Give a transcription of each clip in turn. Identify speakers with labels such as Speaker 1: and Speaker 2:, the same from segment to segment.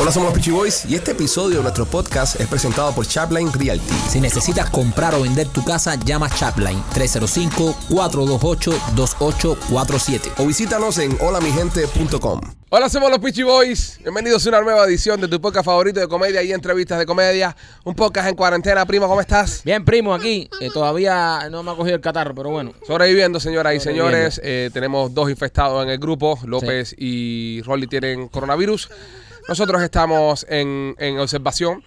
Speaker 1: Hola, somos los Peachy Boys y este episodio de nuestro podcast es presentado por Chapline Realty.
Speaker 2: Si necesitas comprar o vender tu casa, llama Chapline 305-428-2847.
Speaker 1: O visítanos en holamigente.com.
Speaker 3: Hola, somos los Peachy Boys. Bienvenidos a una nueva edición de tu podcast favorito de comedia y entrevistas de comedia. Un podcast en cuarentena, primo, ¿cómo estás?
Speaker 4: Bien, primo, aquí. eh, todavía no me ha cogido el catarro, pero bueno.
Speaker 3: Sobreviviendo, señoras y
Speaker 4: Sobreviviendo.
Speaker 3: señores. Eh, tenemos dos infectados en el grupo. López y Rolly tienen coronavirus. Nosotros estamos en, en observación.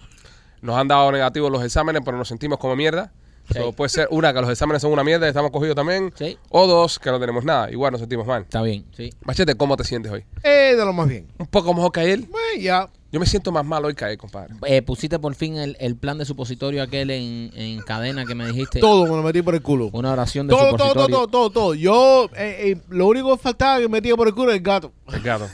Speaker 3: Nos han dado negativos los exámenes, pero nos sentimos como mierda.
Speaker 4: Sí.
Speaker 3: So, puede ser una, que los exámenes son una mierda y estamos cogidos también.
Speaker 4: Sí.
Speaker 3: O dos, que no tenemos nada. Igual nos sentimos mal.
Speaker 4: Está bien, sí.
Speaker 3: Machete, ¿cómo te sientes hoy?
Speaker 5: Eh, de lo más bien.
Speaker 3: Un poco mejor que ayer.
Speaker 5: Bueno, ya.
Speaker 3: Yo me siento más mal hoy que ayer, compadre.
Speaker 4: Eh, pusiste por fin el, el plan de supositorio aquel en, en cadena que me dijiste.
Speaker 5: Todo me lo metí por el culo.
Speaker 4: Una oración de
Speaker 5: Todo, todo, todo,
Speaker 4: supositorio.
Speaker 5: todo, todo, todo. Yo, eh, eh, lo único que faltaba que metía por el culo era el gato.
Speaker 3: El gato.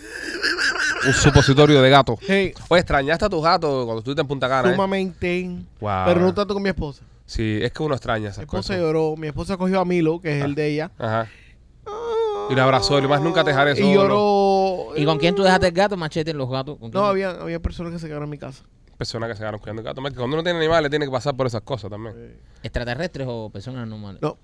Speaker 3: Un supositorio de gato.
Speaker 5: Hey,
Speaker 3: Oye, extrañaste a tus gatos cuando estuviste en Punta Cana. ¿eh?
Speaker 5: sumamente.
Speaker 3: Wow.
Speaker 5: Pero no tanto con mi esposa.
Speaker 3: Sí, es que uno extraña
Speaker 5: Mi
Speaker 3: esas
Speaker 5: esposa
Speaker 3: cosas.
Speaker 5: lloró. Mi esposa cogió a Milo, que es el de ella.
Speaker 3: Ajá. Y lo abrazó, y lo más nunca te dejaré solo.
Speaker 5: Y lloró. eh,
Speaker 4: ¿Y con quién tú dejaste el gato? Machete en los gatos. ¿Con quién?
Speaker 5: No, había, había personas que se quedaron en mi casa.
Speaker 3: Personas que se quedaron cuidando gatos. Mike, Cuando uno tiene animales, tiene que pasar por esas cosas también.
Speaker 4: ¿Extraterrestres o personas normales?
Speaker 5: No.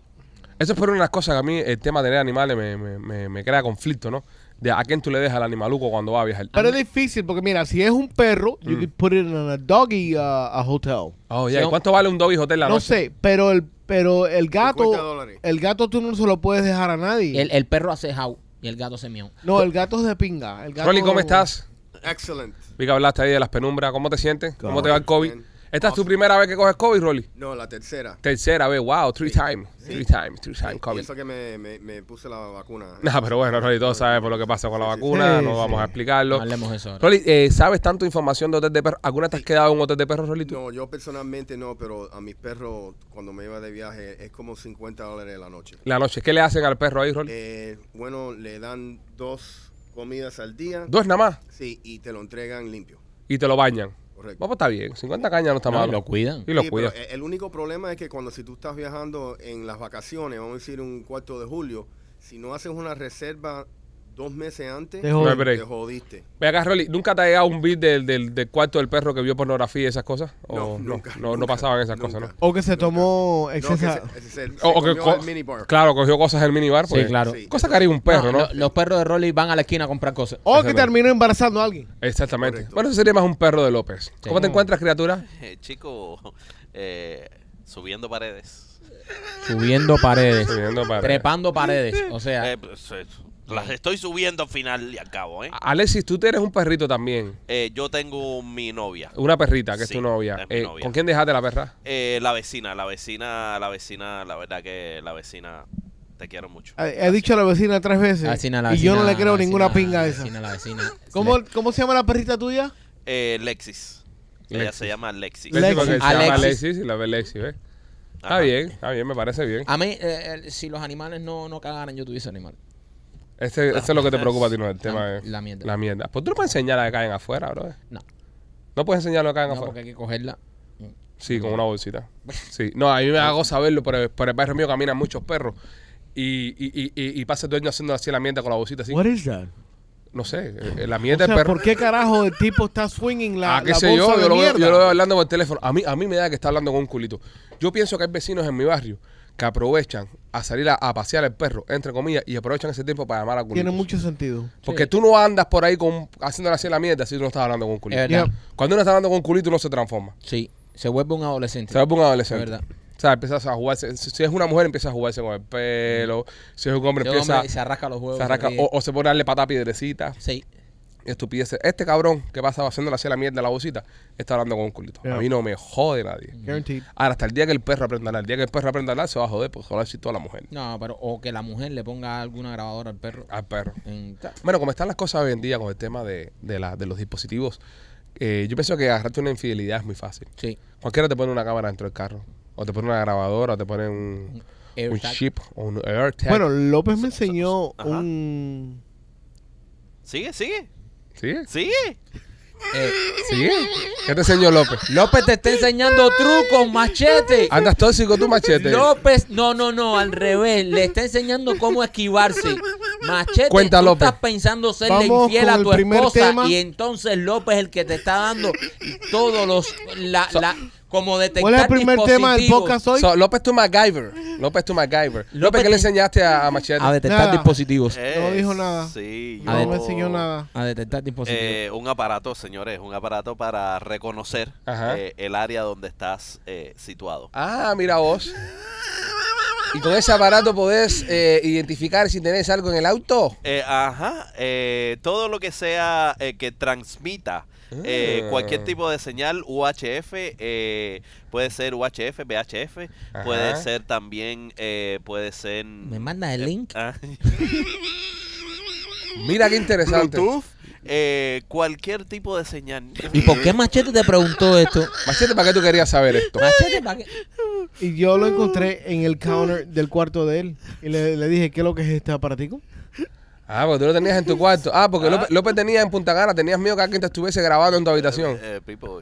Speaker 3: Eso es por una de las cosas que a mí el tema de tener animales me, me- me- me crea conflicto, ¿no? De a quién tú le dejas al animaluco cuando va a
Speaker 4: Ah,
Speaker 3: viajar.
Speaker 5: Pero es difícil porque, mira, si es un perro,
Speaker 3: Mm.
Speaker 5: you could put it in a doggy uh, a hotel.
Speaker 3: Oh, yeah. ¿Y
Speaker 4: Sí,
Speaker 3: ¿Cuánto vale un doggy hotel la
Speaker 5: No
Speaker 3: noche?
Speaker 5: sé, pero el pero el
Speaker 6: 50
Speaker 5: gato,
Speaker 6: dólares.
Speaker 5: el gato tú no se lo puedes dejar a nadie.
Speaker 4: El, el perro hace jau y el gato se miau.
Speaker 5: no, el gato es de pinga. El gato,
Speaker 3: Rolly, ¿cómo estás?
Speaker 6: Excellent.
Speaker 3: Vi que hablaste ahí de las penumbras. ¿Cómo te sientes? ¿Cómo te va el COVID?
Speaker 6: Bien.
Speaker 3: ¿Esta es tu primera vez que coges COVID, Rolly?
Speaker 6: No, la tercera.
Speaker 3: Tercera vez, wow, three times, three times, three times
Speaker 6: Y
Speaker 3: COVID.
Speaker 6: eso que me, me, me puse la vacuna.
Speaker 3: Nah, pero bueno, Rolly, todos sabes por lo que pasa con la vacuna,
Speaker 5: Sí,
Speaker 3: no
Speaker 5: sí.
Speaker 3: vamos a explicarlo.
Speaker 4: No hablemos de eso ahora.
Speaker 3: Rolly, eh, ¿sabes tanto información de hotel de perro? ¿Alguna te has quedado en un hotel de perro, Rolly? tú?
Speaker 6: No, yo personalmente no, pero a mis perros, cuando me iba de viaje, es como 50 dólares la noche.
Speaker 3: La noche, ¿qué le hacen al perro ahí, Rolly?
Speaker 6: Eh, bueno, le dan dos comidas al día.
Speaker 3: Dos nada más
Speaker 6: Sí, y te lo entregan limpio.
Speaker 3: y te lo bañan.
Speaker 6: Correcto.
Speaker 3: Vamos, está bien, 50 cañas no está
Speaker 4: No,
Speaker 3: mal.
Speaker 4: y lo cuidan.
Speaker 3: Oh, Y lo
Speaker 6: Sí, pero
Speaker 3: cuidan.
Speaker 6: e- el único problema es que cuando si tú estás viajando en las vacaciones, vamos a decir un cuarto de julio, si no haces una reserva dos meses antes,
Speaker 5: Te jodes.
Speaker 3: No hay break.
Speaker 6: te jodiste.
Speaker 3: Ve acá, Rolly, ¿nunca te ha llegado un beat del, del, del cuarto del perro que vio pornografía y esas cosas? ¿O
Speaker 6: No, nunca,
Speaker 3: No, no
Speaker 6: nunca,
Speaker 3: pasaban esas cosas, ¿no?
Speaker 6: nunca.
Speaker 5: O que se tomó
Speaker 6: No, que
Speaker 5: exceso.
Speaker 6: se- se- se- se
Speaker 3: O, o que
Speaker 6: comió
Speaker 3: co-
Speaker 6: el minibar.
Speaker 3: Claro, cogió cosas del minibar.
Speaker 4: Sí,
Speaker 3: Pues.
Speaker 4: claro.
Speaker 6: Sí.
Speaker 3: Cosa que haría un perro, ¿no?
Speaker 4: lo- los perros de Rolly van a la esquina a comprar cosas.
Speaker 5: o que
Speaker 3: Exacto.
Speaker 5: terminó embarazando a alguien.
Speaker 3: Exactamente.
Speaker 6: Correcto.
Speaker 3: Bueno, eso sería más un perro de López. ¿Cómo te encuentras, criatura?
Speaker 7: Eh, chico, eh, subiendo paredes.
Speaker 4: Subiendo paredes.
Speaker 3: Subiendo paredes.
Speaker 4: Trepando paredes. O sea,
Speaker 7: Eh, pues, eh, las estoy subiendo al final y al cabo,
Speaker 5: Ah.
Speaker 7: ¿eh?
Speaker 3: Alexis, tú eres un perrito también.
Speaker 7: Eh, yo tengo mi novia.
Speaker 5: Uh.
Speaker 3: Una perrita que es
Speaker 7: Sí,
Speaker 3: tu novia.
Speaker 7: es mi
Speaker 3: Eh,
Speaker 7: novia.
Speaker 3: ¿Con quién dejaste la perra?
Speaker 7: Eh, la vecina, la vecina, la vecina, la verdad que la vecina, te quiero mucho.
Speaker 5: He he dicho a la vecina tres veces.
Speaker 4: la vecina, la
Speaker 5: y yo no
Speaker 4: vecina,
Speaker 5: le creo
Speaker 4: la
Speaker 5: ninguna
Speaker 4: vecina,
Speaker 5: pinga a
Speaker 4: la
Speaker 5: esa.
Speaker 4: vecina, la vecina.
Speaker 5: ¿Cómo,
Speaker 4: Le-
Speaker 5: ¿Cómo se llama la perrita tuya?
Speaker 7: Eh, Lexis. Ella
Speaker 3: Lexis.
Speaker 7: se llama Lexis.
Speaker 5: Lexis.
Speaker 3: porque se llama
Speaker 4: Alexis.
Speaker 3: Alexis y la ve Alexis, ¿ves? Está
Speaker 7: Ajá.
Speaker 3: bien, está bien, me parece bien.
Speaker 4: A mí, eh, eh, si los animales no, no cagaran, yo tuviese animal.
Speaker 3: Este, este es lo que te preocupa a ti, ¿no? El tema
Speaker 4: la-
Speaker 3: es
Speaker 4: la mierda.
Speaker 3: La mierda. ¿Por qué tú no puedes enseñar a que caen afuera, bro?
Speaker 4: No,
Speaker 3: No puedes enseñar a que caen
Speaker 4: no,
Speaker 3: afuera.
Speaker 4: porque hay que cogerla.
Speaker 3: Sí, con una bolsita. Sí. No, a mí me hago saberlo, pero, pero el perro mío caminan muchos perros. Y, y, y, y, y pasa el dueño haciendo así la mierda con la bolsita así.
Speaker 5: What is that?
Speaker 3: No sé, eh, la
Speaker 5: O
Speaker 3: mierda del
Speaker 5: sea,
Speaker 3: perro.
Speaker 5: ¿por qué carajo el tipo está swinging la,
Speaker 3: ah, qué
Speaker 5: la
Speaker 3: sé
Speaker 5: bolsa
Speaker 3: yo,
Speaker 5: de
Speaker 3: yo lo, veo,
Speaker 5: mierda?
Speaker 3: yo lo veo hablando por teléfono. A mí, a mí me da que está hablando con un culito. Yo pienso que hay vecinos en mi barrio que aprovechan a salir a, a pasear al perro, entre comillas, y aprovechan ese tiempo para llamar a culitos.
Speaker 5: Tiene mucho sentido.
Speaker 3: Porque tú no andas por ahí con, haciéndole así la mierda si tú no estás hablando con un culito.
Speaker 4: Es verdad.
Speaker 5: Yeah.
Speaker 3: Cuando uno está hablando con un culito, uno se transforma.
Speaker 4: Sí, se vuelve un adolescente.
Speaker 3: Se vuelve un adolescente.
Speaker 4: Es verdad.
Speaker 3: O sea, empiezas a jugarse. Si si es una mujer, empieza a jugarse con el pelo. Si es un hombre,
Speaker 4: Ese
Speaker 3: empieza.
Speaker 4: hombre se arrasca los huevos.
Speaker 3: se arranca-
Speaker 4: ríe.
Speaker 3: o, o se pone a darle patada a piedrecita.
Speaker 4: Sí.
Speaker 3: Estupideces. Este cabrón que pasa haciéndole así la mierda a la bolsita está hablando con un culito.
Speaker 5: Yeah.
Speaker 3: A mí no me jode nadie.
Speaker 5: Guaranteed.
Speaker 3: Ahora, hasta el día que el perro aprenda a hablar. El día que el perro aprenda a hablar, se va a joder, porque se lo va a decir toda la mujer.
Speaker 4: No, pero o que la mujer le ponga alguna grabadora al perro.
Speaker 3: Al perro.
Speaker 4: En- ta-
Speaker 3: Bueno, como están las cosas hoy en día con el tema de, de la- de los dispositivos, eh, yo pienso que agarrarte una infidelidad es muy fácil.
Speaker 4: Sí.
Speaker 3: Cualquiera te pone una cámara dentro del carro, o te pone una grabadora, o te pone un, un
Speaker 4: Un AirTag.
Speaker 3: chip, o un AirTag.
Speaker 5: Bueno, López me enseñó
Speaker 7: Ajá.
Speaker 5: un...
Speaker 7: Sigue, sigue,
Speaker 3: ¿sí?
Speaker 7: sigue.
Speaker 4: Eh,
Speaker 3: ¿Sí? ¿Qué te enseñó López?
Speaker 4: López te está enseñando trucos, machete.
Speaker 5: Ah,
Speaker 3: ¿Andas tóxico tú, machete?
Speaker 4: López, no, no, no, al revés. Le está enseñando cómo esquivarse. Machete,
Speaker 3: Cuenta,
Speaker 4: tú
Speaker 3: López.
Speaker 4: estás pensando serle
Speaker 5: Vamos
Speaker 4: infiel
Speaker 5: con
Speaker 4: a
Speaker 5: el
Speaker 4: tu
Speaker 5: primer
Speaker 4: esposa
Speaker 5: tema.
Speaker 4: y entonces López es el que te está dando todos los la, la- como detectar
Speaker 5: ¿Cuál es el primer tema del
Speaker 4: dispositivos.
Speaker 5: podcast hoy?
Speaker 3: So, López tu MacGyver. López tu MacGyver. López, ¿qué le enseñaste a, a Machete?
Speaker 4: A detectar
Speaker 5: Nada.
Speaker 4: dispositivos.
Speaker 7: Eh,
Speaker 5: dijo nada.
Speaker 7: Sí,
Speaker 4: A
Speaker 5: no
Speaker 4: ver.
Speaker 5: me enseñó nada.
Speaker 4: A detectar dispositivos.
Speaker 7: Eh, un aparato, señores, un aparato para reconocer
Speaker 3: Ajá.
Speaker 7: eh, el área donde estás eh, situado.
Speaker 3: Ah, mira vos. Y con ese aparato podés eh, identificar si tenés algo en el auto.
Speaker 7: Eh, ajá, eh, todo lo que sea eh, que transmita eh,
Speaker 3: Ah.
Speaker 7: cualquier tipo de señal UHF, eh, puede ser UHF, VHF, puede
Speaker 3: Ajá.
Speaker 7: ser también, eh, puede ser...
Speaker 4: ¿Me mandas el link?
Speaker 7: Ah.
Speaker 3: Mira qué interesante.
Speaker 7: Bluetooth, eh, cualquier tipo de señal.
Speaker 4: ¿Y por qué Machete te preguntó esto?
Speaker 3: Machete, ¿para qué tú querías saber esto?
Speaker 7: Ah.
Speaker 4: Machete, ¿para qué?
Speaker 5: Y yo lo encontré en el counter del cuarto de él. Y le, le dije, ¿qué es lo que es este aparatico?
Speaker 3: Ah, porque tú lo tenías en tu cuarto. Ah, porque
Speaker 7: Ah.
Speaker 3: López, López tenía en Punta Cana, tenías miedo que alguien te estuviese grabando en tu habitación.
Speaker 7: Eh, Pipo,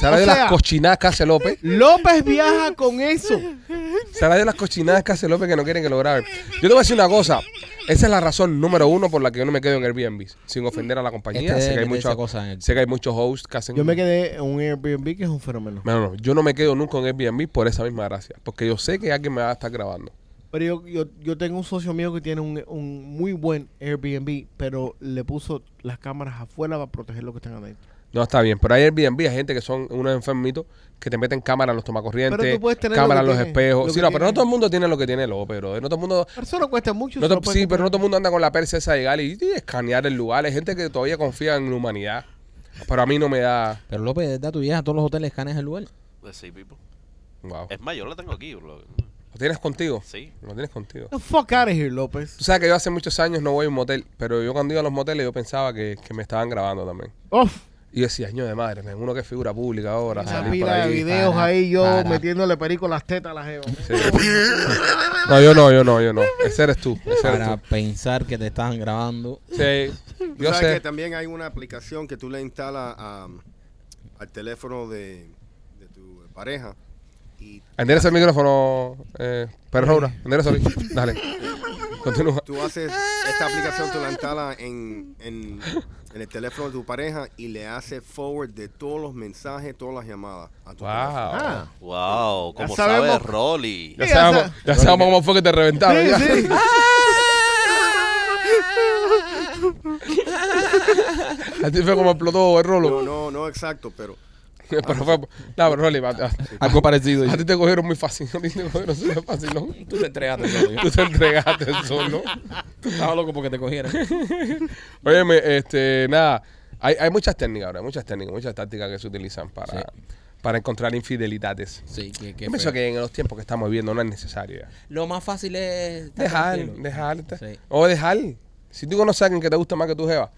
Speaker 3: ¿Sabes
Speaker 5: O
Speaker 3: de
Speaker 5: sea-
Speaker 3: las cochinadas que hace López?
Speaker 5: López viaja con eso.
Speaker 3: Será de las cochinadas que hace López que no quieren que lo graben. Yo te voy a decir una cosa. Esa es la razón número uno por la que yo no me quedo en Airbnb. Sin ofender a la compañía. sé,
Speaker 4: Este debe
Speaker 3: que hay
Speaker 4: meterse
Speaker 3: muchas,
Speaker 4: cosas en el-
Speaker 3: sé que hay muchos hosts que hacen...
Speaker 5: Yo me quedé en un Airbnb que es un fenómeno.
Speaker 3: No, no, yo no me quedo nunca en Airbnb por esa misma gracia. Porque yo sé que alguien me va a estar grabando.
Speaker 5: Pero yo, yo, yo tengo un socio mío que tiene un, un muy buen Airbnb, pero le puso las cámaras afuera para proteger lo que están adentro.
Speaker 3: No, está bien. Pero hay Airbnb, hay gente que son unos enfermitos que te meten cámara en los
Speaker 5: Pero
Speaker 3: tomacorrientes,
Speaker 5: tú puedes tener lo
Speaker 3: cámara en
Speaker 5: que
Speaker 3: los
Speaker 5: tienes, lo
Speaker 3: espejos. Sí,
Speaker 5: que
Speaker 3: no, pero no
Speaker 5: tienes.
Speaker 3: todo el mundo tiene lo que tiene López, pero no todo el mundo...
Speaker 5: Pero eso no cuesta mucho.
Speaker 3: no
Speaker 5: se
Speaker 3: to-
Speaker 5: lo puedes
Speaker 3: sí, pero
Speaker 5: comprar.
Speaker 3: no todo el mundo anda con la persa esa de Gali y, y escanear el lugar. Hay gente que todavía confía en la humanidad. Pero a mí no me da...
Speaker 4: Pero López, de verdad, tú llegas a todos los hoteles, escaneas el lugar.
Speaker 7: pues sí, Pipo.
Speaker 3: Wow.
Speaker 7: Es más, yo lo tengo aquí. bro.
Speaker 3: ¿Lo tienes contigo?
Speaker 7: Eh. Sí.
Speaker 3: Lo tienes contigo.
Speaker 5: The fuck out of here, López.
Speaker 3: Tú sabes que yo hace muchos años no voy a un motel, pero yo cuando iba a los moteles yo pensaba que, que me estaban grabando también.
Speaker 5: Uf,
Speaker 3: Y yo decía, año de madre, men, uno que es figura pública ahora,
Speaker 5: esa
Speaker 3: salir por
Speaker 5: pila de
Speaker 3: ahí.
Speaker 5: videos
Speaker 4: para,
Speaker 5: ahí yo
Speaker 4: para.
Speaker 5: metiéndole perico las tetas a la jeva.
Speaker 3: Sí. No, yo no, yo no, yo no. Ese eres tú, ese eres
Speaker 4: Para pensar que te estaban grabando.
Speaker 3: tú. Sí,
Speaker 6: Tú
Speaker 3: yo
Speaker 6: sabes que
Speaker 3: sé.
Speaker 6: también hay una aplicación que tú le instalas a- al teléfono de, de tu pareja y
Speaker 3: Endereza el micrófono, eh, perro Roura. Endereza ahí. Dale. Continúa.
Speaker 6: tú haces esta aplicación, tú la instalas en, en- en el teléfono de tu pareja y le haces forward de todos los mensajes, todas las llamadas a tu
Speaker 3: Wow.
Speaker 6: teléfono.
Speaker 5: Ah.
Speaker 7: Wow,
Speaker 5: Ya
Speaker 7: como
Speaker 5: sabemos.
Speaker 7: sabe Rolly.
Speaker 3: Ya sabemos, ya sabemos cómo fue que te reventaron. ya.
Speaker 5: Sí, sí.
Speaker 3: A ti fue como explotó el rolo.
Speaker 6: No, no, no exacto, pero
Speaker 3: pero fue. No, pero Rolly, va- va-
Speaker 2: Algo parecido.
Speaker 3: A ti te cogieron muy fácil, a ti te cogieron súper fácil, ¿no?
Speaker 2: Tú te entregaste solo.
Speaker 3: Tú te entregaste solo.
Speaker 2: Estaba loco porque te cogieran.
Speaker 3: Óyeme, este, nada, hay, hay muchas técnicas ahora, hay muchas técnicas, muchas tácticas que se utilizan para, para encontrar infidelidades.
Speaker 4: Sí, que, que
Speaker 3: Yo pienso
Speaker 4: feo.
Speaker 3: que en los tiempos que estamos viviendo no es necesaria.
Speaker 4: Lo más fácil es... estar
Speaker 3: Dejar,
Speaker 4: tranquilo.
Speaker 3: dejar.
Speaker 4: Sí.
Speaker 3: O dejar. Si tú conoces a alguien que te gusta más que tu jeva,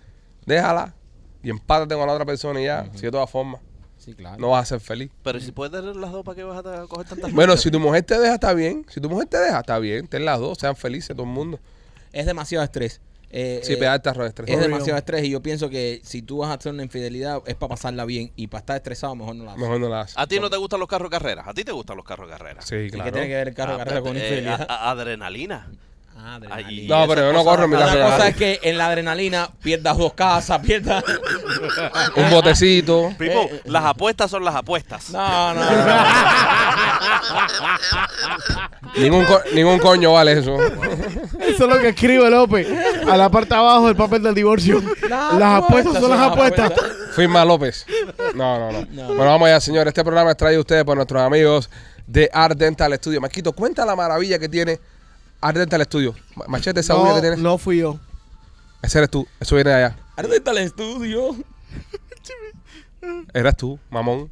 Speaker 3: déjala y empátate con la otra persona y ya. Si de todas formas,
Speaker 4: Sí, claro.
Speaker 3: no vas a ser feliz.
Speaker 7: Pero si puedes tener las dos, ¿para qué vas a coger tantas
Speaker 3: Bueno,
Speaker 7: luchas?
Speaker 3: si tu mujer te deja, está bien. Si tu mujer te deja, está bien. Ten las dos, sean felices todo el mundo.
Speaker 4: Es demasiado estrés. Eh,
Speaker 3: Sí,
Speaker 4: eh,
Speaker 3: pegarte a estrés.
Speaker 4: es demasiado estrés y yo pienso que si tú vas a hacer una infidelidad es para pasarla bien y para estar estresado mejor no la haces.
Speaker 3: Mejor no la haces.
Speaker 7: A ti no te gustan los carros carreras. A ti te gustan los carros carreras.
Speaker 3: Sí,
Speaker 4: Ah, ¿Y qué
Speaker 3: claro.
Speaker 4: tiene que ver el carro
Speaker 7: Ah,
Speaker 4: carrera con
Speaker 7: eh,
Speaker 4: infidelidad? Ah,
Speaker 7: a- a- adrenalina.
Speaker 4: Adrenalina.
Speaker 7: Ay,
Speaker 3: No, pero yo no corro en mi
Speaker 7: Una
Speaker 3: carro
Speaker 4: La
Speaker 3: carrera.
Speaker 4: cosa es que en la adrenalina pierdas dos casas, pierdas...
Speaker 3: Un botecito.
Speaker 7: Pipo, las apuestas son las apuestas.
Speaker 4: No, no, no.
Speaker 3: Ningún, co- ningún coño vale eso.
Speaker 5: Eso es lo que escribe López. A la parte de abajo del papel del divorcio. las apuestas son las apuestas.
Speaker 3: Firma López. No, no, no, Bueno, vamos allá, señores. Este programa es traído a ustedes por nuestros amigos de Art Dental Studio. Maquito, cuenta la maravilla que tiene Art Dental Studio. Ma- Machete esa uña que
Speaker 5: No,
Speaker 3: tienes.
Speaker 5: no fui yo.
Speaker 3: Ese eres tú. Eso viene de allá.
Speaker 4: Ardenta el estudio.
Speaker 3: Eras tú, mamón.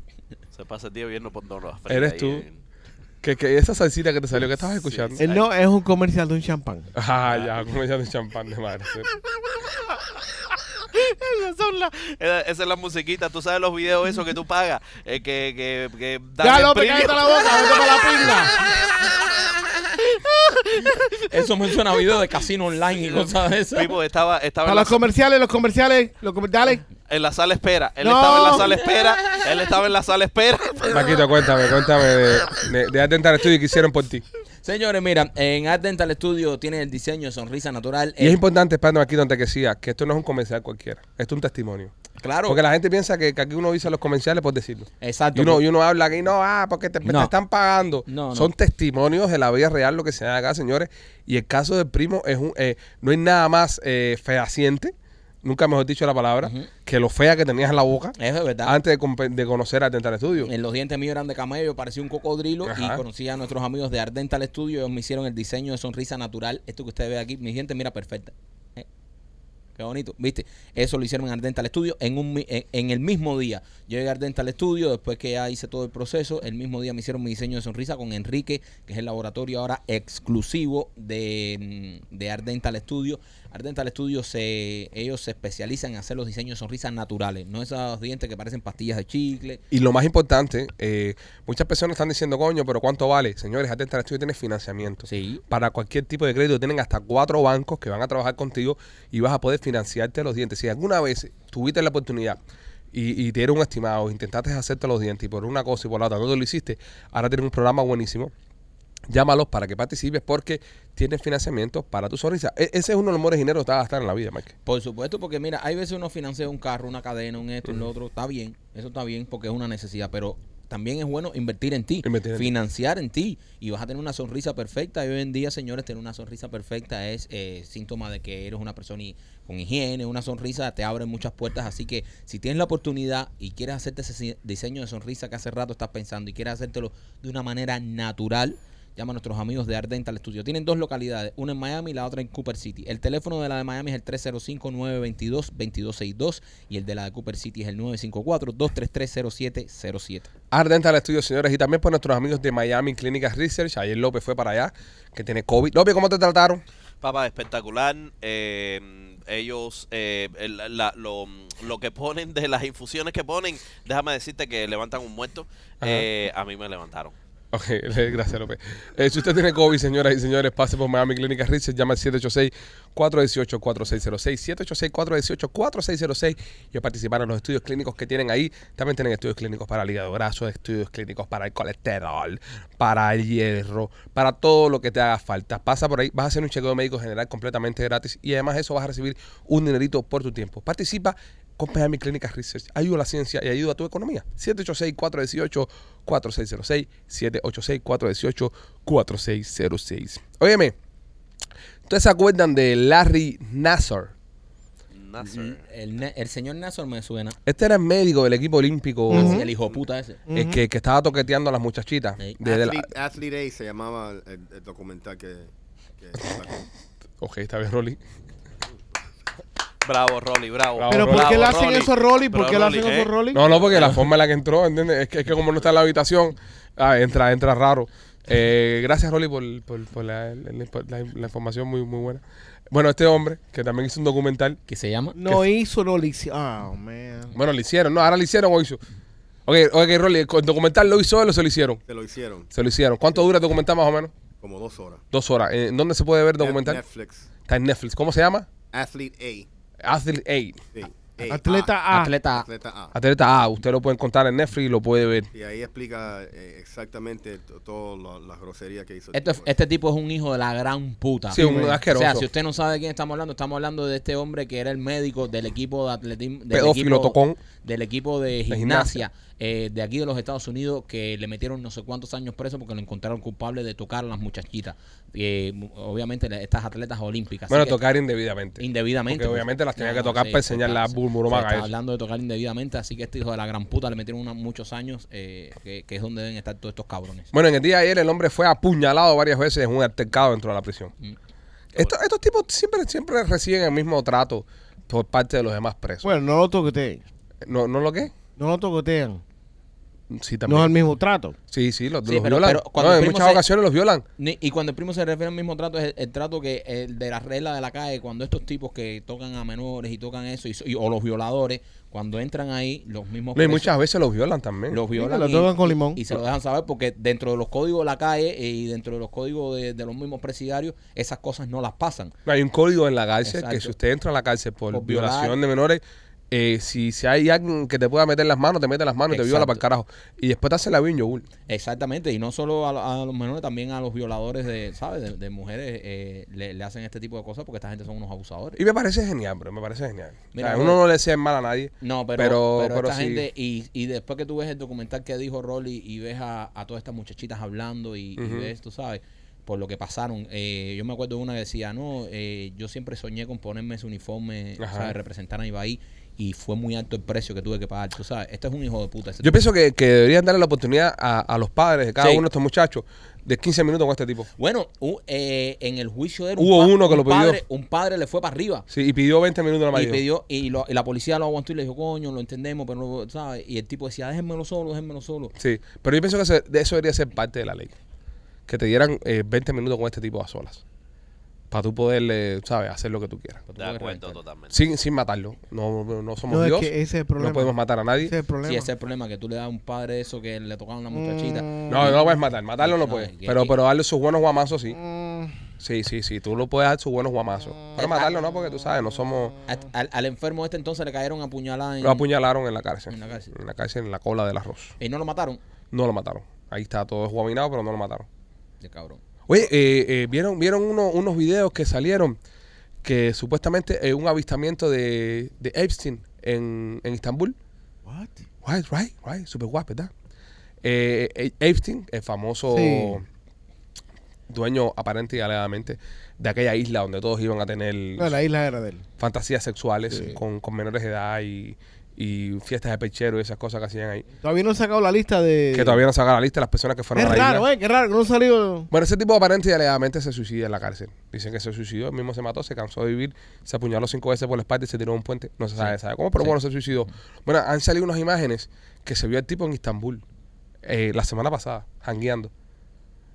Speaker 7: Se pasa el día viendo por donde las
Speaker 3: Eres tú. Que, que esa salsita que te salió, que estabas escuchando.
Speaker 5: Él no es un comercial de un champán.
Speaker 3: Ah, ya, como ya de champán de madre.
Speaker 7: Esa esa es la musiquita. Tú sabes los videos esos que tú pagas. eh, que, que, que dan
Speaker 5: Ya,
Speaker 7: el
Speaker 5: López,
Speaker 7: premio.
Speaker 5: cállate la boca. Vete para la pinga.
Speaker 4: Eso me suena a video de casino online y cosas de esas.
Speaker 7: Pipo estaba, estaba
Speaker 5: Para
Speaker 7: en,
Speaker 5: los
Speaker 7: la,
Speaker 5: comerciales, los comerciales. Los comer- Dale.
Speaker 7: en la sala espera. Él
Speaker 5: No.
Speaker 7: estaba en la sala espera. Él estaba en la sala espera.
Speaker 3: Maquito, cuéntame, cuéntame de, de, de Art Dental Studio que hicieron por ti.
Speaker 4: Señores, mira, en Art Dental Studio tienen el diseño Sonrisa Natural.
Speaker 3: Y
Speaker 4: Eh,
Speaker 3: es importante, espérame aquí donde que decía, que esto no es un comercial cualquiera, esto es un testimonio.
Speaker 4: Claro.
Speaker 3: Porque la gente piensa que, que aquí uno dice los comerciales por decirlo.
Speaker 4: Exacto.
Speaker 3: Y uno, y uno habla aquí, no, ah, porque te, te
Speaker 4: Eh, No.
Speaker 3: están pagando.
Speaker 4: No, no.
Speaker 3: Son testimonios de la vida real lo que se da acá, señores. Y el caso del primo es un, eh, no hay nada más eh, fehaciente, nunca mejor dicho la palabra, que lo fea que tenías en la boca
Speaker 4: Eso es verdad.
Speaker 3: antes de, compe- de conocer a Dental Studio.
Speaker 4: En los dientes míos eran de camello, parecía un cocodrilo
Speaker 3: Ajá.
Speaker 4: y conocí a nuestros amigos de Ardental Studio. Ellos me hicieron el diseño de sonrisa natural. Esto que usted ve aquí, mis dientes, mira, perfecta. Eh, Qué bonito, ¿viste? Eso lo hicieron en Ardental Studio en, un, mi- en, en el mismo día. Yo llegué a Ardental Studio, después que ya hice todo el proceso, el mismo día me hicieron mi diseño de sonrisa con Enrique, que es el laboratorio ahora exclusivo de, mm, de Ardental Studio. Ardental Studio, se, ellos se especializan en hacer los diseños de sonrisas naturales, no esos dientes que parecen pastillas de chicle.
Speaker 3: Y lo más importante, eh, muchas personas están diciendo, coño, pero ¿cuánto vale? Señores, Atenta al Estudio tiene financiamiento.
Speaker 4: Sí.
Speaker 3: Para cualquier tipo de crédito tienen hasta cuatro bancos que van a trabajar contigo y vas a poder financiarte los dientes. Si alguna vez tuviste la oportunidad y, y te dieron un estimado, intentaste hacerte los dientes y por una cosa y por la otra no te lo hiciste, ahora tienen un programa buenísimo llámalos para que participes porque tienen financiamiento para tu sonrisa. E- ese es uno de los mejores dineros que vas a gastar en la vida, Mike.
Speaker 4: Por supuesto, porque mira, hay veces uno financia un carro, una cadena, un esto, un lo otro. Está bien, eso está bien porque es una necesidad, pero también es bueno invertir en ti,
Speaker 3: Invertir en ti.
Speaker 4: financiar en ti y vas a tener una sonrisa perfecta. Y hoy en día, señores, tener una sonrisa perfecta es eh, síntoma de que eres una persona hi- con higiene, una sonrisa te abre muchas puertas. Así que si tienes la oportunidad y quieres hacerte ese si- diseño de sonrisa que hace rato estás pensando y quieres hacértelo de una manera natural, Llama a nuestros amigos de Ardental Studio. Tienen dos localidades, una en Miami y la otra en Cooper City. El teléfono de la de Miami es el 305-922-2262 y el de la de Cooper City es el 954-233-0707.
Speaker 3: Ardental Studio, señores, y también por nuestros amigos de Miami Clinic Research. Ayer López fue para allá, que tiene COVID. López, ¿cómo te trataron?
Speaker 7: Papá, espectacular. eh, ellos, eh, el- la- lo, lo que ponen de las infusiones que ponen, déjame decirte que levantan un muerto.
Speaker 3: Ajá.
Speaker 7: eh, a mí me levantaron.
Speaker 3: Ok, gracias López. Eh, si usted tiene COVID, señoras y señores, pase por Miami Clínica Research, llama al 786-418-4606, 786-418-4606 y a participar en los estudios clínicos que tienen ahí. También tienen estudios clínicos para el hígado graso, estudios clínicos para el colesterol, para el hierro, para todo lo que te haga falta. Pasa por ahí, vas a hacer un chequeo médico general completamente gratis y además de eso vas a recibir un dinerito por tu tiempo. Participa con Miami Clínica Research. Ayuda a la ciencia y ayuda a tu economía. 786-418-4606. 786-418-4606. Óyeme, ¿ustedes se acuerdan de Larry Nassar?
Speaker 7: Nasser.
Speaker 4: El, ne- el señor Nassor me suena.
Speaker 3: Este era el médico del equipo olímpico
Speaker 4: El hijo puta ese.
Speaker 3: eh, que, que estaba toqueteando a las muchachitas.
Speaker 4: Sí.
Speaker 3: Desde la-
Speaker 6: Athlete, Athlete A se llamaba el, el documental que... que sacó.
Speaker 3: Ok, está bien, Rolly.
Speaker 7: Bravo, Rolly, bravo.
Speaker 3: Bravo,
Speaker 5: Pero ¿por
Speaker 7: Bravo,
Speaker 5: qué le hacen eso a Rolly? ¿Por
Speaker 7: Bravo,
Speaker 5: qué le hacen
Speaker 7: Rolly,
Speaker 5: eso a
Speaker 7: eh.
Speaker 5: Rolly?
Speaker 3: No, no, porque la forma en la que entró, ¿entiendes? Es que, es que como no está en la habitación, ah, entra, entra raro. Eh, gracias, Rolly, por, por- por la, la- la- la información muy, muy buena. Bueno, este hombre, que también hizo un documental.
Speaker 4: ¿Qué se llama?
Speaker 5: No hizo Rolly. Ah, man.
Speaker 3: Bueno, lo hicieron, no, ahora lo hicieron o hizo. Ok, ok, Rolly, el documental lo hizo él o se lo hicieron.
Speaker 6: Se lo hicieron
Speaker 3: Se lo hicieron. ¿Cuánto dura el documental más o menos?
Speaker 6: como dos horas.
Speaker 3: Dos horas. Eh, ¿En dónde se puede ver el documental?
Speaker 6: Netflix.
Speaker 3: Está en Netflix. ¿Cómo se llama?
Speaker 6: Athlete A.
Speaker 3: Athlete Aid.
Speaker 6: Sí, A.
Speaker 5: Atleta
Speaker 3: Ah.
Speaker 5: A.
Speaker 4: ah, Atleta.
Speaker 6: Eh, Atleta A.
Speaker 3: Atleta A. Usted lo puede encontrar en Netflix y lo puede ver.
Speaker 6: Y ahí explica eh, exactamente to- todas las- las groserías que hizo. el
Speaker 4: Este,
Speaker 6: tipo ese.
Speaker 4: este tipo es un hijo de la gran puta.
Speaker 3: Sí, un
Speaker 4: O
Speaker 3: asqueroso.
Speaker 4: sea, si usted no sabe de quién estamos hablando, estamos hablando de este hombre que era el médico del equipo de atletismo. del
Speaker 3: Pedófilo
Speaker 4: equipo-
Speaker 3: tocón.
Speaker 4: Del equipo de
Speaker 3: gimnasia.
Speaker 4: gimnasia eh, de aquí de los Estados Unidos que le metieron no sé cuántos años preso porque lo encontraron culpable de tocar a las muchachitas. Eh, mu- obviamente, la- estas atletas olímpicas. Así
Speaker 3: Bueno,
Speaker 4: que-
Speaker 3: tocar indebidamente.
Speaker 4: Indebidamente.
Speaker 3: Este, Porque
Speaker 4: pues.
Speaker 3: obviamente las tenía
Speaker 4: No,
Speaker 3: que tocar
Speaker 4: sí,
Speaker 3: para enseñar la
Speaker 4: sí,
Speaker 3: burburumaga
Speaker 4: se está
Speaker 3: esa.
Speaker 4: hablando de tocar indebidamente, así que este hijo de la gran puta le metieron una- muchos años, eh, que, que es donde deben estar todos estos cabrones.
Speaker 3: Bueno, en el día de ayer el hombre fue apuñalado varias veces en un altercado dentro de la prisión.
Speaker 4: Mm.
Speaker 3: Esto- estos tipos siempre, siempre reciben el mismo trato por parte de los demás presos.
Speaker 5: Bueno, no lo toqueteen.
Speaker 3: ¿No, ¿No lo qué?
Speaker 5: No lo toquetean.
Speaker 3: Sí,
Speaker 5: No es el
Speaker 3: también.
Speaker 5: mismo trato.
Speaker 3: sí, sí, los,
Speaker 4: Sí,
Speaker 3: los
Speaker 4: pero-
Speaker 3: violan.
Speaker 4: pero cuando
Speaker 3: No, en
Speaker 4: el primo
Speaker 3: muchas
Speaker 4: se-
Speaker 3: ocasiones los violan.
Speaker 4: Ni- Y cuando el primo se refiere al mismo trato, es el, el trato que el de las reglas de la calle, cuando estos tipos que tocan a menores y tocan eso, y, so- y- o los violadores, cuando entran ahí, los mismos
Speaker 3: No, y
Speaker 4: presos
Speaker 3: muchas veces los violan también.
Speaker 4: los violan
Speaker 5: lo
Speaker 4: y-
Speaker 5: tocan con
Speaker 4: y-
Speaker 5: limón.
Speaker 4: Y, se lo dejan saber porque dentro de los códigos de la calle eh, y dentro de los códigos de, de los mismos presidiarios, esas cosas no las pasan.
Speaker 3: No, Hay un código en la cárcel
Speaker 4: Exacto.
Speaker 3: que si usted entra a la cárcel por,
Speaker 4: Por violar.
Speaker 3: violación de menores, eh, si, si hay alguien que te pueda meter las manos, te mete las manos y te viola
Speaker 4: Exacto.
Speaker 3: para el carajo. Y después te hace la bien yogur.
Speaker 4: Exactamente, y no solo a, lo- a los menores, también a los violadores de, ¿sabes? De, de mujeres eh, le, le hacen este tipo de cosas porque esta gente son unos abusadores.
Speaker 3: Y me parece genial, bro. Me parece genial. O sea,
Speaker 4: Mira,
Speaker 3: uno
Speaker 4: bro.
Speaker 3: no le desea el mal a nadie.
Speaker 4: No, pero,
Speaker 3: Pero-
Speaker 4: pero,
Speaker 3: pero
Speaker 4: esta
Speaker 3: sí.
Speaker 4: gente, y, y después que tú ves el documental que dijo Rolly y ves a, a todas estas muchachitas hablando y, y
Speaker 3: Ujú.
Speaker 4: ves, tú sabes, por lo que pasaron. eh, yo me acuerdo de una que decía, no, eh, yo siempre soñé con ponerme ese uniforme,
Speaker 3: Ajá.
Speaker 4: ¿sabes? Representar a mi país y fue muy alto el precio que tuve que pagar, tú sabes. Este es un hijo de puta. este
Speaker 3: Yo
Speaker 4: tipo.
Speaker 3: pienso que, que deberían darle la oportunidad a, a los padres de cada
Speaker 4: Sí.
Speaker 3: uno de estos muchachos de 15 minutos con este tipo.
Speaker 4: Bueno, u- eh, en el juicio de él,
Speaker 3: Hubo
Speaker 4: pa-
Speaker 3: uno que lo pidió.
Speaker 4: Padre, un padre le fue para arriba.
Speaker 3: Sí, y pidió 20 minutos nada más.
Speaker 4: Y
Speaker 3: dijo.
Speaker 4: pidió, y, lo- y la policía lo aguantó y le dijo, coño, lo entendemos, pero no, ¿sabes? Y el tipo decía, déjenmelo solo, déjenmelo solo.
Speaker 3: Sí, pero yo pienso que se- de eso debería ser parte de la ley. Que te dieran eh, 20 minutos con este tipo a solas. Para tú poder, eh, ¿sabes? Hacer lo que tú quieras.
Speaker 7: De acuerdo, totalmente.
Speaker 3: Sin, sin matarlo. No, no- no somos
Speaker 5: No, es
Speaker 3: Dios.
Speaker 5: que ese es el problema.
Speaker 3: No podemos matar a nadie.
Speaker 5: Ese es el problema.
Speaker 4: Sí, ese es el problema, que tú le das a un padre eso que le tocaron a una muchachita.
Speaker 3: No, no lo puedes matar. Matarlo no
Speaker 4: No,
Speaker 3: puedes.
Speaker 4: es que-
Speaker 3: Pero,
Speaker 4: que-
Speaker 3: pero darle sus buenos guamazos, sí.
Speaker 5: Mm,
Speaker 3: Sí, sí, sí. Tú lo puedes dar sus buenos guamazos. Pero matarlo no, porque tú sabes, no somos...
Speaker 4: A- Al, al enfermo este entonces le cayeron apuñaladas en,
Speaker 3: Lo apuñalaron en la cárcel.
Speaker 4: En la cárcel.
Speaker 3: En la cárcel, en la cola del arroz.
Speaker 4: y no lo mataron.
Speaker 3: No lo mataron. Ahí está todo esguaminado, pero no lo mataron.
Speaker 4: De cabrón.
Speaker 3: Oye, eh, eh, ¿vieron, vieron uno- unos videos que salieron que supuestamente eh, un avistamiento de, de Epstein en, en Estambul?
Speaker 5: what?
Speaker 3: Right, right, right. Súper guapo, ¿verdad? Eh, eh, Epstein, el famoso
Speaker 5: Sí.
Speaker 3: dueño aparente y alegadamente de aquella isla donde todos iban a tener
Speaker 5: No, la isla era de él.
Speaker 3: fantasías sexuales
Speaker 5: Sí.
Speaker 3: con, con menores de edad y, y fiestas de pechero y esas cosas que hacían ahí.
Speaker 5: Todavía no han sacado la lista de.
Speaker 3: Que todavía no saca la lista de las personas que fueron a
Speaker 5: Es
Speaker 3: la
Speaker 5: raro,
Speaker 3: isla.
Speaker 5: ¿eh? Qué raro, que no ha salido.
Speaker 3: Bueno, ese tipo aparente y alegadamente se suicida en la cárcel. Dicen que se suicidó, él mismo se mató, se cansó de vivir, se apuñaló cinco veces por la espalda y se tiró a un puente. No se sabe, sabe cómo, pero bueno, se suicidó. Bueno, han salido unas imágenes que se vio el tipo en Istambul eh, la semana pasada, jangueando.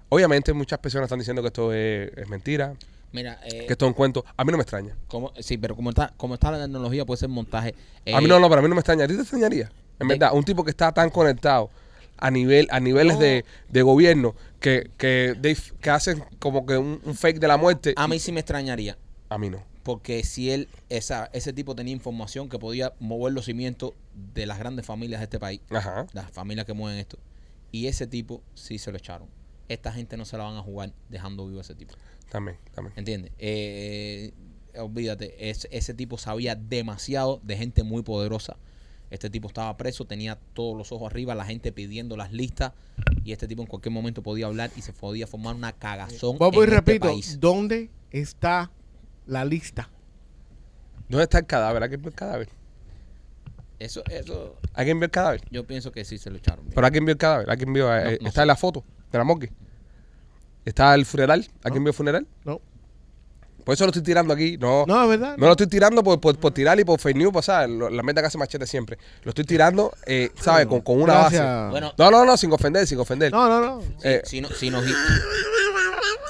Speaker 3: Obviamente muchas personas están diciendo que esto es, es mentira,
Speaker 4: Mira, eh,
Speaker 3: que esto es un cuento. A mí no me extraña.
Speaker 4: como- sí, pero como está, como está la tecnología, puede ser montaje.
Speaker 3: a mí
Speaker 4: Eh,
Speaker 3: no, no, pero a mí no me extraña. ¿A ti te extrañaría? En
Speaker 4: Eh.
Speaker 3: verdad, un tipo que está tan conectado a nivel a niveles
Speaker 4: No.
Speaker 3: de, de gobierno que, que, they- que hacen como que un, un fake de la muerte.
Speaker 4: A mí sí me extrañaría.
Speaker 3: A mí no.
Speaker 4: Porque si él, esa, ese tipo tenía información que podía mover los cimientos de las grandes familias de este país,
Speaker 3: Ajá.
Speaker 4: las familias que mueven esto, y ese tipo sí se lo echaron. Esta gente no se la van a jugar dejando vivo a ese tipo.
Speaker 3: También, también.
Speaker 4: ¿Entiendes? Eh, olvídate, es- ese tipo sabía demasiado de gente muy poderosa. Este tipo estaba preso, tenía todos los ojos arriba, la gente pidiendo las listas y este tipo en cualquier momento podía hablar y se podía formar una cagazón.
Speaker 5: Vuelvo y
Speaker 4: en este
Speaker 5: repito,
Speaker 4: país.
Speaker 5: ¿dónde está la lista?
Speaker 3: ¿Dónde está el cadáver? ¿Alguien vio el cadáver?
Speaker 4: Eso, eso,
Speaker 3: ¿Alguien vio el cadáver?
Speaker 4: yo pienso que sí se lo echaron.
Speaker 3: ¿Pero alguien vio el cadáver? ¿Alguien vio? eh,
Speaker 4: No,
Speaker 3: eh,
Speaker 4: no
Speaker 3: está en la foto de la morgue. Está el funeral. ¿Alguien vio el funeral?
Speaker 5: No.
Speaker 3: Por eso lo estoy tirando aquí. No, no,
Speaker 5: No, es verdad.
Speaker 3: lo estoy tirando por, por, por tirar y por fake news, por, ¿sabes? Lo- la meta que hace machete siempre. Lo estoy tirando, eh, ¿sabes? Con, con una
Speaker 5: Gracias.
Speaker 3: base.
Speaker 4: Bueno,
Speaker 3: No, no, no, sin ofender, sin ofender.
Speaker 5: No, no, no.
Speaker 4: si,
Speaker 3: eh,
Speaker 4: si no- si nos, gui-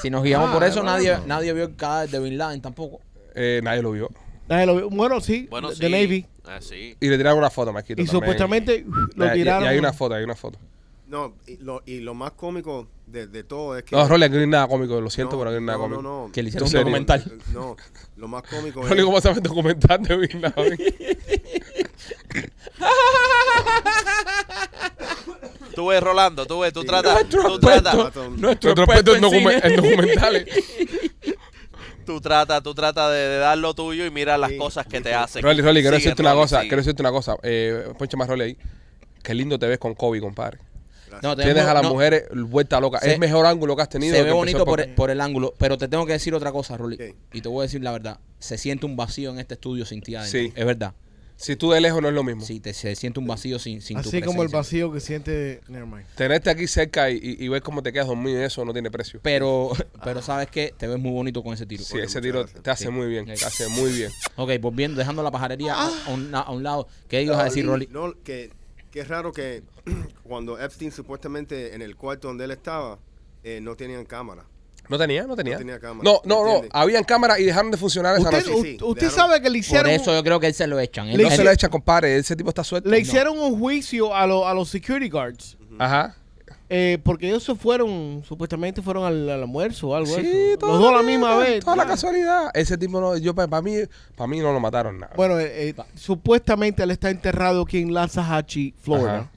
Speaker 4: si nos guiamos
Speaker 5: Ah,
Speaker 4: por eso,
Speaker 5: bueno.
Speaker 4: nadie, nadie vio el cadáver de Bin Laden tampoco.
Speaker 3: Eh, nadie lo vio.
Speaker 5: Nadie lo vio. Bueno, sí.
Speaker 7: Bueno,
Speaker 5: de
Speaker 7: sí.
Speaker 5: de Navy.
Speaker 7: Ah, sí.
Speaker 3: Y le tiraron una foto, Marquito.
Speaker 5: Y
Speaker 3: también.
Speaker 5: supuestamente lo
Speaker 3: Eh, y-
Speaker 5: tiraron.
Speaker 3: Y, hay una foto, hay una foto.
Speaker 6: No, y lo, y lo más cómico de, de todo es que.
Speaker 3: No, Rolly, aquí no hay nada cómico. Lo siento,
Speaker 6: no,
Speaker 3: pero aquí no hay nada
Speaker 6: no,
Speaker 3: cómico.
Speaker 6: no, no. Eh,
Speaker 4: Que le hicieron un
Speaker 3: serio?
Speaker 4: documental.
Speaker 6: No, lo más cómico
Speaker 5: eh.
Speaker 3: Rolly,
Speaker 6: es.
Speaker 3: ¿cómo sabes documentar de Bin Laden?
Speaker 7: Tú ves, Rolando, tú ves, tú tratas, tú
Speaker 6: Ratón,
Speaker 7: tratas,
Speaker 6: ratón.
Speaker 3: Nuestro experto en, documen- en documentales.
Speaker 7: tú tratas, tú tratas de, de dar lo tuyo y mira las
Speaker 6: Sí.
Speaker 7: cosas que te hacen.
Speaker 3: Rolly, Rolly, quiero
Speaker 7: Sigue,
Speaker 3: decirte una
Speaker 7: Rolly,
Speaker 3: cosa.
Speaker 7: sigue.
Speaker 3: Quiero decirte una cosa. Eh, ponche más Rolly ahí. Qué lindo te ves con Kobe, compadre.
Speaker 4: No,
Speaker 3: Tienes a las
Speaker 4: no,
Speaker 3: mujeres vuelta loca.
Speaker 4: Se-
Speaker 3: es mejor ángulo que has tenido.
Speaker 4: Se
Speaker 3: desde
Speaker 4: ve
Speaker 3: que
Speaker 4: bonito
Speaker 3: empezó
Speaker 4: por
Speaker 3: el
Speaker 4: el, por el ángulo, pero te tengo que decir otra cosa, Rolly.
Speaker 6: ¿Qué?
Speaker 4: Y te voy a decir la verdad. Se siente un vacío en este estudio sin ti adentro.
Speaker 3: Sí.
Speaker 4: Es verdad.
Speaker 3: podcast. Si tú de lejos no es lo mismo.
Speaker 4: Sí, te, se siente un vacío sin, sin tu
Speaker 5: Así como el
Speaker 4: presencia.
Speaker 5: vacío que siente. Nevermind.
Speaker 3: Tenerte aquí cerca y, y- y ver cómo te quedas dormido, eso no tiene precio.
Speaker 4: Pero, pero sabes que te ves muy bonito con ese tiro.
Speaker 3: Sí, ese tiro
Speaker 6: gracias.
Speaker 3: te hace
Speaker 4: Sí.
Speaker 3: muy bien. Te
Speaker 4: Sí.
Speaker 3: hace muy bien.
Speaker 4: Ok, volviendo, dejando la pajarería a, a un, a un lado. ¿Qué ibas a decir, Rolly?
Speaker 6: No, que, que es raro que cuando Epstein supuestamente en el cuarto donde él estaba, eh, no tenían cámara.
Speaker 3: ¿No tenía? ¿No tenía?
Speaker 6: No tenía cámara.
Speaker 3: No, no, no.
Speaker 6: ¿Entiendes?
Speaker 3: Habían cámaras y dejaron de funcionar esa
Speaker 5: Usted,
Speaker 3: noche.
Speaker 6: Sí,
Speaker 5: u-
Speaker 6: sí,
Speaker 5: usted
Speaker 6: dejaron-
Speaker 5: sabe que le
Speaker 4: Por
Speaker 5: hicieron.
Speaker 4: eso yo creo que él se lo echan. Él-
Speaker 5: Le
Speaker 3: No
Speaker 4: él-
Speaker 3: se lo echan, compadre. Ese tipo está suelto.
Speaker 5: Le hicieron un juicio a, lo- a los security guards.
Speaker 3: Ajá.
Speaker 5: Eh, porque ellos se fueron, supuestamente fueron al, al almuerzo o algo
Speaker 3: Sí,
Speaker 5: eso.
Speaker 3: todo
Speaker 5: Los dos a la
Speaker 3: bien,
Speaker 5: misma vez.
Speaker 3: Toda la casualidad. Ese tipo no, yo para mí, para mí no lo mataron nada.
Speaker 5: Bueno, eh, eh, supuestamente él está enterrado aquí en Lasahachi, Florida.
Speaker 3: Ajá.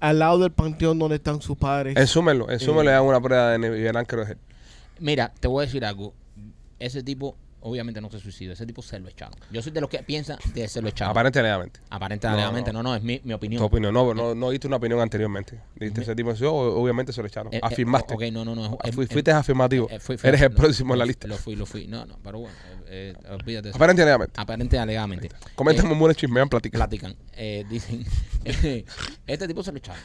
Speaker 5: Al lado del panteón donde están sus padres.
Speaker 3: Ensúmelo, ensúmelo y hagan una prueba de ADN y verán que lo es. él.
Speaker 4: Mira, te voy a decir algo. Ese tipo, obviamente no se suicidó. Ese tipo se lo echaron. Yo soy de los que piensan que se lo echaron.
Speaker 3: Aparentemente.
Speaker 4: Aparentemente, no,
Speaker 3: No,
Speaker 4: no, es mi, mi opinión.
Speaker 3: Tu opinión, no, no, no diste una opinión anteriormente. Diste ese tipo yo, obviamente se lo echaron.
Speaker 4: Eh, eh,
Speaker 3: Afirmaste. Ah,
Speaker 4: ok, no, no, no. es-
Speaker 3: Fui-
Speaker 4: es-
Speaker 3: fuiste afirmativo.
Speaker 4: eh, fui- fui-
Speaker 3: Eres el
Speaker 4: no,
Speaker 3: próximo en
Speaker 4: lo-
Speaker 3: la lista.
Speaker 4: Lo fui, lo fui. No, no, pero bueno, eh, eh, olvídate de eso.
Speaker 3: Aparentemente. alegadamente.
Speaker 4: Aparente alegadamente.
Speaker 3: Comenta
Speaker 4: Eh,
Speaker 3: murmures, chismean, platican.
Speaker 4: platican. Eh, dicen, este tipo se lo echaron.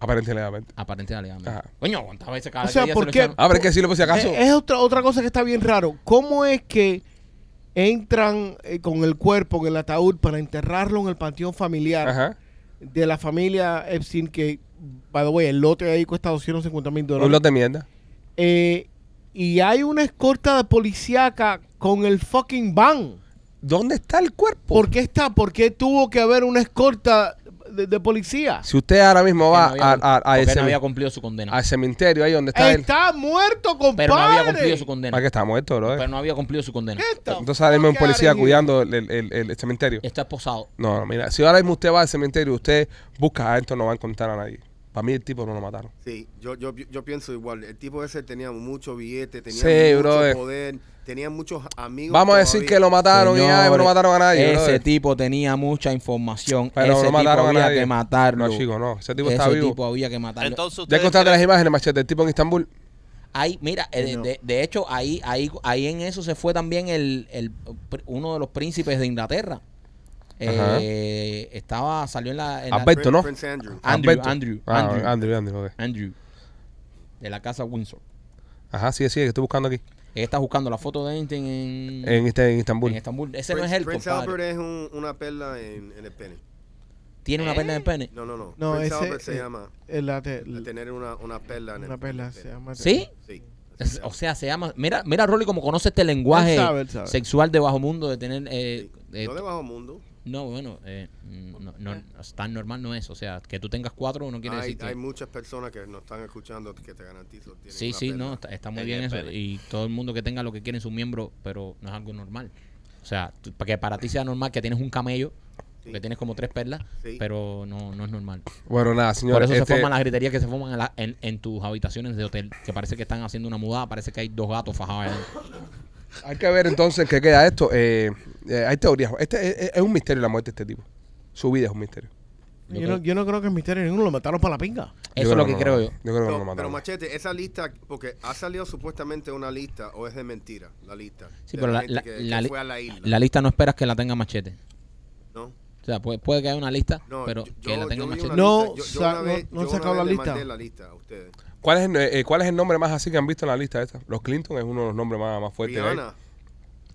Speaker 3: Aparentemente. alegadamente.
Speaker 4: Aparente alegadamente.
Speaker 3: Ajá.
Speaker 4: Coño, aguantaba ese cada
Speaker 5: O sea,
Speaker 4: que día
Speaker 5: ¿por
Speaker 4: se lo
Speaker 5: qué?
Speaker 4: echaron.
Speaker 3: Ah, pero hay que decirlo por si acaso.
Speaker 5: Eh, Es, otra, otra cosa que está bien raro. ¿Cómo es que entran eh, con el cuerpo en el ataúd para enterrarlo en el panteón familiar
Speaker 3: Ajá.
Speaker 5: de la familia Epstein? Que, by the way, el lote ahí cuesta 250 mil
Speaker 3: Un
Speaker 5: dólares.
Speaker 3: lote de mierda.
Speaker 5: Eh, y hay una escorta de policíaca con el fucking van.
Speaker 3: ¿Dónde está el cuerpo?
Speaker 5: ¿Por qué está? ¿Por qué tuvo que haber una escorta de, de policía?
Speaker 3: Si usted ahora mismo
Speaker 4: Porque
Speaker 3: va
Speaker 4: no había-
Speaker 3: Ah, a- a- a
Speaker 4: porque
Speaker 3: ese-
Speaker 4: no había cumplido su condena.
Speaker 3: al cementerio ahí donde está Ah,
Speaker 5: Está,
Speaker 3: él.
Speaker 5: muerto, compadre.
Speaker 4: pero no había cumplido
Speaker 3: ¿Para qué
Speaker 4: su condena.
Speaker 3: está muerto, bro?
Speaker 4: Pero no había cumplido su condena.
Speaker 5: Get the
Speaker 3: Entonces ahora mismo hay un
Speaker 5: fuck
Speaker 3: policía
Speaker 5: out of here.
Speaker 3: cuidando el, el- el- el cementerio.
Speaker 4: Está esposado.
Speaker 3: No, no, mira, si ahora mismo usted va al cementerio, usted busca adentro, no va a encontrar a nadie. Para mí el tipo no lo mataron.
Speaker 6: Sí, yo, yo, yo pienso igual. El tipo ese tenía mucho billete, tenía
Speaker 3: Sí,
Speaker 6: mucho
Speaker 3: brother.
Speaker 6: poder, tenía muchos amigos.
Speaker 3: Vamos a decir que
Speaker 6: todavía.
Speaker 3: lo mataron y ya, pero no
Speaker 4: Señores,
Speaker 3: mataron a nadie.
Speaker 4: Ese
Speaker 3: brother.
Speaker 4: tipo tenía mucha información.
Speaker 3: Pero
Speaker 4: ese
Speaker 3: no
Speaker 4: tipo
Speaker 3: mataron a
Speaker 4: había
Speaker 3: nadie.
Speaker 4: que matarlo.
Speaker 3: No, chico, no. Ese tipo está vivo.
Speaker 4: tipo había que matarlo.
Speaker 7: Entonces
Speaker 3: Ya
Speaker 7: ustedes
Speaker 3: encontraste las
Speaker 7: creen-
Speaker 3: imágenes, machete, el tipo en Estambul.
Speaker 4: Ahí, mira, eh, de,
Speaker 5: No.
Speaker 4: de- de hecho, ahí, ahí, ahí en eso se fue también el, el- uno de los príncipes de Inglaterra.
Speaker 3: Ajá.
Speaker 4: Eh, estaba, salió en la, en la-
Speaker 3: Alberto, ¿no?
Speaker 6: Prince Andrew.
Speaker 4: Andrew,
Speaker 3: Alberto.
Speaker 4: Andrew,
Speaker 3: Ah,
Speaker 4: Andrew.
Speaker 3: Andrew, Andrew, ok.
Speaker 4: Andrew, de la casa Windsor.
Speaker 3: Ajá, sí, sí, que estoy buscando aquí.
Speaker 4: Él está buscando la foto de Einstein en,
Speaker 3: En, este, en
Speaker 4: en
Speaker 3: Estambul.
Speaker 4: Estambul. Ese no
Speaker 6: Prince,
Speaker 4: es él,
Speaker 6: Prince
Speaker 4: compadre.
Speaker 6: Albert es un- una perla en, en el pene.
Speaker 4: Tiene una perla en el pene.
Speaker 6: No, no, no.
Speaker 5: No,
Speaker 6: Prince
Speaker 5: ese
Speaker 6: Albert se
Speaker 5: eh,
Speaker 6: llama
Speaker 5: eh, la te-
Speaker 6: a tener una, una perla en el
Speaker 5: una perla
Speaker 6: en el
Speaker 5: se
Speaker 6: pene.
Speaker 5: llama.
Speaker 4: ¿Sí?
Speaker 6: Sí.
Speaker 4: Es- O sea, se llama. Mira, mira Rolly, como conoce este lenguaje
Speaker 5: Él sabe, él sabe.
Speaker 4: sexual de bajo mundo, de tener. eh,
Speaker 6: Sí.
Speaker 4: eh,
Speaker 6: no de bajo mundo.
Speaker 4: no, bueno, eh, no, no, no, tan normal no es. O sea, que tú tengas cuatro no quiere
Speaker 6: Hay,
Speaker 4: decir que.
Speaker 6: hay muchas personas que nos están escuchando que te garantizo. tienen
Speaker 4: Sí,
Speaker 6: una
Speaker 4: sí,
Speaker 6: perla.
Speaker 4: no, está, está muy
Speaker 7: en
Speaker 4: bien
Speaker 7: el
Speaker 4: eso.
Speaker 7: pene.
Speaker 4: Y todo el mundo que tenga lo que quiere en su miembro, pero no es algo normal. O sea, tú- para que para ti sea normal que tienes un camello,
Speaker 6: Sí.
Speaker 4: que tienes como tres perlas,
Speaker 6: Sí.
Speaker 4: pero no, no es normal.
Speaker 3: Bueno, nada, señor.
Speaker 4: Por eso se
Speaker 3: este-
Speaker 4: forman las griterías que se forman en, la- en- en tus habitaciones de hotel, que parece que están haciendo una mudada, parece que hay dos gatos fajados. ahí adentro.
Speaker 3: Hay que ver entonces en qué queda esto. Eh, eh, hay teorías. Este es, es- es un misterio la muerte de este tipo. Su vida es un misterio.
Speaker 4: Yo
Speaker 5: Yo
Speaker 4: creo-
Speaker 5: no, yo no creo que es misterio ninguno. Lo mataron para la pinga.
Speaker 3: Yo
Speaker 4: Eso es lo que
Speaker 3: no
Speaker 4: creo yo.
Speaker 3: Yo creo que no, lo
Speaker 6: No, pero
Speaker 3: mataron.
Speaker 6: Machete, esa lista, porque ha salido supuestamente una lista, o es de mentira la lista.
Speaker 4: Sí,
Speaker 6: de
Speaker 4: pero la,
Speaker 6: gente
Speaker 4: la-
Speaker 6: que-
Speaker 4: la
Speaker 6: que
Speaker 4: li-
Speaker 6: fue a la isla.
Speaker 4: la lista no esperas que la tenga machete.
Speaker 6: ¿no?
Speaker 4: O sea, puede, puede que haya una lista,
Speaker 6: No,
Speaker 4: pero
Speaker 6: yo-
Speaker 4: que la
Speaker 6: yo-
Speaker 4: tenga
Speaker 6: yo vi
Speaker 4: machete.
Speaker 6: una
Speaker 5: No,
Speaker 6: lista. Yo-
Speaker 5: sa-
Speaker 6: yo una vez-
Speaker 5: no- no
Speaker 6: yo una
Speaker 5: sacaba
Speaker 6: vez
Speaker 5: la
Speaker 6: le
Speaker 5: lista.
Speaker 6: mandé la lista a ustedes.
Speaker 3: ¿Cuál es, eh, eh, ¿Cuál es el nombre más así que han visto en la lista esta? Los Clinton es uno de los nombres más, más fuertes. que hay.
Speaker 6: Rihanna,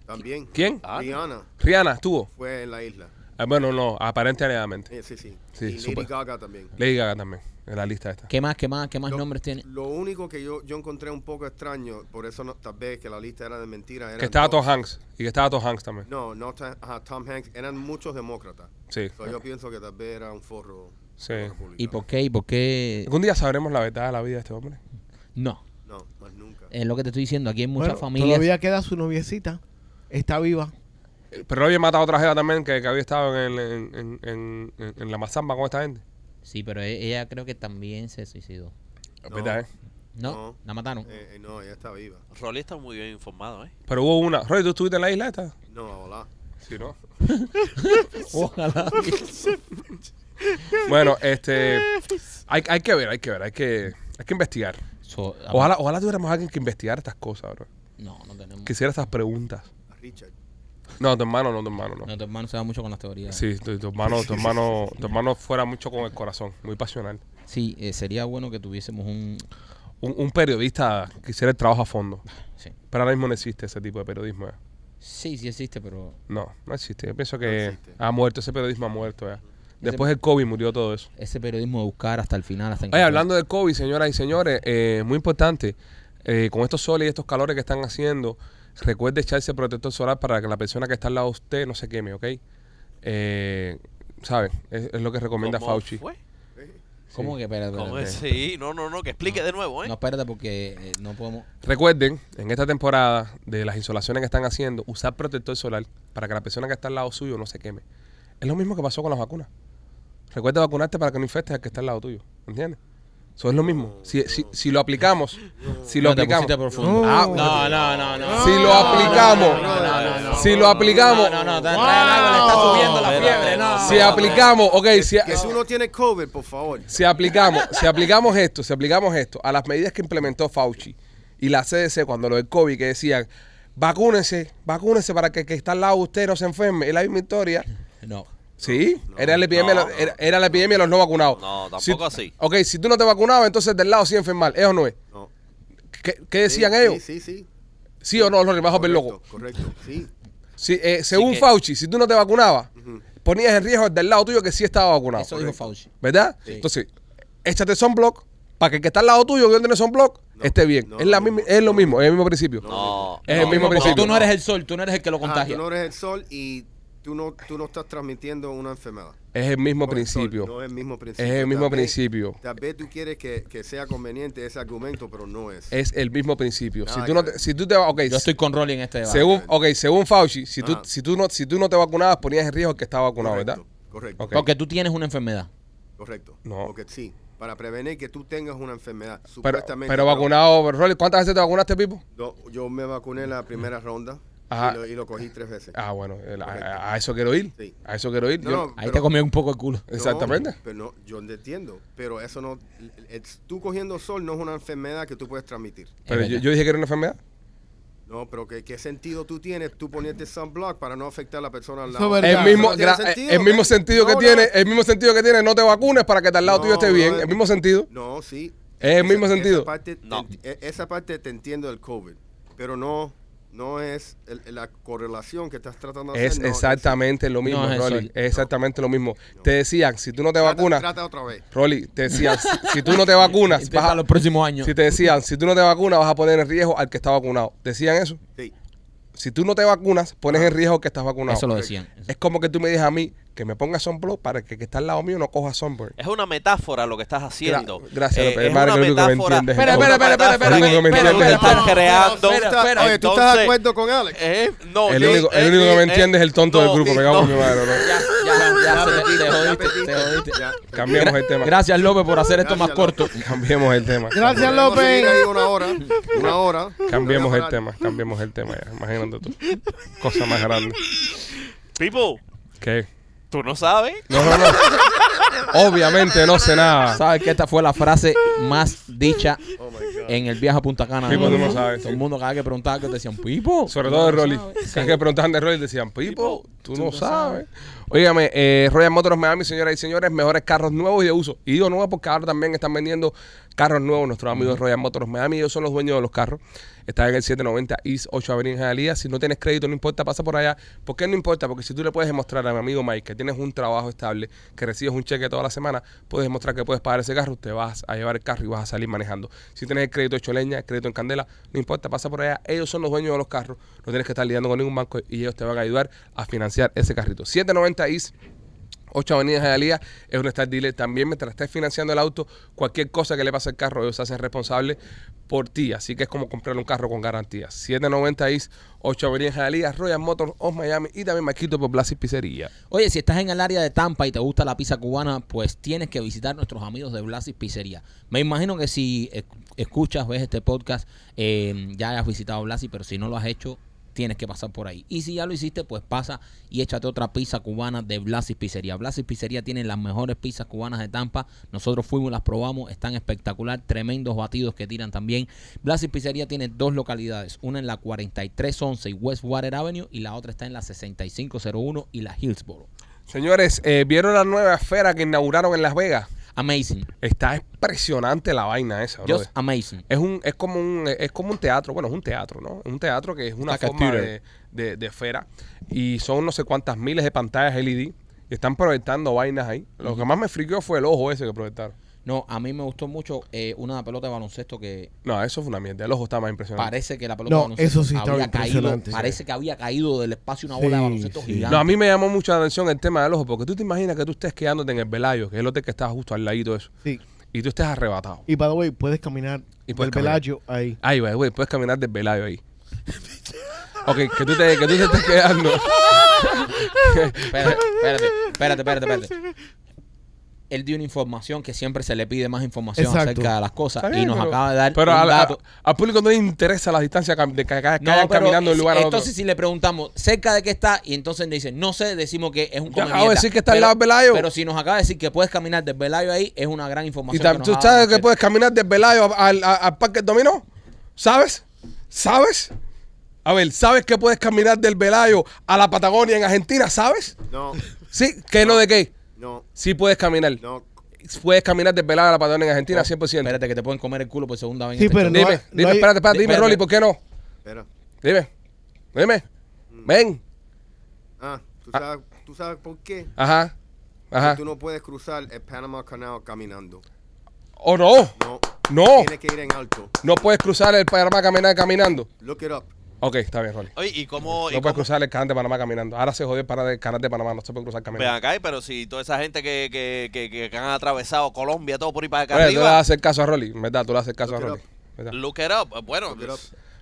Speaker 6: también.
Speaker 3: ¿Quién?
Speaker 6: Rihanna
Speaker 3: Rihanna estuvo.
Speaker 6: fue en la isla.
Speaker 3: Ah, bueno, no, aparentemente.
Speaker 6: Eh, sí, sí.
Speaker 3: Sí,
Speaker 6: y Lady
Speaker 3: súper.
Speaker 6: Gaga también.
Speaker 3: Lady Gaga también en la lista esta.
Speaker 4: ¿Qué más, qué más, qué más
Speaker 6: Lo-
Speaker 4: nombres tiene?
Speaker 6: Lo único que yo, yo encontré un poco extraño, por eso no, tal vez que la lista era de mentira. eran
Speaker 3: Que estaba
Speaker 6: todos-
Speaker 3: Tom Hanks. Y que estaba Tom Hanks también.
Speaker 6: No, no ta- ajá, Tom Hanks. Eran muchos demócratas.
Speaker 3: Sí.
Speaker 6: So, yo pienso que tal vez era un forro.
Speaker 3: Sí.
Speaker 6: republicano.
Speaker 4: ¿Y por qué? ¿Y por qué?
Speaker 3: Algún día sabremos la verdad de la vida de este hombre.
Speaker 4: No,
Speaker 6: No, más nunca.
Speaker 3: Eh.
Speaker 4: es lo que te estoy diciendo. Aquí hay muchas
Speaker 5: Bueno,
Speaker 4: familias.
Speaker 5: Todavía queda su noviecita. Está viva.
Speaker 3: Eh, Pero había matado a otra jeva también que, que había estado en, el- en- en- en- en- en la mazamba con esta gente.
Speaker 4: Sí, pero e- ella creo que también se suicidó.
Speaker 3: Es
Speaker 6: No.
Speaker 3: verdad, ¿eh?
Speaker 4: No,
Speaker 6: No.
Speaker 4: la mataron.
Speaker 6: Eh, eh, no, ella está viva.
Speaker 7: Rolly está muy bien informado, ¿eh?
Speaker 3: Pero hubo una. Roy, ¿tú estuviste en la isla esta?
Speaker 6: No, hola.
Speaker 3: Sí, ¿no?
Speaker 4: Ojalá.
Speaker 3: Bueno, este. Hay, hay que ver, hay que ver, hay que, hay que investigar.
Speaker 4: So, a-
Speaker 3: Ojalá, ojalá tuviéramos alguien que investigara estas cosas, bro.
Speaker 4: No, no tenemos.
Speaker 3: Que hiciera estas preguntas.
Speaker 6: a Richard.
Speaker 3: No, tu hermano no, tu hermano no.
Speaker 4: No, tu hermano se va mucho con las teorías.
Speaker 3: Sí, tu, tu hermano, tu hermano, tu hermano fuera mucho con el corazón, muy pasional.
Speaker 4: Sí, eh, sería bueno que tuviésemos un.
Speaker 3: Un, un periodista que hiciera el trabajo a fondo.
Speaker 4: Sí.
Speaker 3: Pero ahora mismo no existe ese tipo de periodismo. ya.
Speaker 4: sí, sí existe, pero
Speaker 3: No, no existe. Yo pienso
Speaker 6: No
Speaker 3: que
Speaker 6: existe.
Speaker 3: ha muerto, ese periodismo ha muerto ya. Después del COVID murió todo eso.
Speaker 4: ese periodismo de buscar hasta el final, hasta
Speaker 3: Oye,
Speaker 4: encontrar-
Speaker 3: hablando de COVID, señoras y señores, eh, muy importante, eh, con estos soles y estos calores que están haciendo, recuerde echarse protector solar para que la persona que está al lado de usted no se queme, ¿ok? Eh, ¿Saben? Es, es lo que recomienda
Speaker 7: ¿Cómo
Speaker 3: Fauci.
Speaker 7: fue?
Speaker 4: ¿Cómo que espérate?
Speaker 7: ¿Cómo
Speaker 4: espérate?
Speaker 7: es? Sí, no, no, no, que explique de nuevo, ¿eh?
Speaker 4: No, espérate porque eh, no podemos.
Speaker 3: Recuerden, en esta temporada de las insolaciones que están haciendo, usar protector solar para que la persona que está al lado suyo no se queme. Es lo mismo que pasó con las vacunas. Recuerda vacunarte para que no infectes al que está al lado tuyo. ¿Entiendes? Eso es lo mismo. Si, si, si lo aplicamos, si lo
Speaker 4: No, te
Speaker 3: aplicamos.
Speaker 4: pusiste profundo.
Speaker 3: Ah,
Speaker 4: No, no, no, no.
Speaker 3: Si lo aplicamos,
Speaker 7: no, no, no,
Speaker 3: si lo aplicamos,
Speaker 4: No, no, no, te- le está subiendo la
Speaker 7: Espérate,
Speaker 4: fiebre, no.
Speaker 3: si aplicamos, ok, si,
Speaker 6: Que si uno tiene COVID, por favor.
Speaker 3: si aplicamos, si aplicamos esto, si aplicamos esto a las medidas que implementó Fauci y la CDC cuando lo del COVID que decían vacúnense, vacúnense para que el que está al lado de usted no se enferme, es la misma historia.
Speaker 4: No.
Speaker 3: Sí, era la epidemia,
Speaker 7: no, no.
Speaker 3: era, era la epidemia de los no vacunados.
Speaker 7: No,
Speaker 3: Si-
Speaker 7: tampoco así.
Speaker 3: Ok, si tú no te vacunabas, entonces del lado sí enfermar, eso no es.
Speaker 6: No.
Speaker 3: ¿Qué, qué decían
Speaker 6: Sí,
Speaker 3: ellos? Sí,
Speaker 6: Sí, sí, sí.
Speaker 3: o no, los remajos del loco.
Speaker 6: Correcto, Correcto, sí.
Speaker 3: Sí, eh, según
Speaker 7: que-
Speaker 3: Fauci, si tú no te vacunabas, ponías en riesgo al del lado tuyo que sí estaba vacunado.
Speaker 4: Eso dijo Fauci.
Speaker 3: ¿Verdad? Entonces, échate sunblock para que el que está al lado tuyo, que no tiene sunblock,
Speaker 6: No,
Speaker 3: esté bien.
Speaker 6: no,
Speaker 3: es, la
Speaker 6: no,
Speaker 3: misma-
Speaker 6: no,
Speaker 3: es lo mismo, es el mismo principio.
Speaker 7: No.
Speaker 3: es el
Speaker 7: no,
Speaker 3: mismo
Speaker 7: no,
Speaker 4: Porque
Speaker 3: principio.
Speaker 4: tú no eres el sol, tú no eres el que lo
Speaker 6: Ajá, Ah, tú
Speaker 4: contagia.
Speaker 6: no eres el sol y tú no, tú no estás transmitiendo una enfermedad.
Speaker 3: Es el mismo
Speaker 6: Por el sol,
Speaker 3: principio.
Speaker 6: no es el mismo principio.
Speaker 3: Es el mismo
Speaker 6: Tal vez-
Speaker 3: principio.
Speaker 6: Tal vez tú quieres que, que sea conveniente ese argumento, pero no es.
Speaker 3: Es el mismo principio. si
Speaker 6: Nada
Speaker 3: tú no
Speaker 6: que
Speaker 3: te,
Speaker 6: ver.
Speaker 3: si tú te va- ok,
Speaker 4: Yo estoy con Rolly en este debate.
Speaker 3: según, ok, según Fauci, si tú,
Speaker 6: Ah.
Speaker 3: si tú no, si tú no te vacunabas, ponías en riesgo al que estaba vacunado,
Speaker 6: correcto,
Speaker 3: ¿verdad?
Speaker 6: Correcto.
Speaker 3: Ok.
Speaker 4: Porque tú tienes una enfermedad.
Speaker 6: Correcto.
Speaker 3: No.
Speaker 6: Porque sí, para prevenir que tú tengas una enfermedad.
Speaker 3: Pero,
Speaker 6: supuestamente.
Speaker 3: pero vacunado, Rolly, ¿cuántas veces te vacunaste, Pipo?
Speaker 6: No, yo me vacuné la primera ronda
Speaker 3: Ajá.
Speaker 6: y lo, y lo cogí tres veces.
Speaker 3: Ah, bueno, el- a-
Speaker 6: Correcto.
Speaker 3: a, a eso quiero ir.
Speaker 6: Sí.
Speaker 3: A eso quiero ir.
Speaker 6: No,
Speaker 3: Yo-
Speaker 6: no,
Speaker 4: Ahí
Speaker 6: pero-
Speaker 4: te comió un poco el culo.
Speaker 6: No,
Speaker 3: Exactamente.
Speaker 6: pero no, yo no entiendo. Pero eso no. es- Tú cogiendo sol no es una enfermedad que tú puedes transmitir.
Speaker 3: Pero yo,
Speaker 4: verdad.
Speaker 3: yo dije que era una enfermedad.
Speaker 6: No, pero ¿qué, qué sentido tú tienes tú ponerte sunblock para no afectar a la persona al
Speaker 5: Eso
Speaker 6: lado?
Speaker 5: es verdad.
Speaker 3: El mismo,
Speaker 6: No tiene
Speaker 3: gra-
Speaker 6: sentido,
Speaker 3: el mismo
Speaker 6: ¿eh?
Speaker 3: sentido que
Speaker 6: No,
Speaker 3: tiene,
Speaker 6: no.
Speaker 3: el mismo sentido que tiene, no te vacunes para que al lado
Speaker 6: No,
Speaker 3: tuyo esté bien.
Speaker 6: brother.
Speaker 3: El mismo sentido.
Speaker 6: No, sí.
Speaker 3: Es el mismo sentido.
Speaker 6: Esa parte, te
Speaker 7: No.
Speaker 6: enti- e- esa parte te entiendo del COVID, pero no no es el- la correlación que estás tratando de
Speaker 3: Es
Speaker 6: hacer. no,
Speaker 3: exactamente lo mismo,
Speaker 4: No es eso.
Speaker 3: Rolly. Es exactamente lo mismo. Te decían, si tú no te
Speaker 6: trata-
Speaker 3: vacunas,
Speaker 6: Trata otra vez.
Speaker 3: Rolly, te decían, si, si tú no te vacunas, vas
Speaker 4: Para los
Speaker 3: a,
Speaker 4: próximos años.
Speaker 3: si te decían, si tú no te vacunas, vas a poner en riesgo al que está vacunado. Decían eso.
Speaker 6: Sí. Ah.
Speaker 3: Si tú no te vacunas, pones en riesgo al que estás vacunado.
Speaker 4: Eso lo decían.
Speaker 3: Es como que tú me dices a mí que me ponga sunblock para que el que está al lado mío no coja sunburn.
Speaker 7: Es una metáfora lo que estás haciendo.
Speaker 3: Gra- gracias,
Speaker 7: Eh,
Speaker 3: López.
Speaker 7: es
Speaker 3: Hermano,
Speaker 7: una
Speaker 3: que lo único que me
Speaker 7: metáfora.
Speaker 3: entiendes
Speaker 7: es
Speaker 3: es
Speaker 7: una
Speaker 3: el- Espera, espera, espera,
Speaker 7: metáfora
Speaker 3: espera,
Speaker 7: que
Speaker 3: espera,
Speaker 7: tú
Speaker 3: espera,
Speaker 7: estás
Speaker 3: espera.
Speaker 7: creando.
Speaker 6: Oye, tú estás- oye, tú estás de
Speaker 7: Entonces,
Speaker 6: acuerdo con Alex.
Speaker 7: eh, no,
Speaker 3: El
Speaker 7: yo-
Speaker 3: único, el
Speaker 7: eh,
Speaker 3: único que me
Speaker 7: eh,
Speaker 3: entiende es el tonto
Speaker 7: no,
Speaker 3: del grupo. Me cago en
Speaker 7: no.
Speaker 3: mi madre, ¿no?
Speaker 4: Ya, ya, ya, se- te,
Speaker 6: Ya
Speaker 7: eh,
Speaker 4: jodiste,
Speaker 6: perdiste,
Speaker 4: te jodiste.
Speaker 6: ya.
Speaker 3: Cambiemos el tema.
Speaker 4: Gracias, López, por hacer esto más
Speaker 6: Gracias,
Speaker 4: corto.
Speaker 6: López.
Speaker 3: Cambiemos el tema.
Speaker 5: Gracias,
Speaker 6: Podemos seguir
Speaker 5: López.
Speaker 6: ahí una hora, una hora.
Speaker 3: Cambiemos
Speaker 6: Voy a
Speaker 3: el
Speaker 6: parar.
Speaker 3: tema, cambiemos el tema ya. Imagínate tú. Cosa más grande.
Speaker 7: Pipo,
Speaker 3: ¿Qué?
Speaker 7: tú no sabes.
Speaker 3: No, no, no. Obviamente no sé nada.
Speaker 4: ¿Sabes que esta fue la frase más dicha en el viaje a Punta Cana?
Speaker 3: Oh Pipo, tú no sabes,
Speaker 4: Todo
Speaker 3: sí.
Speaker 4: el mundo cada vez que preguntaba que te decían, Pipo.
Speaker 3: Sobre todo de
Speaker 4: no
Speaker 3: Rolly.
Speaker 4: sabes.
Speaker 3: Cada que preguntaban de Rolly decían, Pipo, tú no sabes. Óigame, eh, Royal Motors Miami, señoras y señores, mejores carros nuevos y de uso. Y digo nuevos porque ahora también están vendiendo carros nuevos nuestros amigos de Royal Motors Miami. Ellos son los dueños de los carros. Están en el 790 East 8 Avenida en Hialeah. Si no tienes crédito, no importa, pasa por allá. ¿Por qué no importa? Porque si tú le puedes demostrar a mi amigo Mike que tienes un trabajo estable, que recibes un cheque toda la semana, puedes demostrar que puedes pagar ese carro, te vas a llevar el carro y vas a salir manejando. Si tienes el crédito hecho leña, el crédito en candela, no importa, pasa por allá. Ellos son los dueños de los carros. No tienes que estar lidiando con ningún banco y ellos te van a ayudar a financiar ese carrito. 790 East 8 avenidas de Alía es donde está el dealer. También mientras estés financiando el auto, cualquier cosa que le pase al carro, ellos se hacen responsables por ti. Así que es como comprar un carro con garantía. 790 East, 8 avenidas de Alía, Royal Motors of Miami y también Maquito por Blas y Pizzería.
Speaker 4: Oye, si estás en el área de Tampa y te gusta la pizza cubana, pues tienes que visitar nuestros amigos de Blasis Pizzería. Me imagino que si esc- escuchas, ves este podcast, eh, ya has visitado Blasis, pero si no lo has hecho, tienes que pasar por ahí. Y si ya lo hiciste, pues pasa y échate otra pizza cubana de Blasis Pizzería. Blasis Pizzería tiene las mejores pizzas cubanas de Tampa. Nosotros fuimos, las probamos, están espectacular, tremendos batidos que tiran también. Blasis Pizzería tiene dos localidades, una en la 4311 y West Water Avenue y la otra está en la 6501 y la Hillsboro.
Speaker 3: Señores, eh, ¿vieron la nueva esfera que inauguraron en Las Vegas?
Speaker 4: Amazing.
Speaker 3: Está impresionante la vaina esa, brother.
Speaker 4: Just amazing.
Speaker 3: Es un, es como un, es como un teatro, bueno, es un teatro, ¿no? Es un teatro que es una
Speaker 4: Like a
Speaker 3: forma de,
Speaker 4: theater.
Speaker 3: de, de esfera. Y son no sé cuántas E miles de pantallas LED. Y están proyectando vainas ahí. Lo que más me friqueó fue el ojo ese que proyectaron.
Speaker 4: No, a mí me gustó mucho eh, una pelota de baloncesto que
Speaker 3: No, eso fue una mierda. El ojo está más impresionante.
Speaker 4: parece que la pelota
Speaker 5: No,
Speaker 4: de baloncesto
Speaker 5: eso sí estaba
Speaker 4: había caído.
Speaker 5: impresionante.
Speaker 4: Parece que había caído del espacio una bola de
Speaker 5: Sí,
Speaker 4: baloncesto
Speaker 5: sí.
Speaker 4: gigante.
Speaker 3: No, a mí me llamó mucho la atención el tema del ojo, porque tú te imaginas que tú estés quedándote en el Velayo, que es el hotel que está justo al ladito de eso,
Speaker 5: Sí.
Speaker 3: y tú estés arrebatado.
Speaker 5: Y by the way, puedes caminar
Speaker 3: Y puedes
Speaker 5: del
Speaker 3: caminar.
Speaker 5: Bellagio ahí.
Speaker 3: Ay, güey, güey, puedes caminar del Velayo ahí. Ok, que tú te, que tú te estés quedando.
Speaker 4: Espérate, espérate, espérate, espérate, espérate. Él dio una información que siempre se le pide más información
Speaker 5: Exacto.
Speaker 4: acerca de las cosas
Speaker 3: Está
Speaker 4: y
Speaker 3: bien,
Speaker 4: nos
Speaker 3: pero-
Speaker 4: acaba de dar
Speaker 3: Pero
Speaker 4: un
Speaker 3: al, a-
Speaker 4: dato.
Speaker 3: al público no le interesa la distancia cam- de que, que- que
Speaker 4: No,
Speaker 3: hayan
Speaker 4: pero
Speaker 3: caminando de un lugar a otro.
Speaker 4: entonces si le preguntamos cerca de qué está y entonces nos dicen no sé, decimos que es un
Speaker 3: Yo acabo de
Speaker 4: comemierda.
Speaker 3: decir que está al
Speaker 4: Pero-
Speaker 3: lado del Velayo.
Speaker 4: Pero si nos acaba de decir que puedes caminar del Velayo ahí, es una gran
Speaker 3: Y
Speaker 4: información.
Speaker 3: tam-
Speaker 4: que
Speaker 3: tú
Speaker 4: nos ha dado
Speaker 3: sabes que
Speaker 4: Machete.
Speaker 3: puedes caminar del Velayo al, al- al parque dominó. ¿Sabes? ¿Sabes? A ver, ¿sabes que puedes caminar del Velayo a la Patagonia en Argentina? ¿Sabes?
Speaker 6: No,
Speaker 3: Sí, ¿qué no de qué?
Speaker 6: no,
Speaker 3: Sí puedes caminar.
Speaker 6: no.
Speaker 3: Puedes caminar del Velayo a la Patagonia en Argentina 100%.
Speaker 4: Espérate que te pueden comer el culo por segunda vez. en
Speaker 5: Sí,
Speaker 4: este
Speaker 5: pero
Speaker 4: show.
Speaker 5: no
Speaker 3: Dime,
Speaker 5: hay-
Speaker 3: dime,
Speaker 5: hay-
Speaker 3: espérate, espérate, dime,
Speaker 4: espérate.
Speaker 3: Rolly, ¿por qué no?
Speaker 6: Espera.
Speaker 3: Dime, dime,
Speaker 6: Mm.
Speaker 3: ven,
Speaker 6: Ah, ¿tú sabes, tú sabes por qué?
Speaker 3: ajá, ajá.
Speaker 6: Tú no puedes cruzar el Panama Canal caminando.
Speaker 3: ¿O Oh, no?
Speaker 6: No.
Speaker 3: No,
Speaker 6: Tienes que ir en alto.
Speaker 3: no puedes cruzar el Panamá caminar caminando.
Speaker 6: Look it up.
Speaker 3: Ok, está bien, Rolly.
Speaker 7: Oye, ¿y cómo...? y
Speaker 3: No puedes
Speaker 7: cómo-
Speaker 3: cruzar el canal de Panamá caminando. Ahora se jodió el para- el canal de Panamá, no se puede cruzar
Speaker 7: Ven
Speaker 3: caminando.
Speaker 7: acá, y pero si toda esa gente que, que, que, que- que han atravesado Colombia, todo por ir para acá
Speaker 3: Oye, tú le vas a
Speaker 7: arriba,
Speaker 3: hacer caso a Rolly, en ¿verdad? Tú le haces caso a
Speaker 6: Look it
Speaker 3: Rolly. ¿verdad?
Speaker 7: look it up. Bueno,
Speaker 6: Look it up.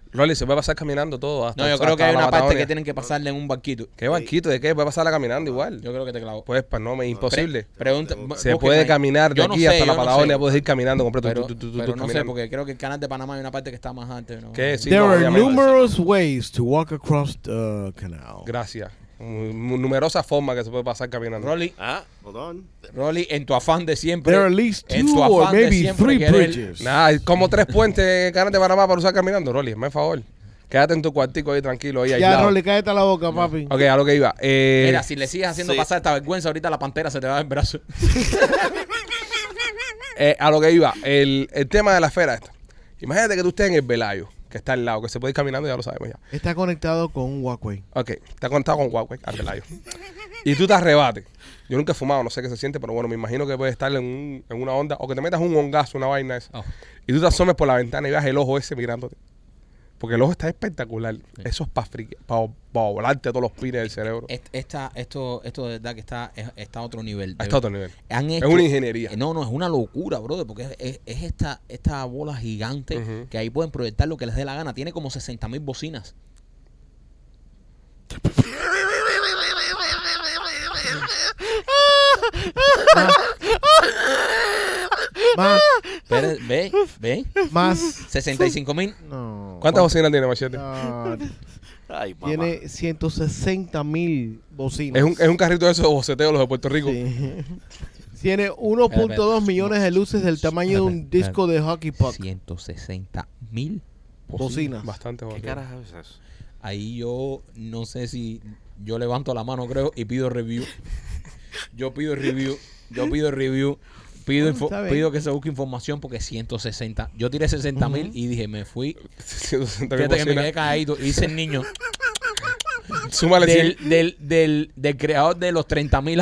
Speaker 3: Rolly se puede pasar caminando todo hasta
Speaker 4: No, yo creo
Speaker 3: hasta
Speaker 4: que hay
Speaker 3: la
Speaker 4: una parte
Speaker 3: Patagonia.
Speaker 4: que tienen que pasarle en un barquito.
Speaker 3: ¿Qué banquito de qué? Puede pasarla caminando igual.
Speaker 4: Yo creo que te clavo.
Speaker 3: Pues, para no, es imposible.
Speaker 4: Ah. Pre- pregunta-
Speaker 3: Se
Speaker 4: busquen
Speaker 3: puede
Speaker 4: ahí.
Speaker 3: caminar de
Speaker 4: Yo no
Speaker 3: aquí
Speaker 4: sé,
Speaker 3: hasta la
Speaker 4: yo no sé.
Speaker 3: Patagonia, puedes ir caminando completo.
Speaker 4: Pero,
Speaker 3: tú, tú, tú, tú,
Speaker 4: pero no sé,
Speaker 3: caminando.
Speaker 4: porque creo que el canal de Panamá hay una parte que está más antes. ¿no?
Speaker 3: ¿Qué? Sí,
Speaker 5: There
Speaker 3: no,
Speaker 5: are
Speaker 3: obviamente.
Speaker 5: numerous ways to walk across the canal.
Speaker 3: Gracias. Mu- mu- Numerosas formas que se puede pasar caminando.
Speaker 4: Rolly,
Speaker 7: ¿ah?
Speaker 6: Hold on.
Speaker 4: Rolly, en tu afán de siempre.
Speaker 5: There are at least
Speaker 4: en
Speaker 5: two
Speaker 4: tu
Speaker 5: or
Speaker 4: afán de
Speaker 5: maybe
Speaker 4: siempre
Speaker 5: three
Speaker 4: querer-
Speaker 5: bridges.
Speaker 3: Nada, Pues, hay como tres puentes en Canal de Panamá para usar caminando, Rolly, hazme el favor. Quédate en tu cuartico ahí tranquilo, ahí
Speaker 5: Ya,
Speaker 3: aislado.
Speaker 5: Rolly, cállate la boca, papi.
Speaker 3: Ok, a lo que iba. Eh,
Speaker 4: Mira, si le sigues haciendo
Speaker 7: sí.
Speaker 4: pasar esta vergüenza, ahorita la pantera se te va el brazo.
Speaker 3: eh, a lo que iba, el, el tema de la esfera esta. Imagínate que tú estés en el Velayo, que está al lado, que se puede ir caminando, ya lo sabemos ya.
Speaker 5: Está conectado con un walkway.
Speaker 3: Ok, está contado con Huawei, al Velayo. Y tú te arrebates. Yo nunca he fumado, no sé qué se siente, pero bueno, me imagino que puede estar en, un- en una onda, o que te metas un hongazo, una vaina esa.
Speaker 4: Oh.
Speaker 3: Y tú te asomes por la ventana y veas el ojo ese mirándote. Porque el ojo está espectacular. Eso es para volarte a todos los pines del cerebro.
Speaker 4: Est- Esta, esto, esto de verdad que está, es- está a otro nivel. de
Speaker 3: Está a este otro nivel.
Speaker 4: Han
Speaker 3: Es
Speaker 4: hecho-
Speaker 3: una ingeniería.
Speaker 4: Eh, No, no, es una locura, brother, porque es, es- es esta, esta bola gigante
Speaker 3: Ujú.
Speaker 4: que ahí pueden proyectar lo que les dé la gana. Tiene como 60 mil bocinas.
Speaker 5: Más,
Speaker 4: Pero, ve, ve,
Speaker 5: más.
Speaker 4: 65 mil.
Speaker 5: No.
Speaker 4: eh,
Speaker 3: ¿Cuántas bocinas tiene Machete?
Speaker 5: Ah,
Speaker 7: Ay, mamá.
Speaker 5: tiene 160 mil bocinas.
Speaker 3: Es un, es un carrito de esos boceteos los de Puerto Rico.
Speaker 5: Sí. Tiene
Speaker 4: Espera, espera.
Speaker 5: 1.2 millones de luces del tamaño de un
Speaker 4: Espera, espera.
Speaker 5: disco de hockey puck.
Speaker 4: 160 mil
Speaker 5: Bocinas.
Speaker 3: Bastante
Speaker 7: ¿Qué
Speaker 3: bocinas.
Speaker 7: carajo es eso?
Speaker 4: Ahí yo no sé si yo levanto la mano, creo, y pido review. Yo pido review, yo pido review, pido,
Speaker 5: Bueno,
Speaker 4: info-
Speaker 5: Ah, está bien.
Speaker 4: pido que se busque información porque 160. Yo tiré 60 mil y dije, me fui.
Speaker 3: 160 mil
Speaker 4: Fíjate que me
Speaker 3: bocinas.
Speaker 4: quedé caído. Hice el niño
Speaker 3: Súmale
Speaker 4: del,
Speaker 3: 100.
Speaker 4: del, del, del creador de los 30 mil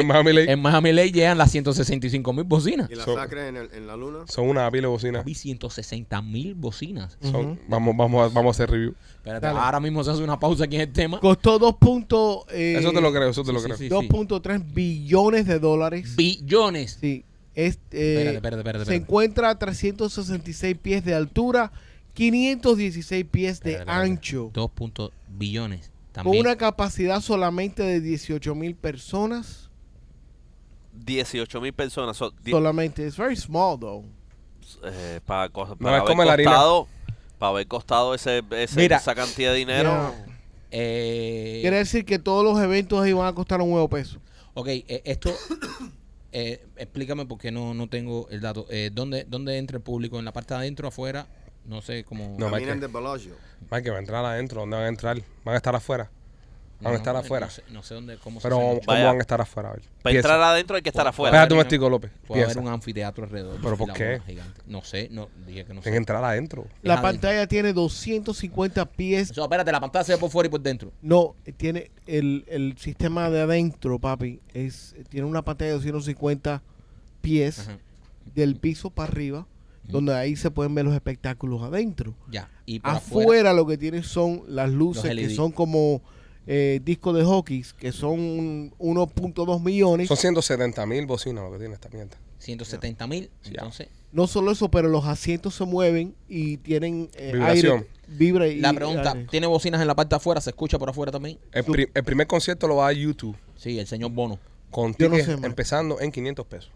Speaker 3: En Miami-Dade.
Speaker 4: en Miami Lake llegan las 165 mil bocinas.
Speaker 6: ¿Y la
Speaker 3: So-
Speaker 6: sacra en, el- en la luna?
Speaker 3: Son una pila de bocinas.
Speaker 4: Vi 160 mil bocinas.
Speaker 3: Son- vamos, vamos, a, vamos a hacer review.
Speaker 4: Espérate, ahora mismo se hace una pausa aquí en el tema.
Speaker 5: Costó 2. punto, eh,
Speaker 3: Eso te lo creo, eso te
Speaker 4: sí,
Speaker 3: lo
Speaker 4: sí,
Speaker 3: creo.
Speaker 4: sí.
Speaker 5: 2.3 billones de dólares.
Speaker 4: Billones.
Speaker 5: Sí. Es, eh,
Speaker 4: Espérate, espérate, espérate,
Speaker 5: Se
Speaker 4: espérate.
Speaker 5: encuentra a 366 pies de altura, 516 pies de
Speaker 4: Espérate, espérate.
Speaker 5: ancho,
Speaker 4: Dos puntos billones.
Speaker 5: con
Speaker 4: También.
Speaker 5: una capacidad solamente de 18 mil personas.
Speaker 7: 18 mil personas. son die-
Speaker 5: Solamente. It's very small, though.
Speaker 7: eh, para, co- para
Speaker 3: es como
Speaker 7: haber
Speaker 3: la harina.
Speaker 7: costado, para haber costado ese, ese-
Speaker 4: Mira.
Speaker 7: esa cantidad de dinero.
Speaker 5: Yeah.
Speaker 4: Eh,
Speaker 5: Quiere decir que todos los eventos ahí van a costar un huevo peso.
Speaker 4: ok, eh, esto. eh, explícame porque no, no tengo el dato. Eh, ¿dónde, ¿Dónde entra el público? ¿En la parte de adentro, afuera? No sé cómo.
Speaker 3: No,
Speaker 6: Caminan
Speaker 3: Michael.
Speaker 6: de Bellagio.
Speaker 3: Mike, va a entrar adentro. ¿Dónde van a entrar? Van a estar afuera. Van a estar
Speaker 4: no,
Speaker 3: afuera.
Speaker 4: No sé, no sé dónde, cómo
Speaker 3: Pero,
Speaker 4: se hace.
Speaker 3: ¿cómo
Speaker 7: Vaya.
Speaker 3: van a estar afuera? A ver,
Speaker 7: Para
Speaker 3: piensa.
Speaker 7: entrar adentro hay que estar
Speaker 4: Puede
Speaker 7: afuera.
Speaker 3: Espérate un
Speaker 4: haber
Speaker 3: momentico, López.
Speaker 4: Puede haber
Speaker 3: Piensa.
Speaker 4: un anfiteatro alrededor.
Speaker 3: ¿Pero
Speaker 4: y
Speaker 3: por
Speaker 4: la
Speaker 3: qué?
Speaker 4: bola gigante. No sé, no, dije que
Speaker 3: Tienen
Speaker 4: no
Speaker 3: que
Speaker 4: sé.
Speaker 3: entrar adentro.
Speaker 5: La
Speaker 4: Ajá,
Speaker 5: pantalla tiene 250 pies.
Speaker 4: Eso, espérate, la pantalla se ve por fuera y por dentro.
Speaker 5: No, tiene el, el sistema de adentro, papi. Es, tiene una pantalla de 250 pies.
Speaker 4: Ajá.
Speaker 5: del piso para arriba, donde ahí se pueden ver los espectáculos adentro.
Speaker 4: Ya. Y por
Speaker 5: Afuera, lo que tienen son las luces
Speaker 4: Los E
Speaker 5: que
Speaker 4: LED.
Speaker 5: son como eh, discos de hockey, que son un- 1.2 millones.
Speaker 3: Son 170 mil bocinas lo que tiene esta mierda.
Speaker 4: 170 mil.
Speaker 3: Ya.
Speaker 4: Entonces,
Speaker 5: No solo eso, pero los asientos se mueven y tienen eh,
Speaker 3: Vibración.
Speaker 5: aire, vibra y
Speaker 4: la pregunta,
Speaker 5: aire.
Speaker 4: ¿tiene bocinas en la parte de afuera? ¿Se escucha por afuera también?
Speaker 3: El, pri- el primer concierto lo va a YouTube
Speaker 4: Sí, el señor Bono.
Speaker 3: con
Speaker 5: Yo no
Speaker 3: tickets
Speaker 5: sé, man.
Speaker 3: empezando en 500 pesos.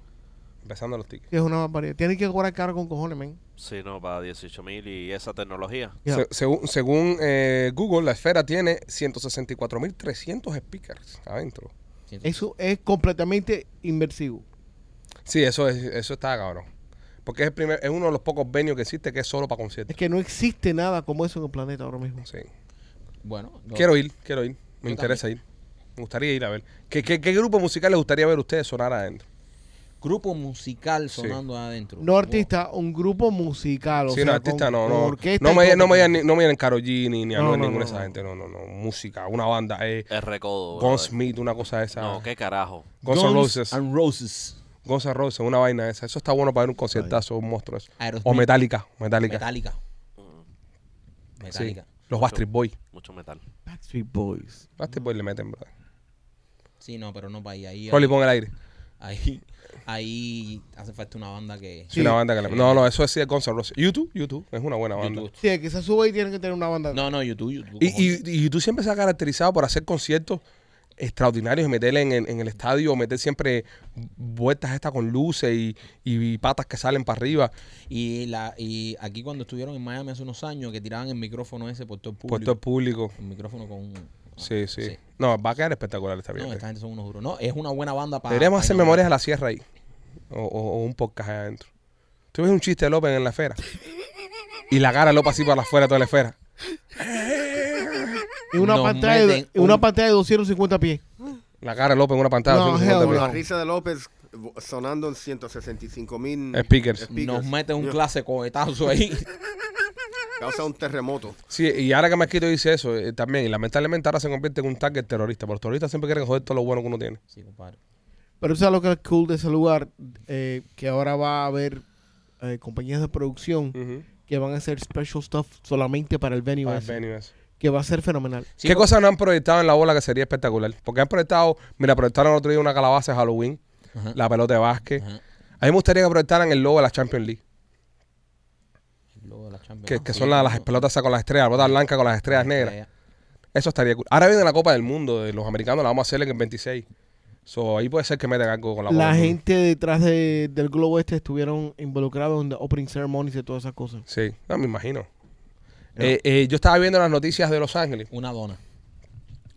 Speaker 3: Empezando los tickets.
Speaker 5: Sí, es una barbaridad. Tienen que cobrar caro con cojones, men.
Speaker 7: Sí, no, para 18 mil y esa tecnología.
Speaker 5: Ya.
Speaker 3: Se- según según, eh, Google, la esfera tiene 164.300 speakers adentro.
Speaker 5: Eso es completamente inversivo.
Speaker 3: Sí, eso es, eso está cabrón. Porque es el primer, es uno de los pocos venues que existe que es solo para conciertos.
Speaker 5: Es que no existe nada como eso en el planeta ahora mismo.
Speaker 3: Sí.
Speaker 4: Bueno, lo-
Speaker 3: Quiero ir, quiero ir. Me interesa ir. Me gustaría ir a ver. ¿Qué, qué, qué grupo musical les gustaría ver a ustedes sonar adentro?
Speaker 4: grupo musical
Speaker 3: Sí.
Speaker 4: sonando adentro.
Speaker 5: No artista, un grupo musical. O
Speaker 3: sí,
Speaker 5: sea,
Speaker 3: no, artista
Speaker 5: con-
Speaker 3: no,
Speaker 5: con
Speaker 3: no.
Speaker 5: orquesta
Speaker 3: No
Speaker 5: y
Speaker 3: me,
Speaker 5: todo.
Speaker 3: no me digan ni- no me digan Karol G ni, ni a
Speaker 5: No,
Speaker 3: Noel,
Speaker 5: no,
Speaker 3: ninguna de
Speaker 5: no,
Speaker 3: esa
Speaker 5: no.
Speaker 3: gente. No, no, no. Música, una banda. Eh,
Speaker 7: Es recodo. brother.
Speaker 3: Gunsmith, una cosa de esa.
Speaker 7: No, qué carajo.
Speaker 3: Guns N' Roses.
Speaker 4: and Roses.
Speaker 3: Guns N' Roses, una vaina esa. Eso está bueno para ver un conciertazo, un monstruo. eso.
Speaker 4: Aerosmith.
Speaker 3: O Metallica, Metallica.
Speaker 4: Metallica.
Speaker 3: Sí.
Speaker 4: Metallica.
Speaker 3: Los Bastard Boys.
Speaker 7: Mucho metal.
Speaker 5: Backstreet Boys.
Speaker 3: Bastard Boys le meten, brother.
Speaker 4: Sí, no, pero no para ahí. Ahí,
Speaker 3: Rolly, pon el aire.
Speaker 4: ahí, ahí hace falta una banda que.
Speaker 3: Sí, una banda que le- No, no, eso es sí es Guns N' Roses. YouTube, YouTube, es una buena banda.
Speaker 4: YouTube.
Speaker 5: Sí, el que se sube y tienen que tener una banda.
Speaker 4: No, no, YouTube, YouTube.
Speaker 3: Y,
Speaker 4: cojones.
Speaker 3: y, y YouTube siempre se ha caracterizado por hacer conciertos extraordinarios y meterle en, el- en el estadio, meter siempre vueltas estas con luces y, y patas que salen para arriba.
Speaker 4: Y, la, y aquí cuando estuvieron en Miami hace unos años que tiraban el micrófono ese por todo el público.
Speaker 3: Puesto el Pues público.
Speaker 4: El micrófono con...
Speaker 3: Sí, sí,
Speaker 4: Sí.
Speaker 3: No, va a quedar espectacular esta
Speaker 4: No,
Speaker 3: bien.
Speaker 4: esta gente son unos duros. No, es una buena banda para...
Speaker 3: Deberíamos
Speaker 4: para
Speaker 3: hacer
Speaker 4: inaugurar.
Speaker 3: memorias a la sierra ahí. O, o- o un podcast ahí adentro. Tú ves un chiste de López en la esfera. Y la cara de López así para afuera de toda la esfera.
Speaker 5: Y una,
Speaker 4: Nos
Speaker 5: pantalla, de,
Speaker 4: meten
Speaker 5: y una
Speaker 4: un-
Speaker 5: pantalla de 250 pies.
Speaker 3: La cara de López en una pantalla.
Speaker 5: No,
Speaker 3: 150
Speaker 5: hell
Speaker 6: La
Speaker 5: no.
Speaker 3: mil.
Speaker 6: risa de López vo- sonando en 165 mil
Speaker 3: Speakers.
Speaker 4: Nos mete un clase cohetazo ahí.
Speaker 6: Causa un terremoto.
Speaker 3: Sí, y ahora que Maquito dice eso, eh, también, y lamentablemente ahora se convierte en un target terrorista, porque los terroristas siempre quieren joder todo lo bueno que uno tiene.
Speaker 4: sí, compadre.
Speaker 5: Pero eso es lo que es cool de ese lugar, eh, que ahora va a haber eh, compañías de producción que van a hacer special stuff solamente para el venue,
Speaker 3: Mm. Para el
Speaker 5: ese,
Speaker 3: venue ese.
Speaker 5: que va a ser fenomenal.
Speaker 4: Sí,
Speaker 3: ¿Qué
Speaker 4: porque-
Speaker 3: cosas no han proyectado en la bola que sería espectacular? Porque han proyectado, mira, proyectaron el otro día una calabaza de Halloween,
Speaker 4: Ajá.
Speaker 3: la pelota de básquet.
Speaker 4: Ajá.
Speaker 3: A mí me gustaría que proyectaran el logo de la Champions League,
Speaker 4: El logo de la Champions.
Speaker 3: que,
Speaker 4: Ah,
Speaker 3: que
Speaker 4: sí,
Speaker 3: son la-
Speaker 4: no,
Speaker 3: las pelotas esas con las estrellas, la pelota blanca con las estrellas
Speaker 4: estrella.
Speaker 3: negras. Eso estaría cool. Ahora viene la Copa del Mundo de los americanos, la vamos a hacer en el 26. So, ahí puede ser que metan algo con la bola.
Speaker 5: La
Speaker 3: del mundo.
Speaker 5: gente detrás de- del globo este estuvieron involucrados en the opening ceremonies y todas esas cosas.
Speaker 3: Sí, no, me imagino. Eh, eh, yo estaba viendo las noticias de Los Ángeles,
Speaker 4: Una dona.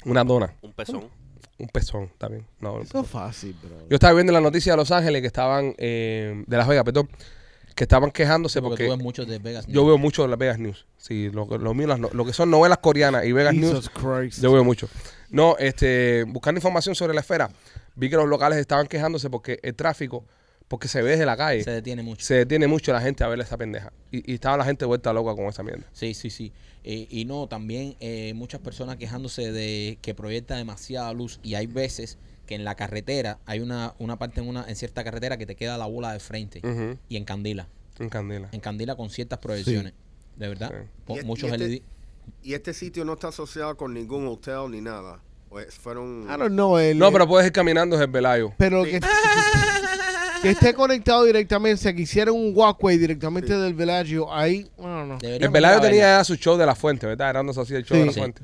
Speaker 3: una dona.
Speaker 7: Un pezón.
Speaker 3: Un pezón también. No,
Speaker 5: Eso es fácil, bro.
Speaker 3: yo estaba viendo la noticia de Los Ángeles que estaban, eh, de Las Vegas, perdón, que estaban quejándose
Speaker 4: Porque tú ves
Speaker 3: porque
Speaker 4: muchos de Vegas.
Speaker 3: yo
Speaker 4: News.
Speaker 3: veo mucho Las Vegas News. Sí, lo, que- lo mío, las no- lo que son novelas coreanas y Vegas
Speaker 5: Jesus
Speaker 3: News,
Speaker 5: Christ.
Speaker 3: yo veo mucho. No, este, buscando información sobre la esfera, vi que los locales estaban quejándose porque el tráfico, porque se ve desde la calle,
Speaker 4: Se
Speaker 3: se,
Speaker 4: detiene mucho.
Speaker 3: detiene mucho la gente a ver esa pendeja. Y, y estaba la gente vuelta loca con esa mierda.
Speaker 4: Sí, sí, sí. Eh, y no, también eh, muchas personas quejándose de que proyecta demasiada luz y hay veces que en la carretera hay una, una parte en una en cierta carretera que te queda la bola de frente
Speaker 3: Ujú,
Speaker 4: y en candila,
Speaker 3: en candela.
Speaker 4: en candila con ciertas proyecciones, de verdad.
Speaker 3: Sí.
Speaker 4: Po-
Speaker 6: Y es-
Speaker 4: muchos
Speaker 6: y este-
Speaker 4: LED.
Speaker 6: Y este sitio no está asociado con ningún hotel ni nada. Pues fueron.
Speaker 5: I don't know. el-
Speaker 3: No, pero puedes ir caminando desde el velayo.
Speaker 5: pero que, que esté conectado directamente, o sea, que hicieran un walkway directamente del Villagio, ahí, I don't know.
Speaker 4: Deberíamos
Speaker 3: El Velayo
Speaker 4: ir a
Speaker 3: tenía
Speaker 4: verla.
Speaker 3: ya su show de la fuente, ¿verdad? Era donde se hacía el show
Speaker 5: Sí.
Speaker 3: de la
Speaker 4: Sí.
Speaker 3: fuente.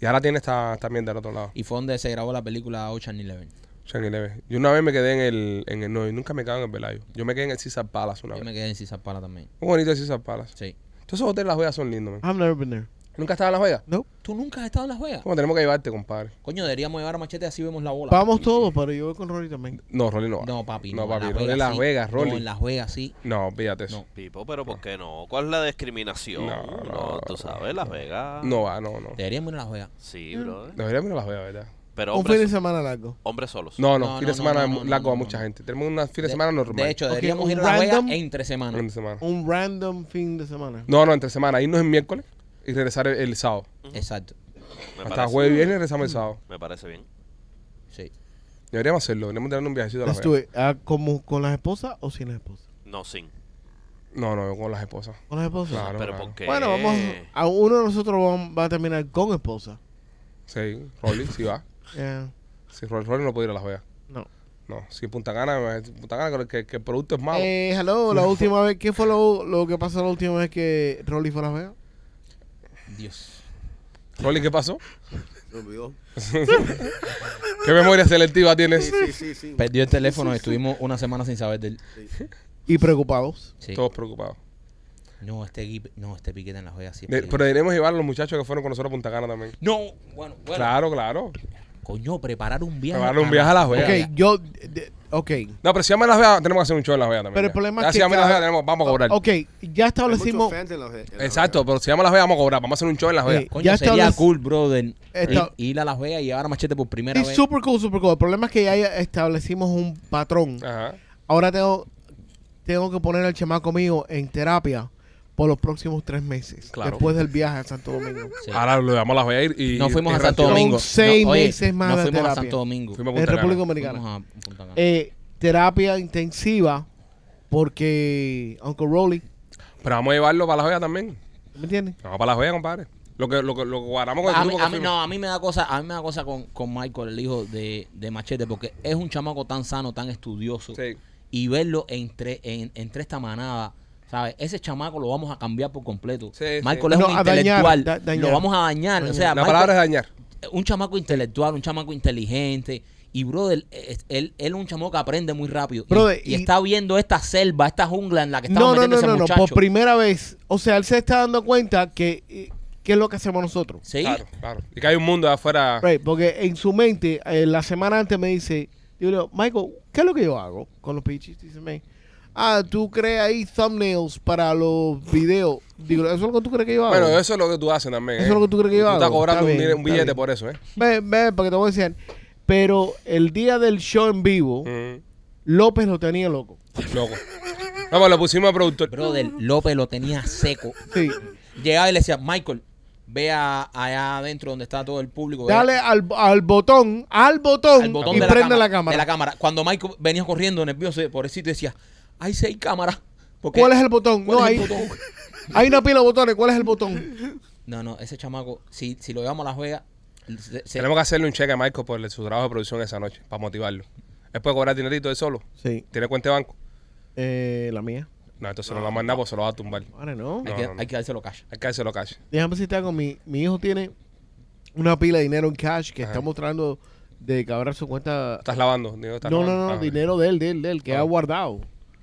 Speaker 3: Y ahora tiene esta también del otro lado.
Speaker 4: y fue donde se grabó la película Ocean Eleven.
Speaker 3: Shaggy Leve. Yo una vez me quedé en el, en el. No, yo nunca me quedé en el Velayo. Yo me quedé en el Caesar Palace una
Speaker 4: Yo
Speaker 3: vez.
Speaker 4: me quedé en Cisapala también.
Speaker 3: Muy bonito el Caesar Palace.
Speaker 4: Sí.
Speaker 3: Todos esos hoteles de Las Vegas son lindos, man.
Speaker 5: I've never been there.
Speaker 3: ¿Nunca estaba en Las Vegas?
Speaker 5: No.
Speaker 4: ¿Tú nunca has estado en Las Vegas?
Speaker 3: ¿Cómo tenemos que llevarte, compadre?
Speaker 4: Coño, deberíamos llevar a machete así vemos la bola.
Speaker 5: Vamos todos, pero yo voy con Rory también.
Speaker 3: No, Rolly no va.
Speaker 4: No, papi.
Speaker 3: No,
Speaker 4: en
Speaker 3: papi. Rolly en Las
Speaker 4: sí.
Speaker 3: Vegas,
Speaker 4: No, en
Speaker 3: Rolly.
Speaker 4: Las Vegas sí.
Speaker 3: No, fíjate eso.
Speaker 4: No.
Speaker 7: Pipo, pero ¿por qué no? ¿Cuál es la discriminación?
Speaker 3: No,
Speaker 7: No,
Speaker 3: no,
Speaker 7: tú sabes, Las Vegas.
Speaker 3: No va, no, no.
Speaker 4: Deberíamos ir a Las Vegas.
Speaker 7: Sí, brother.
Speaker 3: Deberíamos ir a Las Vegas, ¿verdad?
Speaker 7: Pero
Speaker 5: Un fin de
Speaker 7: hombres,
Speaker 5: semana largo.
Speaker 7: hombres solos.
Speaker 3: No, no.
Speaker 4: No,
Speaker 3: fin
Speaker 4: no,
Speaker 3: de
Speaker 4: no,
Speaker 3: semana
Speaker 4: no, no,
Speaker 3: largo
Speaker 4: no,
Speaker 3: a
Speaker 4: no,
Speaker 3: mucha
Speaker 4: no.
Speaker 3: gente. Tenemos una fin de,
Speaker 4: De-
Speaker 3: semana normal.
Speaker 4: De hecho,
Speaker 5: Ok,
Speaker 4: deberíamos
Speaker 5: un
Speaker 4: ir a Las Vegas
Speaker 5: random-
Speaker 4: entre semana.
Speaker 3: Fin de semana.
Speaker 5: Un random fin de semana.
Speaker 3: No, no, entre semana. Irnos el miércoles y regresar el, el sábado.
Speaker 4: Exacto.
Speaker 7: Me
Speaker 3: Hasta
Speaker 7: parece,
Speaker 3: jueves y viernes regresamos el sábado.
Speaker 7: me parece bien.
Speaker 4: Sí.
Speaker 3: Deberíamos hacerlo. Deberíamos tener un viajecito a Las
Speaker 5: Let's
Speaker 3: Vegas.
Speaker 5: do it. Ah, ¿como ¿Con las esposas o sin las esposas?
Speaker 7: No, sin.
Speaker 3: No, no, con las esposas.
Speaker 5: ¿Con las esposas?
Speaker 3: Claro.
Speaker 7: Pero ¿por qué?
Speaker 5: Bueno, vamos. A uno de nosotros va- va a terminar con esposa.
Speaker 3: Sí, Rolly, sí va.
Speaker 5: Yeah.
Speaker 3: Sí, Rolly, Rolly no puede ir a Las Vegas.
Speaker 5: No.
Speaker 3: No, sí, Punta Cana, eh, Punta Cana, creo que, que el producto es malo.
Speaker 5: Eh, hello, la última vez, ¿qué fue lo, lo que pasó la última vez que Rolly fue a Las Vegas?
Speaker 4: Dios.
Speaker 3: Rolly, ¿qué pasó?
Speaker 6: Se olvidó.
Speaker 3: ¿Qué memoria selectiva tienes?
Speaker 6: Sí, sí, sí, sí.
Speaker 4: Perdió el teléfono, estuvimos una semana sin saber de él.
Speaker 6: Sí.
Speaker 5: Y preocupados.
Speaker 4: Sí.
Speaker 3: Todos preocupados.
Speaker 4: No, este, gui- no, este piquete en las joyas sí es
Speaker 3: De-
Speaker 4: peligroso.
Speaker 3: pero deberíamos llevar a los muchachos que fueron con nosotros a Punta Cana también.
Speaker 4: No, bueno, bueno.
Speaker 3: Claro, claro.
Speaker 4: Coño, preparar un viaje.
Speaker 3: Preparar un viaje a Las Vegas.
Speaker 5: Ok, yo. de- ok.
Speaker 3: No, pero si vamos a Las Vegas, tenemos que hacer un show en Las Vegas también.
Speaker 5: Pero el
Speaker 3: ya.
Speaker 5: problema
Speaker 3: Ya,
Speaker 5: es que
Speaker 3: si vamos a Las
Speaker 5: cada-
Speaker 3: Vegas, tenemos- vamos a cobrar.
Speaker 5: Ok, ya
Speaker 6: Hay muchos
Speaker 5: establecimos.
Speaker 6: fans en Las Ve- en Las
Speaker 3: Exacto,
Speaker 6: Vegas.
Speaker 3: pero si vamos a Las Vegas, vamos a cobrar. Vamos a hacer un show en Las Vegas.
Speaker 5: Sí.
Speaker 4: Coño,
Speaker 5: Ya
Speaker 4: sería
Speaker 5: establecí-
Speaker 4: cool, brother.
Speaker 5: Esta-
Speaker 4: Ir, ir a Las Vegas y llevar a Machete por primera
Speaker 5: Sí,
Speaker 4: vez.
Speaker 5: super cool, super cool. El problema es que ya establecimos un patrón.
Speaker 3: Ajá.
Speaker 5: Ahora tengo, tengo que poner al chamaco mío en terapia por los próximos tres meses.
Speaker 3: Claro.
Speaker 5: Después del viaje a Santo Domingo.
Speaker 4: Sí.
Speaker 3: Ahora lo llevamos a Las Vegas y.
Speaker 4: no fuimos
Speaker 3: y
Speaker 4: a Santo
Speaker 3: reaccionamos.
Speaker 4: Domingo.
Speaker 5: Son seis
Speaker 4: no, oye,
Speaker 5: meses más
Speaker 4: no
Speaker 5: de
Speaker 4: fuimos a
Speaker 5: terapia.
Speaker 4: Santo Domingo.
Speaker 3: Fuimos a
Speaker 5: En
Speaker 3: Punta Cana.
Speaker 5: República Dominicana.
Speaker 4: Fuimos a Punta Cana.
Speaker 5: Eh, terapia intensiva porque Uncle Rolly.
Speaker 3: Pero vamos a llevarlo para Las Vegas también.
Speaker 5: ¿Me entiendes?
Speaker 3: Vamos para Las Vegas, compadre. Lo que, lo que, lo que guardamos con el
Speaker 4: a mí,
Speaker 3: grupo
Speaker 4: a
Speaker 3: que
Speaker 4: mí-
Speaker 3: fuimos.
Speaker 4: no, a mí me da cosa, a mí me da cosa con, con Michael, el hijo de, de Machete, porque es un chamaco tan sano, tan estudioso.
Speaker 3: Sí.
Speaker 4: Y verlo entre, en- entre esta manada, ¿sabes? Ese chamaco lo vamos a cambiar por completo.
Speaker 3: Sí, sí.
Speaker 4: Michael es
Speaker 5: No,
Speaker 4: un
Speaker 5: a dañar,
Speaker 4: intelectual.
Speaker 5: da- dañar.
Speaker 4: Lo vamos a dañar. O sea,
Speaker 3: La
Speaker 4: Michael-
Speaker 3: palabra es dañar.
Speaker 4: un chamaco intelectual, un chamaco inteligente. Y, brother, es- él, él es un chamaco que aprende muy rápido. Y-
Speaker 5: Brother,
Speaker 4: y,
Speaker 5: y-
Speaker 4: está viendo esta selva, esta jungla en la que está
Speaker 5: No, no,
Speaker 4: metiendo
Speaker 5: no,
Speaker 4: ese
Speaker 5: no, no.
Speaker 4: muchacho.
Speaker 5: Por primera vez. O sea, él se está dando cuenta que, eh, que es lo que hacemos nosotros.
Speaker 4: Sí.
Speaker 3: Claro, claro. Y que hay un mundo de afuera.
Speaker 5: Right, porque en su mente, eh, la semana antes me dice, yo le digo, Michael, ¿qué es lo que yo hago con los pitches? Dice, me, ah, tú creas ahí thumbnails para los videos. Digo, ¿eso es lo que tú crees que yo hago?
Speaker 3: Bueno, eso es lo que tú haces también. eh.
Speaker 5: Eso es lo que tú crees que yo
Speaker 3: Tú estás
Speaker 5: hago.
Speaker 3: cobrando
Speaker 5: Está
Speaker 3: un,
Speaker 5: bien,
Speaker 3: bille- un
Speaker 5: está
Speaker 3: billete
Speaker 5: bien.
Speaker 3: por eso, ¿eh?
Speaker 5: Ve, ve, porque te voy a decir, pero el día del show en vivo,
Speaker 3: Mm,
Speaker 5: López lo tenía loco.
Speaker 3: loco. Vamos, lo pusimos a productor.
Speaker 4: Brother, López lo tenía seco.
Speaker 5: Sí.
Speaker 4: Llegaba y le decía, Michael, ve a- allá adentro donde está todo el público. ve
Speaker 5: Dale al, al botón, al botón,
Speaker 4: al botón
Speaker 5: y
Speaker 4: de, la
Speaker 5: prende
Speaker 4: cámara,
Speaker 5: la cámara.
Speaker 4: de la cámara. Cuando Michael venía corriendo nervioso por el sitio, decía, hay seis cámaras. ¿Por qué?
Speaker 5: ¿Cuál es el botón?
Speaker 4: ¿Cuál
Speaker 5: no,
Speaker 4: es el
Speaker 5: hay,
Speaker 4: botón?
Speaker 5: hay una pila de botones. ¿Cuál es el botón?
Speaker 4: No, no, ese chamaco, si, si lo llevamos a la juega, se- se-
Speaker 3: Tenemos que hacerle un cheque a Michael por el- su trabajo de producción esa noche, para motivarlo. Él puede cobrar dinerito él solo.
Speaker 5: Sí,
Speaker 3: Tiene cuenta de banco.
Speaker 5: eh, la mía.
Speaker 3: No, entonces no, lo manda, pues se lo va a tumbar.
Speaker 5: Ahora no.
Speaker 4: hay, que,
Speaker 3: no, no.
Speaker 4: hay que dárselo cash.
Speaker 3: Hay que se lo cache.
Speaker 5: Déjame si te hago, mi, mi hijo tiene una pila de dinero en cash que
Speaker 3: Ajá.
Speaker 5: estamos tratando de cabrar su cuenta.
Speaker 3: Estás lavando. Digo, estás
Speaker 5: No, no,
Speaker 3: lavando. Ah,
Speaker 5: no, dinero de él, de él, de él, que
Speaker 3: Ah.
Speaker 5: ha guardado.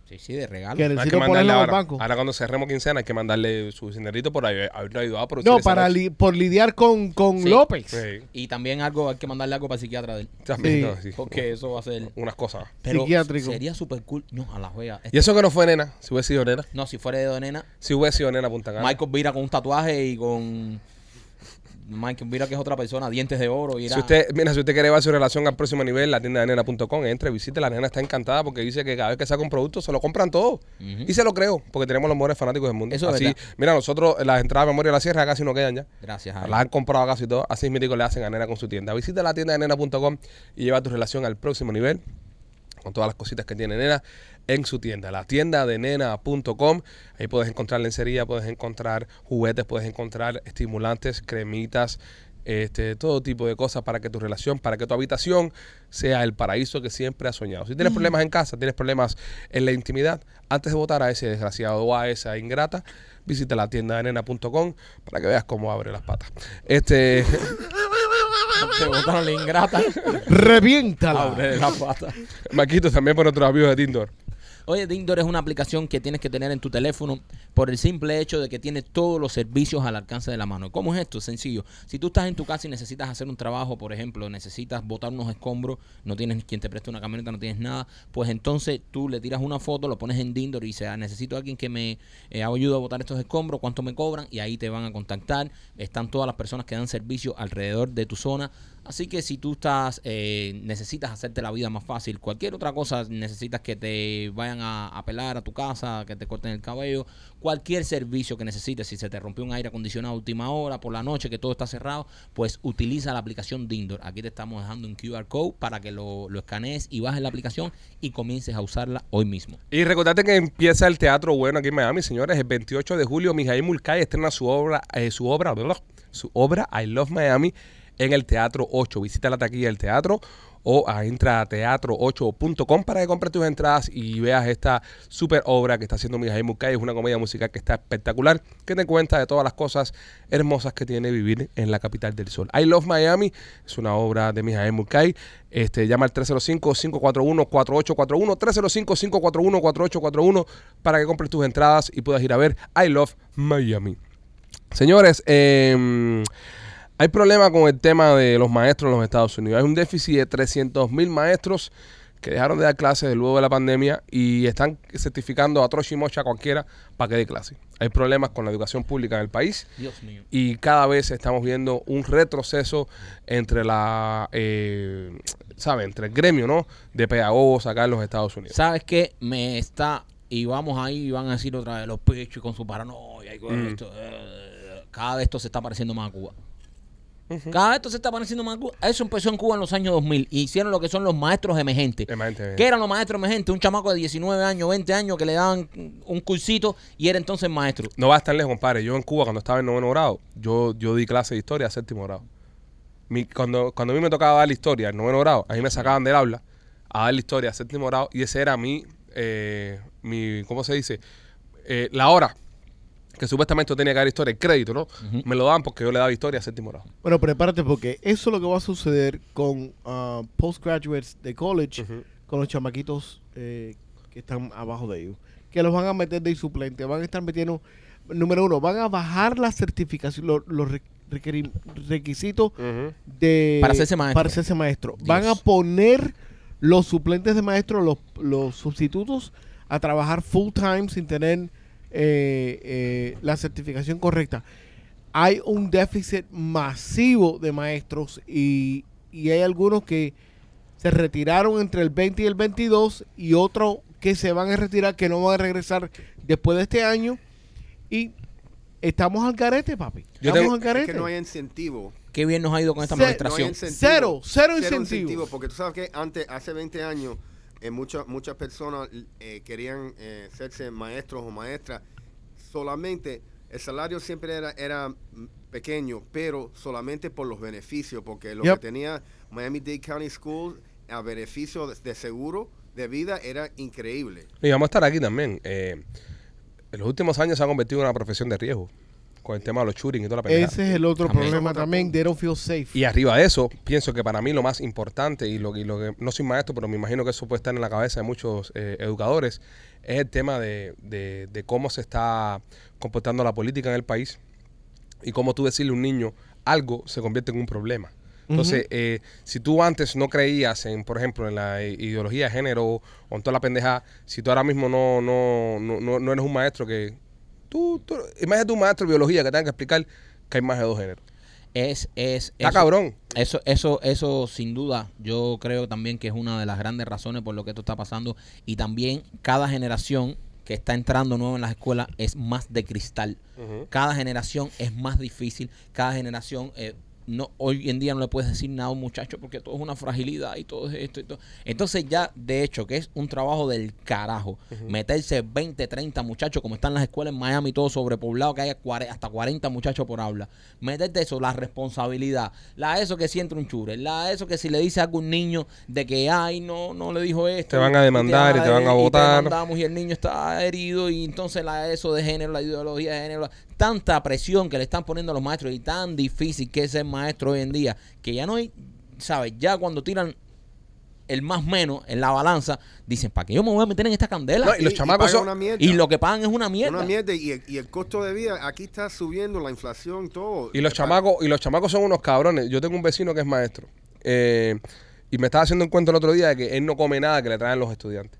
Speaker 4: Sí, sí, de regalo.
Speaker 5: Que
Speaker 3: Hay
Speaker 5: necesito
Speaker 3: que mandarle
Speaker 5: ponerlo al
Speaker 3: ahora.
Speaker 5: banco.
Speaker 3: Ahora cuando cerremos quincena hay que mandarle su dinerito por ahí- haberlo ayudado a producir
Speaker 5: No,
Speaker 3: esa
Speaker 5: para
Speaker 3: noche.
Speaker 5: li- por lidiar con, con
Speaker 4: Sí.
Speaker 5: López.
Speaker 3: Sí.
Speaker 4: Y también algo, hay que mandarle algo para el psiquiatra de él.
Speaker 3: También,
Speaker 5: Sí.
Speaker 3: no, sí.
Speaker 4: Porque eso va a ser.
Speaker 3: Unas cosas.
Speaker 4: Pero
Speaker 5: Psiquiátrico.
Speaker 4: sería súper cool. No, a la juega.
Speaker 3: Y eso que no fue nena. Si hubiese sido nena.
Speaker 4: No, si fuera de nena,
Speaker 3: Si hubiese sido nena Punta Cana.
Speaker 4: Michael Vira con un tatuaje y con. Michael Vira, que es otra persona, dientes de oro. irá-
Speaker 3: Si usted, mira, si usted quiere llevar su relación al próximo nivel, la tienda de nena.com, entre, visite, la nena está encantada porque dice que cada vez que saca un producto se lo compran todo.
Speaker 4: Ujú.
Speaker 3: Y se lo creo, porque tenemos los mejores fanáticos del mundo.
Speaker 4: Eso es
Speaker 3: Así,
Speaker 4: verdad.
Speaker 3: mira, nosotros eh, las entradas de memoria de la sierra casi no quedan ya.
Speaker 4: Gracias, Ale.
Speaker 3: Las han comprado casi todas. Así mítico le hacen a nena con su tienda. Visita la tienda de nena.com y lleva tu relación al próximo nivel con todas las cositas que tiene Nena en su tienda, la tienda de nena.com. Ahí puedes encontrar lencería, puedes encontrar juguetes, puedes encontrar estimulantes, cremitas, este, todo tipo de cosas para que tu relación, para que tu habitación sea el paraíso que siempre has soñado. Si tienes problemas en casa, tienes problemas en la intimidad, antes de votar a ese desgraciado o a esa ingrata, visita la tienda de nena.com para que veas cómo abre las patas. Este,
Speaker 4: Te botaron la ingrata.
Speaker 5: Reviéntala.
Speaker 4: Abre la pata.
Speaker 3: Maquito también por otros amigos de Tindor.
Speaker 4: Oye, Dindor es una aplicación que tienes que tener en tu teléfono por el simple hecho de que tiene todos los servicios al alcance de la mano. ¿Cómo es esto? Sencillo. Si tú estás en tu casa y necesitas hacer un trabajo, por ejemplo, necesitas botar unos escombros, no tienes quien te preste una camioneta, no tienes nada, pues entonces tú le tiras una foto, lo pones en Dindor y dices, "Ah, necesito a alguien que me eh, ayude a botar estos escombros, cuánto me cobran, y ahí te van a contactar. Están todas las personas que dan servicio alrededor de tu zona Así que si tú estás, eh, necesitas hacerte la vida más fácil, cualquier otra cosa, necesitas que te vayan a, a pelar a tu casa, que te corten el cabello, cualquier servicio que necesites, si se te rompió un aire acondicionado a última hora, por la noche, que todo está cerrado, pues utiliza la aplicación Dindor. Aquí te estamos dejando un QR code para que lo, lo escanees y bajes la aplicación y comiences a usarla hoy mismo.
Speaker 3: Y recordate que empieza el Teatro Bueno aquí en Miami, señores. El 28 de julio, Mijail Mulcahy estrena su obra, eh, su obra, bla, bla, su obra I Love Miami en el Teatro 8. Visita la taquilla del teatro o a- entra a teatro8.com para que compres tus entradas y veas esta super obra que está haciendo Mijail Mulcahy. Es una comedia musical que está espectacular, que te cuenta de todas las cosas hermosas que tiene vivir en la capital del sol. I Love Miami es una obra de Mijail Mulcahy. Este, llama al 305-541-4841, 305-541-4841 para que compres tus entradas y puedas ir a ver I Love Miami. Señores, eh, hay problema con el tema de los maestros en los Estados Unidos. Hay un déficit de 300.000 maestros que dejaron de dar clases luego de la pandemia y están certificando a troche y mocha a cualquiera para que dé clase. Hay problemas con la educación pública en el país
Speaker 4: Dios mío.
Speaker 3: y cada vez estamos viendo un retroceso entre la, eh, ¿sabe? Entre el gremio, ¿no? De pedagogos acá en los Estados Unidos.
Speaker 4: ¿Sabes qué? Me está. Y vamos ahí y van a decir otra vez los pechos y con su paranoia y
Speaker 3: Mm.
Speaker 4: con esto. eh, Cada vez esto se está pareciendo más a Cuba. Cada vez esto se está pareciendo más a Cuba. Eso empezó en Cuba en los años 2000. Y hicieron lo que son los maestros emergentes.
Speaker 3: Emergentes.
Speaker 4: ¿Qué eran los maestros emergentes? Un chamaco de 19 años, 20 años que le daban un cursito y era entonces maestro.
Speaker 3: No vas tan lejos, compadre. Yo en Cuba, cuando estaba en noveno grado, yo, yo di clase de historia a séptimo grado. Mi- cuando, cuando a mí me tocaba dar la historia en noveno grado, a mí me sacaban del aula a dar la historia a séptimo grado y ese era mi, eh, mi ¿cómo se dice? Eh, la hora que supuestamente yo tenía que dar historia, el crédito, ¿no? Me lo daban porque yo le daba historia a séptimo grado.
Speaker 5: Bueno, prepárate porque eso es lo que va a suceder con ah, postgraduates de college, con los chamaquitos eh, que están abajo de ellos, que los van a meter de suplente, van a estar metiendo, número uno, van a bajar la certificación, lo- los re- requerim- requisitos de...
Speaker 4: Para hacerse maestro.
Speaker 5: para hacerse maestro. Van a
Speaker 4: Dios.
Speaker 5: poner los suplentes de maestro, los, los sustitutos, a trabajar full time sin tener eh, eh, la certificación correcta hay un déficit masivo de maestros y, y hay algunos que se retiraron entre el 20 y el 22 y otros que se van a retirar, que no van a regresar después de este año. Y estamos al garete, papi.
Speaker 3: Yo
Speaker 5: Estamos
Speaker 3: tengo-
Speaker 5: al
Speaker 6: Es
Speaker 5: garete.
Speaker 6: que no hay incentivo.
Speaker 4: Qué bien nos ha ido con esta
Speaker 5: Se-
Speaker 6: No hay
Speaker 4: administración.
Speaker 5: Cero,
Speaker 6: incentivo.
Speaker 5: cero incentivo.
Speaker 6: Porque tú sabes que antes, hace 20 años, eh, muchas muchas personas eh, querían eh, hacerse maestros o maestras. Solamente el salario siempre era, era mm, pequeño, pero solamente por los beneficios, porque lo
Speaker 5: Yep.
Speaker 6: que tenía Miami-Dade County School a beneficio de, de seguro de vida era increíble.
Speaker 3: Y vamos a estar aquí también. Eh, en los últimos años se ha convertido en una profesión de riesgo con el tema de los shootings y toda la pelea.
Speaker 5: Ese es el otro
Speaker 4: También.
Speaker 5: problema también. They don't feel safe.
Speaker 3: Y arriba de eso, pienso que para mí lo más importante y lo, que- y lo que no soy maestro, pero me imagino que eso puede estar en la cabeza de muchos eh, educadores, es el tema de, de- de cómo se está comportando la política en el país y cómo tú decirle a un niño algo se convierte en un problema. Entonces, eh, si tú antes no creías en, por ejemplo, en la i- ideología de género o en toda la pendeja, si tú ahora mismo no, no, no, no- no eres un maestro que... Tú, tú- imagínate un maestro de biología que tenga que explicar que hay más de dos géneros.
Speaker 4: Es, es,
Speaker 3: Está
Speaker 4: eso-
Speaker 3: cabrón.
Speaker 4: Eso, eso, eso, sin duda, yo creo también que es una de las grandes razones por lo que esto está pasando. Y también cada generación que está entrando nueva en las escuelas es más de cristal. Cada generación es más difícil. Cada generación, eh, no, hoy en día no le puedes decir nada a un muchacho porque todo es una fragilidad y todo es esto y todo. Entonces ya, de hecho, que es un trabajo del carajo. Meterse 20, 30 muchachos, como están las escuelas en Miami, todo sobrepoblado, que haya cuare- hasta 40 muchachos por aula. Meterte eso, la responsabilidad, la eso que siente un chure, la eso que si le dice a algún niño de que, ay, no, no le dijo esto.
Speaker 3: Te van a
Speaker 4: y
Speaker 3: demandar y te van a
Speaker 4: y
Speaker 3: botar.
Speaker 4: demandamos y el niño está herido y entonces la eso de género, la ideología de género, la- tanta presión que le están poniendo a los maestros y tan difícil que es ser maestro hoy en día, que ya no hay, ¿sabes? Ya cuando tiran el más menos en la balanza, dicen, ¿para qué yo me voy a meter en esta candela?
Speaker 3: No, y los
Speaker 6: Y- y
Speaker 3: chamacos
Speaker 6: paga
Speaker 3: son-
Speaker 6: una mierda.
Speaker 4: Y lo que pagan es una mierda.
Speaker 6: Una mierda y, el- y el costo de vida, aquí está subiendo la inflación, todo.
Speaker 3: Y los
Speaker 6: Eh,
Speaker 3: chamacos, y los chamacos son unos cabrones. Yo tengo un vecino que es maestro. eh, y me estaba haciendo un cuento el otro día de que él no come nada que le traen los estudiantes.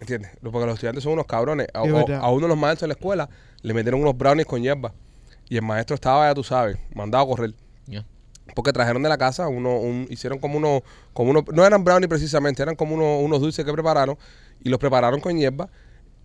Speaker 3: ¿Entiendes? Lo- Porque los estudiantes son unos cabrones. A,
Speaker 5: Es
Speaker 3: a-
Speaker 5: verdad.
Speaker 3: a uno de los maestros de la escuela le metieron unos brownies con hierba. Y el maestro estaba, ya tú sabes, mandado a correr.
Speaker 4: Ya.
Speaker 3: Porque trajeron de la casa, uno, un- hicieron como unos, como uno, no eran brownie precisamente, eran como uno- unos dulces que prepararon y los prepararon con hierba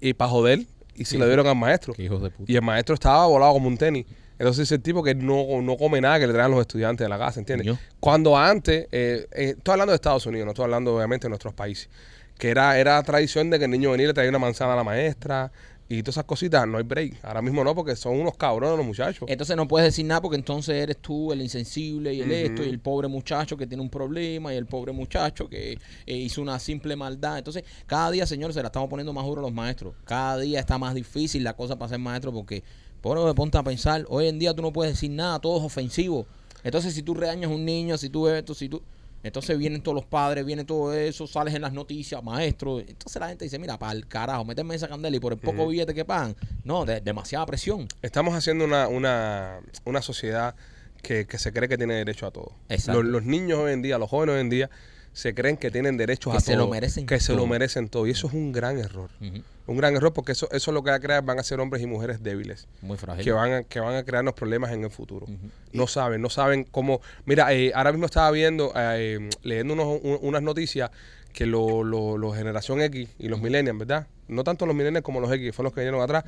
Speaker 3: y para joder y se lo dieron al maestro.
Speaker 2: Qué hijos de puta.
Speaker 3: Y el maestro estaba volado como un tenis. Entonces es el tipo que no, no come nada que le traen los estudiantes de la casa, ¿entiendes?
Speaker 4: Coño.
Speaker 3: Cuando antes, eh, eh, estoy hablando de Estados Unidos, no estoy hablando obviamente de nuestros países, que era, era tradición de que el niño venía y le traía una manzana a la maestra y todas esas cositas, no hay break. Ahora mismo no, porque son unos cabrones los muchachos.
Speaker 4: Entonces no puedes decir nada porque entonces eres tú el insensible y el esto y el pobre muchacho que tiene un problema y el pobre muchacho que eh, hizo una simple maldad. Entonces cada día, señores, se la estamos poniendo más duro a los maestros. Cada día está más difícil la cosa para ser maestro porque, pobre, ponte a pensar, hoy en día tú no puedes decir nada, todo es ofensivo. Entonces si tú reañas a un niño, si tú esto, si tú... Entonces vienen todos los padres, viene todo eso, sales en las noticias, maestro. Entonces la gente dice, mira, para el carajo, méteme esa candela y por el poco billete que pagan. No, de- demasiada presión.
Speaker 3: Estamos haciendo una, una, una sociedad que, que se cree que tiene derecho a todo.
Speaker 4: Exacto.
Speaker 3: Los, los niños hoy en día, los jóvenes hoy en día, se creen que tienen derechos
Speaker 4: Que
Speaker 3: a
Speaker 4: se
Speaker 3: todo.
Speaker 4: lo merecen
Speaker 3: Que se lo
Speaker 4: todo.
Speaker 3: merecen todo. Y eso es un gran error.
Speaker 4: Ujú.
Speaker 3: Un gran error porque eso, eso es lo que va a crear, van a ser hombres y mujeres débiles.
Speaker 4: Muy frágil.
Speaker 3: que van a, que van a crearnos problemas en el futuro. No saben, no saben cómo. Mira, eh, ahora mismo estaba viendo, eh, leyendo unos- un- unas noticias que los lo, lo generación X y los millennials, ¿verdad? No tanto los millennials como los X, fueron los que vinieron atrás.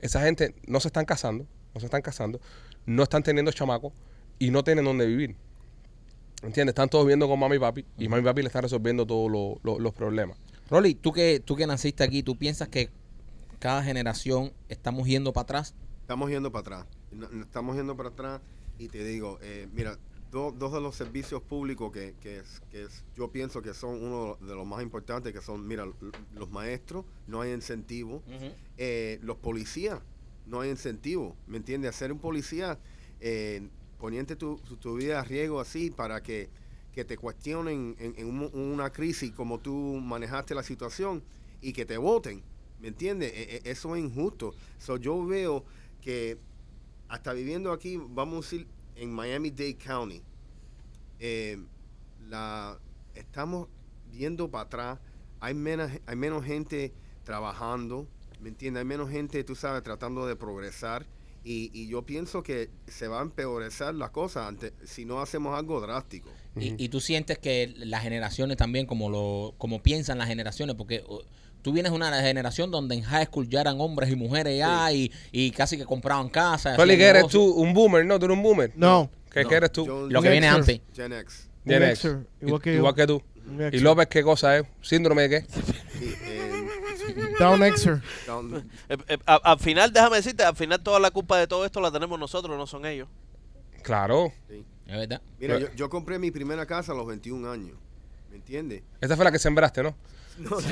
Speaker 3: Esa gente no se están casando, no se están casando, no están teniendo chamacos y no tienen dónde vivir. ¿Entiendes? Están todos viendo con mami y papi y mami y papi le están resolviendo todos los- los- los problemas.
Speaker 4: Rolly, tú que, tú que naciste aquí, ¿tú piensas que cada generación estamos yendo para atrás?
Speaker 6: Estamos yendo para atrás. No- no Estamos yendo para atrás y te digo, eh, mira, do- dos de los servicios públicos que, que, es- que es- yo pienso que son uno de los más importantes, que son, mira, l- los maestros, no hay incentivo. Eh, los policías, no hay incentivo. ¿Me entiendes? Hacer un policía, eh, poniente tu, tu- tu vida a riesgo así para que, que te cuestionen en, en un- una crisis como tú manejaste la situación y que te voten. ¿Me entiendes? E- e- Eso es injusto. So, yo veo que hasta viviendo aquí, vamos a decir, en Miami-Dade County, eh, la, estamos viendo para atrás, hay menos, hay menos gente trabajando, ¿me entiendes? Hay menos gente, tú sabes, tratando de progresar. Y, y yo pienso que se va a empeorar las cosas ante- si no hacemos algo drástico.
Speaker 4: Y, y tú sientes que las generaciones también, como lo como piensan las generaciones, porque uh, tú vienes de una generación donde en high school ya eran hombres y mujeres ya y, y casi que compraban casas.
Speaker 3: Rolly,
Speaker 4: hacían
Speaker 3: ¿qué eres
Speaker 4: negocios.
Speaker 3: tú? ¿Un boomer? No, tú eres un boomer.
Speaker 5: No.
Speaker 3: ¿Qué,
Speaker 6: No,
Speaker 3: qué eres tú?
Speaker 6: yo-
Speaker 4: Lo que
Speaker 5: Un
Speaker 4: viene
Speaker 5: Xer.
Speaker 4: antes.
Speaker 6: Gen X.
Speaker 3: Gen
Speaker 5: Un
Speaker 3: X.
Speaker 5: Xer, igual que yo.
Speaker 3: igual que tú.
Speaker 5: Un Xer.
Speaker 3: ¿Y López qué cosa es? ¿Síndrome de qué?
Speaker 6: Y, eh,
Speaker 5: Down Exer.
Speaker 6: down-
Speaker 7: Eh, eh, a- al final, déjame decirte, al final toda la culpa de todo esto la tenemos nosotros, no son ellos.
Speaker 3: Claro.
Speaker 6: sí.
Speaker 4: Es verdad.
Speaker 6: Mira, yo, yo compré mi primera casa a los 21 años. ¿Me entiendes?
Speaker 3: Esa fue la que sembraste, ¿no?
Speaker 6: No, no. no,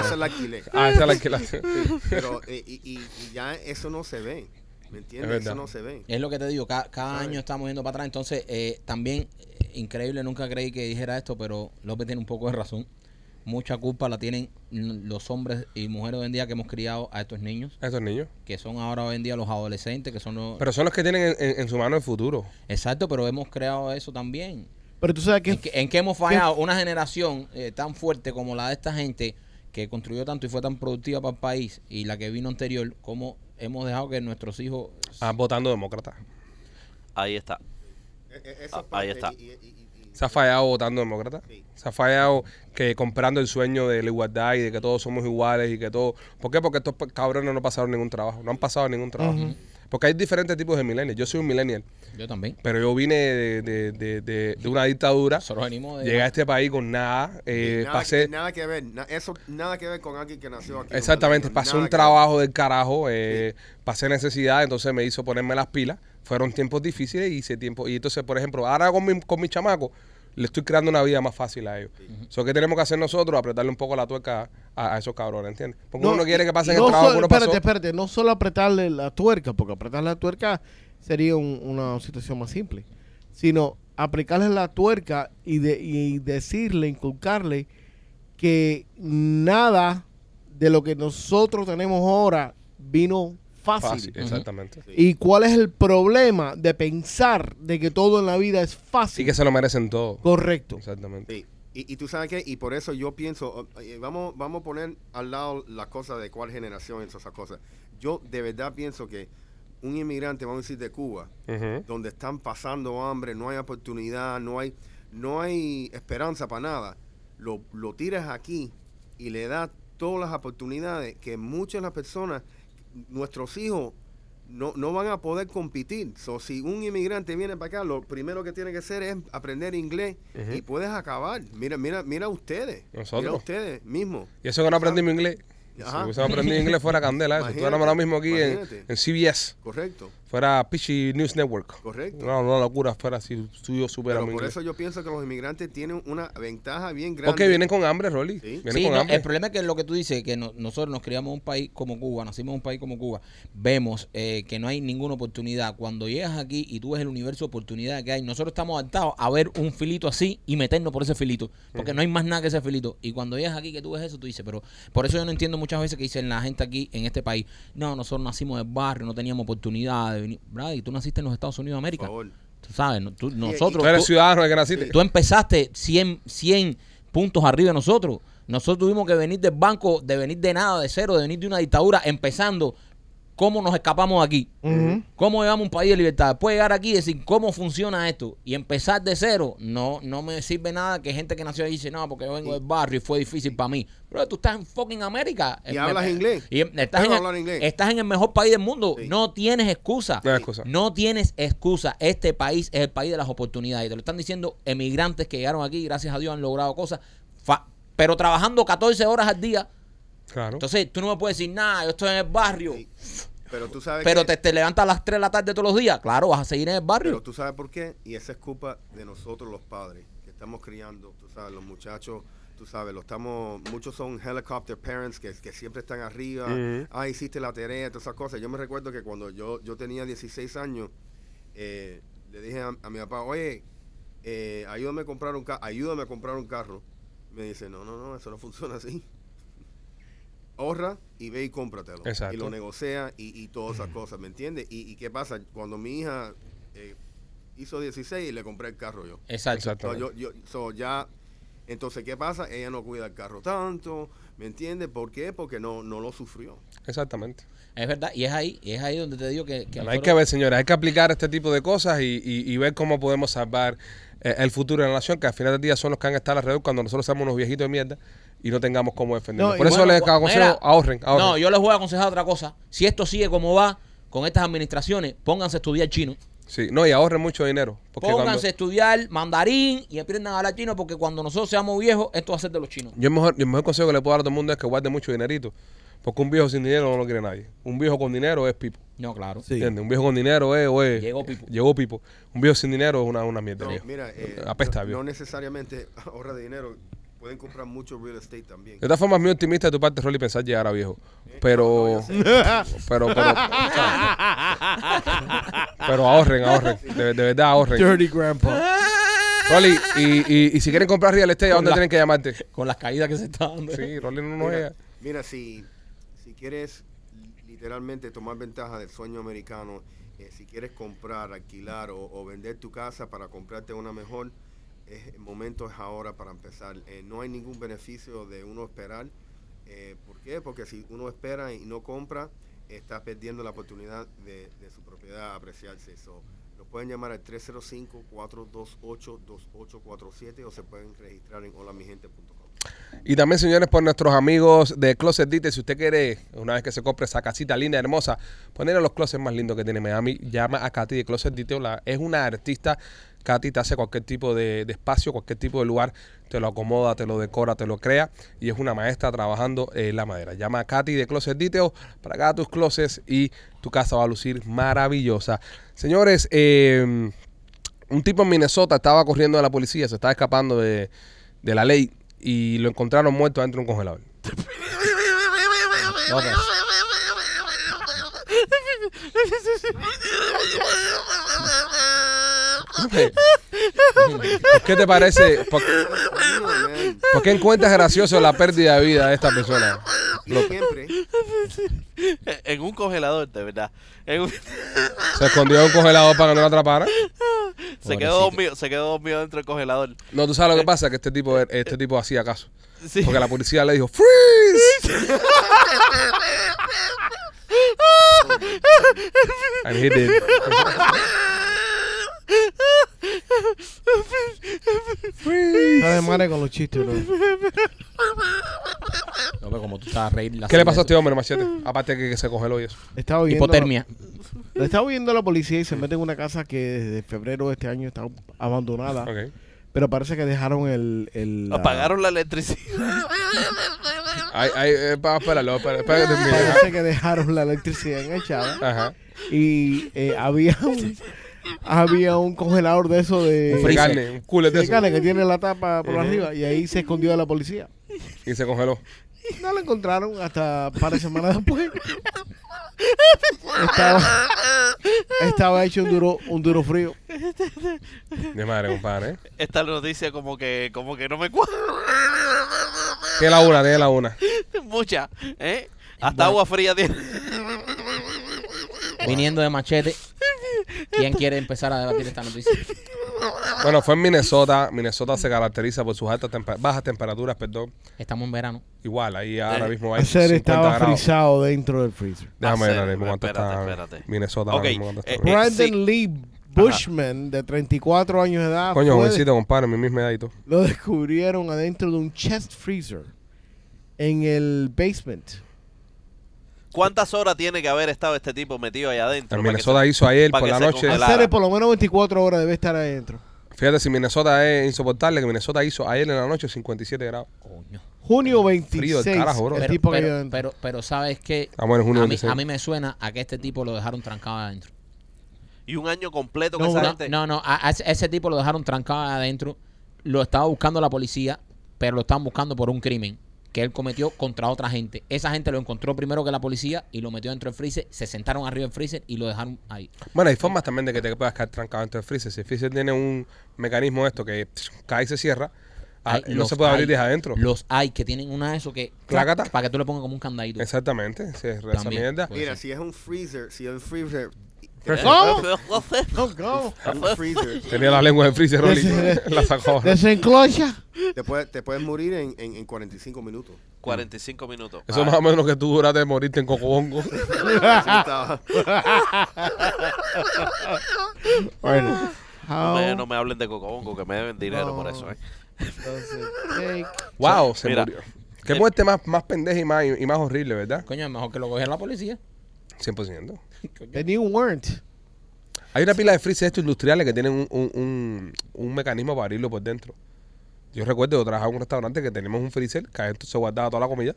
Speaker 6: esa la alquilé.
Speaker 3: Ah, esa es la que la...
Speaker 6: Pero, eh, y, y- y ya eso no se ve. ¿Me
Speaker 3: Es
Speaker 6: entiendes?
Speaker 3: verdad.
Speaker 6: Eso no se ve.
Speaker 4: Es lo que te digo, ca- cada, año estamos yendo para atrás. Entonces, eh, también, eh, increíble, nunca creí que dijera esto, pero López tiene un poco de razón. Mucha culpa la tienen mm, los hombres y mujeres hoy en día que hemos criado a estos niños,
Speaker 3: Esos niños.
Speaker 4: que son ahora hoy en día los adolescentes, que son los...
Speaker 3: Pero son los que tienen en, en- en su mano el futuro.
Speaker 4: Exacto, pero hemos creado eso también.
Speaker 5: Pero tú sabes que
Speaker 4: ¿En, que, en que hemos fallado una generación eh, tan fuerte como la de esta gente que construyó tanto y fue tan productiva para el país y la que vino anterior, como hemos dejado que nuestros hijos...
Speaker 3: Ah, votando demócrata.
Speaker 7: Ahí está.
Speaker 6: E- e- esa
Speaker 7: Ah, ahí está.
Speaker 6: y- y- y- y-
Speaker 3: Se ha fallado votando demócrata.
Speaker 6: Sí.
Speaker 3: Se ha fallado que comprando el sueño de la igualdad y de que todos somos iguales y que todo... ¿Por qué? Porque estos cabrones no pasaron ningún trabajo. No han pasado ningún trabajo. Porque hay diferentes tipos de millennials. Yo soy un millennial,
Speaker 4: Yo también.
Speaker 3: pero yo vine de, de- de- de- de una dictadura.
Speaker 4: Nosotros venimos de...
Speaker 3: Llegué a este país con nada. eh,
Speaker 6: y nada,
Speaker 3: pasé...
Speaker 6: que- nada que ver. na- eso nada que ver con alguien que nació aquí. en
Speaker 3: Exactamente,
Speaker 6: Puerto Rico,
Speaker 3: pasé
Speaker 6: nada
Speaker 3: un
Speaker 6: que
Speaker 3: trabajo del carajo, eh, pasé necesidad, entonces me hizo ponerme las pilas. Fueron tiempos difíciles y hice tiempo. Y entonces, por ejemplo, ahora con mi, con mi chamaco le estoy creando una vida más fácil a ellos. Eso que tenemos que hacer nosotros, apretarle un poco la tuerca a, a esos cabrones, ¿entiendes? Porque uno quiere que pasen
Speaker 5: no
Speaker 3: el trabajo
Speaker 5: solo-
Speaker 3: que uno
Speaker 5: espérate,
Speaker 3: pasó.
Speaker 5: espérate, no solo apretarle la tuerca, porque apretar la tuerca sería un- una situación más simple, sino aplicarle la tuerca y, de- y decirle, inculcarle que nada de lo que nosotros tenemos ahora vino fácil.
Speaker 3: Fácil, exactamente.
Speaker 5: ¿Y cuál es el problema de pensar de que todo en la vida es
Speaker 3: Sí
Speaker 5: fácil?
Speaker 3: que se lo merecen todos.
Speaker 5: Correcto.
Speaker 3: Exactamente.
Speaker 6: Sí. Y, y tú sabes qué, y por eso yo pienso, eh, vamos, vamos a poner al lado las cosas de cuál generación y todas esas cosas. Yo de verdad pienso que un inmigrante, vamos a decir, de Cuba,
Speaker 3: Ujú.
Speaker 6: donde están pasando hambre, no hay oportunidad, no hay, no hay esperanza para nada, lo, lo tiras aquí y le das todas las oportunidades que muchas de las personas, nuestros hijos, no, no van a poder competir. So, si un inmigrante viene para acá, lo primero que tiene que hacer es aprender inglés y puedes acabar. Mira, mira, mira ustedes. Mira
Speaker 3: Nosotros.
Speaker 6: ustedes mismos.
Speaker 3: Y eso que no aprendí mi inglés.
Speaker 6: Ajá.
Speaker 3: Si hubiésemos aprendido inglés fuera candela, eso. Estuviéramos ahora mismo aquí en,
Speaker 6: Imagínate.
Speaker 3: en CBS,
Speaker 6: Correcto.
Speaker 3: fuera Pichi News Network.
Speaker 6: Correcto.
Speaker 3: No, no, locura, fuera si estudio supera
Speaker 6: Pero
Speaker 3: mi
Speaker 6: por
Speaker 3: inglés.
Speaker 6: eso yo pienso que los inmigrantes tienen una ventaja bien grande.
Speaker 3: Ok, vienen con hambre, Rolly.
Speaker 6: Sí.
Speaker 3: Vienen
Speaker 4: Sí,
Speaker 3: con
Speaker 4: no,
Speaker 3: hambre.
Speaker 4: el problema es que lo que tú dices, que no- nosotros nos criamos en un país como Cuba, nacimos en un país como Cuba, vemos eh, que no hay ninguna oportunidad. Cuando llegas aquí y tú ves el universo de oportunidades que hay, nosotros estamos adaptados a ver un filito así y meternos por ese filito, porque no hay más nada que ese filito. Y cuando llegas aquí que tú ves eso, tú dices, pero por eso yo no entiendo muchas veces que dicen la gente aquí en este país, no, nosotros nacimos del barrio, no teníamos oportunidad de venir. Brother, y tú naciste en los Estados Unidos de
Speaker 6: Por
Speaker 4: América.
Speaker 6: favor.
Speaker 4: Tú sabes, no- tú-
Speaker 3: Tú
Speaker 4: nosotros...
Speaker 3: eres
Speaker 4: tú-
Speaker 3: ciudadano de que naciste.
Speaker 4: tú empezaste 100, 100 puntos arriba de nosotros. Nosotros tuvimos que venir del banco, de venir de nada, de cero, de venir de una dictadura, empezando cómo nos escapamos de aquí.
Speaker 5: Ujú.
Speaker 4: ¿Cómo llegamos a un país de libertad? Después llegar aquí y decir cómo funciona esto y empezar de cero, no no me sirve nada que gente que nació ahí dice, no, porque yo vengo del barrio y fue difícil para mí. Pero tú estás en fucking América.
Speaker 6: Y
Speaker 4: Eh,
Speaker 6: hablas
Speaker 4: me-
Speaker 6: inglés.
Speaker 4: Y em- estás, en,
Speaker 6: Pero hablar inglés.
Speaker 4: estás en el mejor país del mundo.
Speaker 6: Sí.
Speaker 4: No tienes excusa.
Speaker 3: No hay excusa.
Speaker 4: No tienes excusa. Este país es el país de las oportunidades. Te lo están diciendo emigrantes que llegaron aquí, y gracias a Dios han logrado cosas, fa- pero trabajando 14 horas al día.
Speaker 3: Claro.
Speaker 4: Entonces tú no me puedes decir, nada, yo estoy en el barrio.
Speaker 6: Sí. Pero tú sabes
Speaker 4: Pero
Speaker 6: que-
Speaker 4: te, te levantas a las 3 de la tarde todos los días. Claro, vas a seguir en el barrio.
Speaker 6: Pero tú sabes por qué, y esa es culpa de nosotros los padres, que estamos criando, tú sabes, los muchachos, tú sabes, los estamos, muchos son helicopter parents que, que siempre están arriba, ah, hiciste la tarea, todas esas cosas. Yo me recuerdo que cuando yo, yo tenía 16 años, eh, le dije a, a mi papá, oye, eh, ayúdame a comprar un carro, ayúdame a comprar un carro. Me dice, no, no, no, eso no funciona así. Ahorra y ve y cómpratelo.
Speaker 3: Exacto.
Speaker 6: Y lo negocia y, y todas esas cosas, ¿me entiendes? Y, y qué pasa? Cuando mi hija eh, hizo 16 y le compré el carro yo.
Speaker 4: Exacto.
Speaker 3: Exacto.
Speaker 6: So, yo, yo so, ya, entonces, ¿qué pasa? Ella no cuida el carro tanto, ¿me entiendes? ¿Por qué? Porque no, no lo sufrió.
Speaker 3: Exactamente.
Speaker 4: Es verdad. Y es ahí, y es ahí donde te digo que... que
Speaker 3: Pero hay
Speaker 4: nosotros-
Speaker 3: que ver, señores, hay que aplicar este tipo de cosas y, y- y ver cómo podemos salvar eh, el futuro de la nación, que al final del día son los que han estado alrededor cuando nosotros seamos unos viejitos de mierda y no tengamos cómo defendernos.
Speaker 5: No, y
Speaker 3: Por eso
Speaker 5: bueno,
Speaker 3: les
Speaker 4: Cu-
Speaker 3: aconsejo,
Speaker 4: Mira,
Speaker 3: ahorren, ahorren.
Speaker 4: No, yo les voy a aconsejar otra cosa. Si esto sigue como va con estas administraciones, pónganse a estudiar chino.
Speaker 3: Sí, no, y ahorren mucho dinero. Porque
Speaker 4: pónganse
Speaker 3: cuando-
Speaker 4: a estudiar mandarín y aprendan a hablar chino porque cuando nosotros seamos viejos, esto va a ser de los chinos.
Speaker 3: Yo el mejor, el mejor consejo que le puedo dar a todo el mundo es que guarde mucho dinerito. Porque un viejo sin dinero no lo quiere nadie. Un viejo con dinero es pipo.
Speaker 4: No, claro.
Speaker 8: Sí.
Speaker 3: ¿Entiendes? Un viejo con dinero es, o es-
Speaker 4: Llegó pipo.
Speaker 3: Llegó pipo. Un viejo sin dinero es una, una mierda.
Speaker 6: No,
Speaker 3: viejo.
Speaker 6: mira, eh,
Speaker 3: Apesta,
Speaker 6: no,
Speaker 3: viejo.
Speaker 6: no necesariamente ahorra de dinero, pueden comprar mucho real estate también.
Speaker 3: De todas formas, muy optimista de tu parte, Rolly, pensar llegar a
Speaker 6: Eh,
Speaker 3: viejo. Pero. Pero, pero. pero ahorren, ahorren. De, de verdad, ahorren.
Speaker 5: Dirty Grandpa.
Speaker 3: Rolly, y, y, y si quieren comprar real estate, ¿a dónde
Speaker 4: Hola.
Speaker 3: tienen que llamarte?
Speaker 4: Con las caídas que se están dando.
Speaker 3: Sí, Rolly no nos
Speaker 6: Mira,
Speaker 3: llega.
Speaker 6: mira, si, si quieres li- literalmente tomar ventaja del sueño americano, eh, si quieres comprar, alquilar o, o vender tu casa para comprarte una mejor, es- el momento es ahora para empezar. Eh, no hay ningún beneficio de uno esperar. Eh, ¿Por qué? Porque si uno espera y no compra, está perdiendo la oportunidad de, de su propiedad apreciarse. So, nos pueden llamar al 305-428-2847 o se pueden registrar en holamigente.com.
Speaker 3: Y también, señores, por nuestros amigos de Closet Dite, si usted quiere, una vez que se compre esa casita linda, hermosa, ponerle los closets más lindos que tiene Miami, llama a Katy de Closet Dite. la- Es una artista. Katy te hace cualquier tipo de, de espacio, cualquier tipo de lugar, te lo acomoda, te lo decora, te lo crea y es una maestra trabajando en la madera. Llama a Katy de Closet Detail para que haga tus closets y tu casa va a lucir maravillosa. Señores, eh, un tipo en Minnesota estaba corriendo de la policía, se estaba escapando de, de la ley y lo encontraron muerto dentro de un congelador. ¿Por ¿Qué te parece? ¿Por,
Speaker 6: Bueno, man.
Speaker 3: por qué encuentras gracioso la pérdida de vida de esta persona?
Speaker 6: Y siempre, eh,
Speaker 7: En un congelador, de verdad. En un-
Speaker 3: ¿Se escondió en un congelador para que no lo atraparan?
Speaker 7: se quedó dormido, se quedó dormido dentro del congelador.
Speaker 3: No, tú sabes lo que pasa, que este tipo, este tipo hacía caso.
Speaker 7: Sí.
Speaker 3: Porque la policía le dijo, ¡Freeze! And he did.
Speaker 5: Está de madre con los chistes, bro.
Speaker 4: No, pero como tú estabas reír la
Speaker 3: ¿Qué le pasó a
Speaker 4: silla-
Speaker 3: este hombre, Machete? Aparte que, que se congeló y eso.
Speaker 5: Estaba oyendo-
Speaker 4: Hipotermia.
Speaker 5: La estaba viendo la policía y se mete en una casa que desde febrero de este año está abandonada.
Speaker 3: Ok.
Speaker 5: Pero parece que dejaron el. el la-
Speaker 7: Apagaron la electricidad.
Speaker 3: Ay, ay, eh, pa- espéralo, espéralo, espéralo que termine.
Speaker 5: Parece que dejaron la electricidad enganchada.
Speaker 3: Ajá.
Speaker 5: Y eh, había un. Había un congelador de eso de.
Speaker 3: De carne, un culo de
Speaker 5: de
Speaker 3: eso.
Speaker 5: carne que tiene la tapa por arriba. Y ahí se escondió de la policía.
Speaker 3: Y se congeló.
Speaker 5: No la encontraron hasta un par de semanas después. Estaba, estaba hecho un duro, un duro frío.
Speaker 3: Pues, De madre, compadre. ¿eh?
Speaker 7: Esta noticia como que, como que no me cuadra.
Speaker 3: ¿Qué la una? ¿Qué la una?
Speaker 7: Mucha, ¿eh? Hasta agua fría tiene.
Speaker 4: Viniendo de machete. ¿Quién quiere empezar a debatir esta noticia?
Speaker 3: Bueno, fue en Minnesota. Minnesota se caracteriza por sus altas temper- bajas temperaturas, perdón.
Speaker 4: Estamos en verano.
Speaker 3: Igual, ahí ahora mismo hay
Speaker 5: Ayer
Speaker 3: 50
Speaker 5: estaba
Speaker 3: grados.
Speaker 5: frisado dentro del freezer.
Speaker 3: Déjame ver
Speaker 7: Hacer,
Speaker 3: ahora mismo cuánto
Speaker 7: espérate,
Speaker 3: está
Speaker 7: espérate.
Speaker 3: Minnesota. ahora
Speaker 7: Ok,
Speaker 3: mismo cuánto está.
Speaker 7: eh, eh,
Speaker 5: Brandon
Speaker 7: sí.
Speaker 5: Lee Bushman, de 34 años de edad,
Speaker 3: Coño,
Speaker 5: fue-
Speaker 3: jovencito, compadre, mi misma edad y todo.
Speaker 5: lo descubrieron adentro de un chest freezer en el basement.
Speaker 7: ¿Cuántas horas tiene que haber estado este tipo metido allá adentro?
Speaker 3: En
Speaker 7: para que
Speaker 3: Minnesota
Speaker 7: se-
Speaker 3: hizo ayer
Speaker 7: para
Speaker 3: por
Speaker 7: que
Speaker 3: la
Speaker 7: se
Speaker 3: noche.
Speaker 7: congelara?
Speaker 5: Hacer por lo menos 24 horas debe estar adentro.
Speaker 3: Fíjate si Minnesota es insoportable, que Minnesota hizo ayer en la noche 57 grados.
Speaker 4: Coño.
Speaker 5: Junio 26,
Speaker 3: Frío del carajo, bro.
Speaker 5: el
Speaker 4: Pero,
Speaker 5: tipo que
Speaker 4: pero,
Speaker 5: yo-
Speaker 4: pero, pero sabes que
Speaker 3: Ah, bueno, en junio
Speaker 4: a, mí,
Speaker 3: 26.
Speaker 4: a mí me suena a que este tipo lo dejaron trancado adentro.
Speaker 7: Y un año completo que
Speaker 5: No,
Speaker 7: esa
Speaker 4: No,
Speaker 7: gente-
Speaker 4: no, no, a, a ese, ese tipo lo dejaron trancado adentro. Lo estaba buscando la policía, pero lo estaban buscando por un crimen que él cometió contra otra gente. Esa gente lo encontró primero que la policía y lo metió dentro del freezer. Se sentaron arriba del freezer y lo dejaron ahí.
Speaker 3: Bueno, hay formas también de que te puedas quedar trancado dentro del freezer. Si el freezer tiene un mecanismo esto que psh, cae y se cierra, ah,
Speaker 4: Hay-
Speaker 3: no
Speaker 4: los
Speaker 3: se puede abrir
Speaker 4: hay-
Speaker 3: desde adentro.
Speaker 4: Los hay que tienen una de esos que.
Speaker 3: Clácata.
Speaker 4: Para que tú le pongas como un candadito.
Speaker 3: Exactamente, cierra esa
Speaker 4: También.
Speaker 3: mierda.
Speaker 4: Pues-
Speaker 6: Mira, si es un freezer, si es un freezer,
Speaker 7: ¿Eh?
Speaker 5: ¿Cómo? No, ¿cómo?
Speaker 6: un freezer,
Speaker 3: Tenía la lengua del freezer, Rolly.
Speaker 5: Ese-
Speaker 3: la sacó.
Speaker 5: Desenclocha.
Speaker 6: te, puede- te puedes morir en, en, en 45 minutos.
Speaker 7: 45 minutos. Ah,
Speaker 3: Eso es más o menos lo que tú duraste de morirte en Cocobongo.
Speaker 6: Así estaba.
Speaker 5: Bueno. How
Speaker 7: No me, no me hablen de cocobongo, que me deben dinero por eso, ¿eh?
Speaker 5: does it take-
Speaker 3: wow, se
Speaker 7: Mira.
Speaker 3: murió.
Speaker 4: eh,
Speaker 3: Qué muerte más, más pendeja y más, y más horrible, ¿verdad?
Speaker 4: Coño, es mejor que lo cogiera la policía.
Speaker 3: 100%.
Speaker 5: They need warrant.
Speaker 3: Hay una pila de freezer estos industriales que tienen un, un, un- un mecanismo para abrirlo por dentro. Yo recuerdo, yo trabajaba en un restaurante que teníamos un freezer, que adentro se guardaba toda la comida,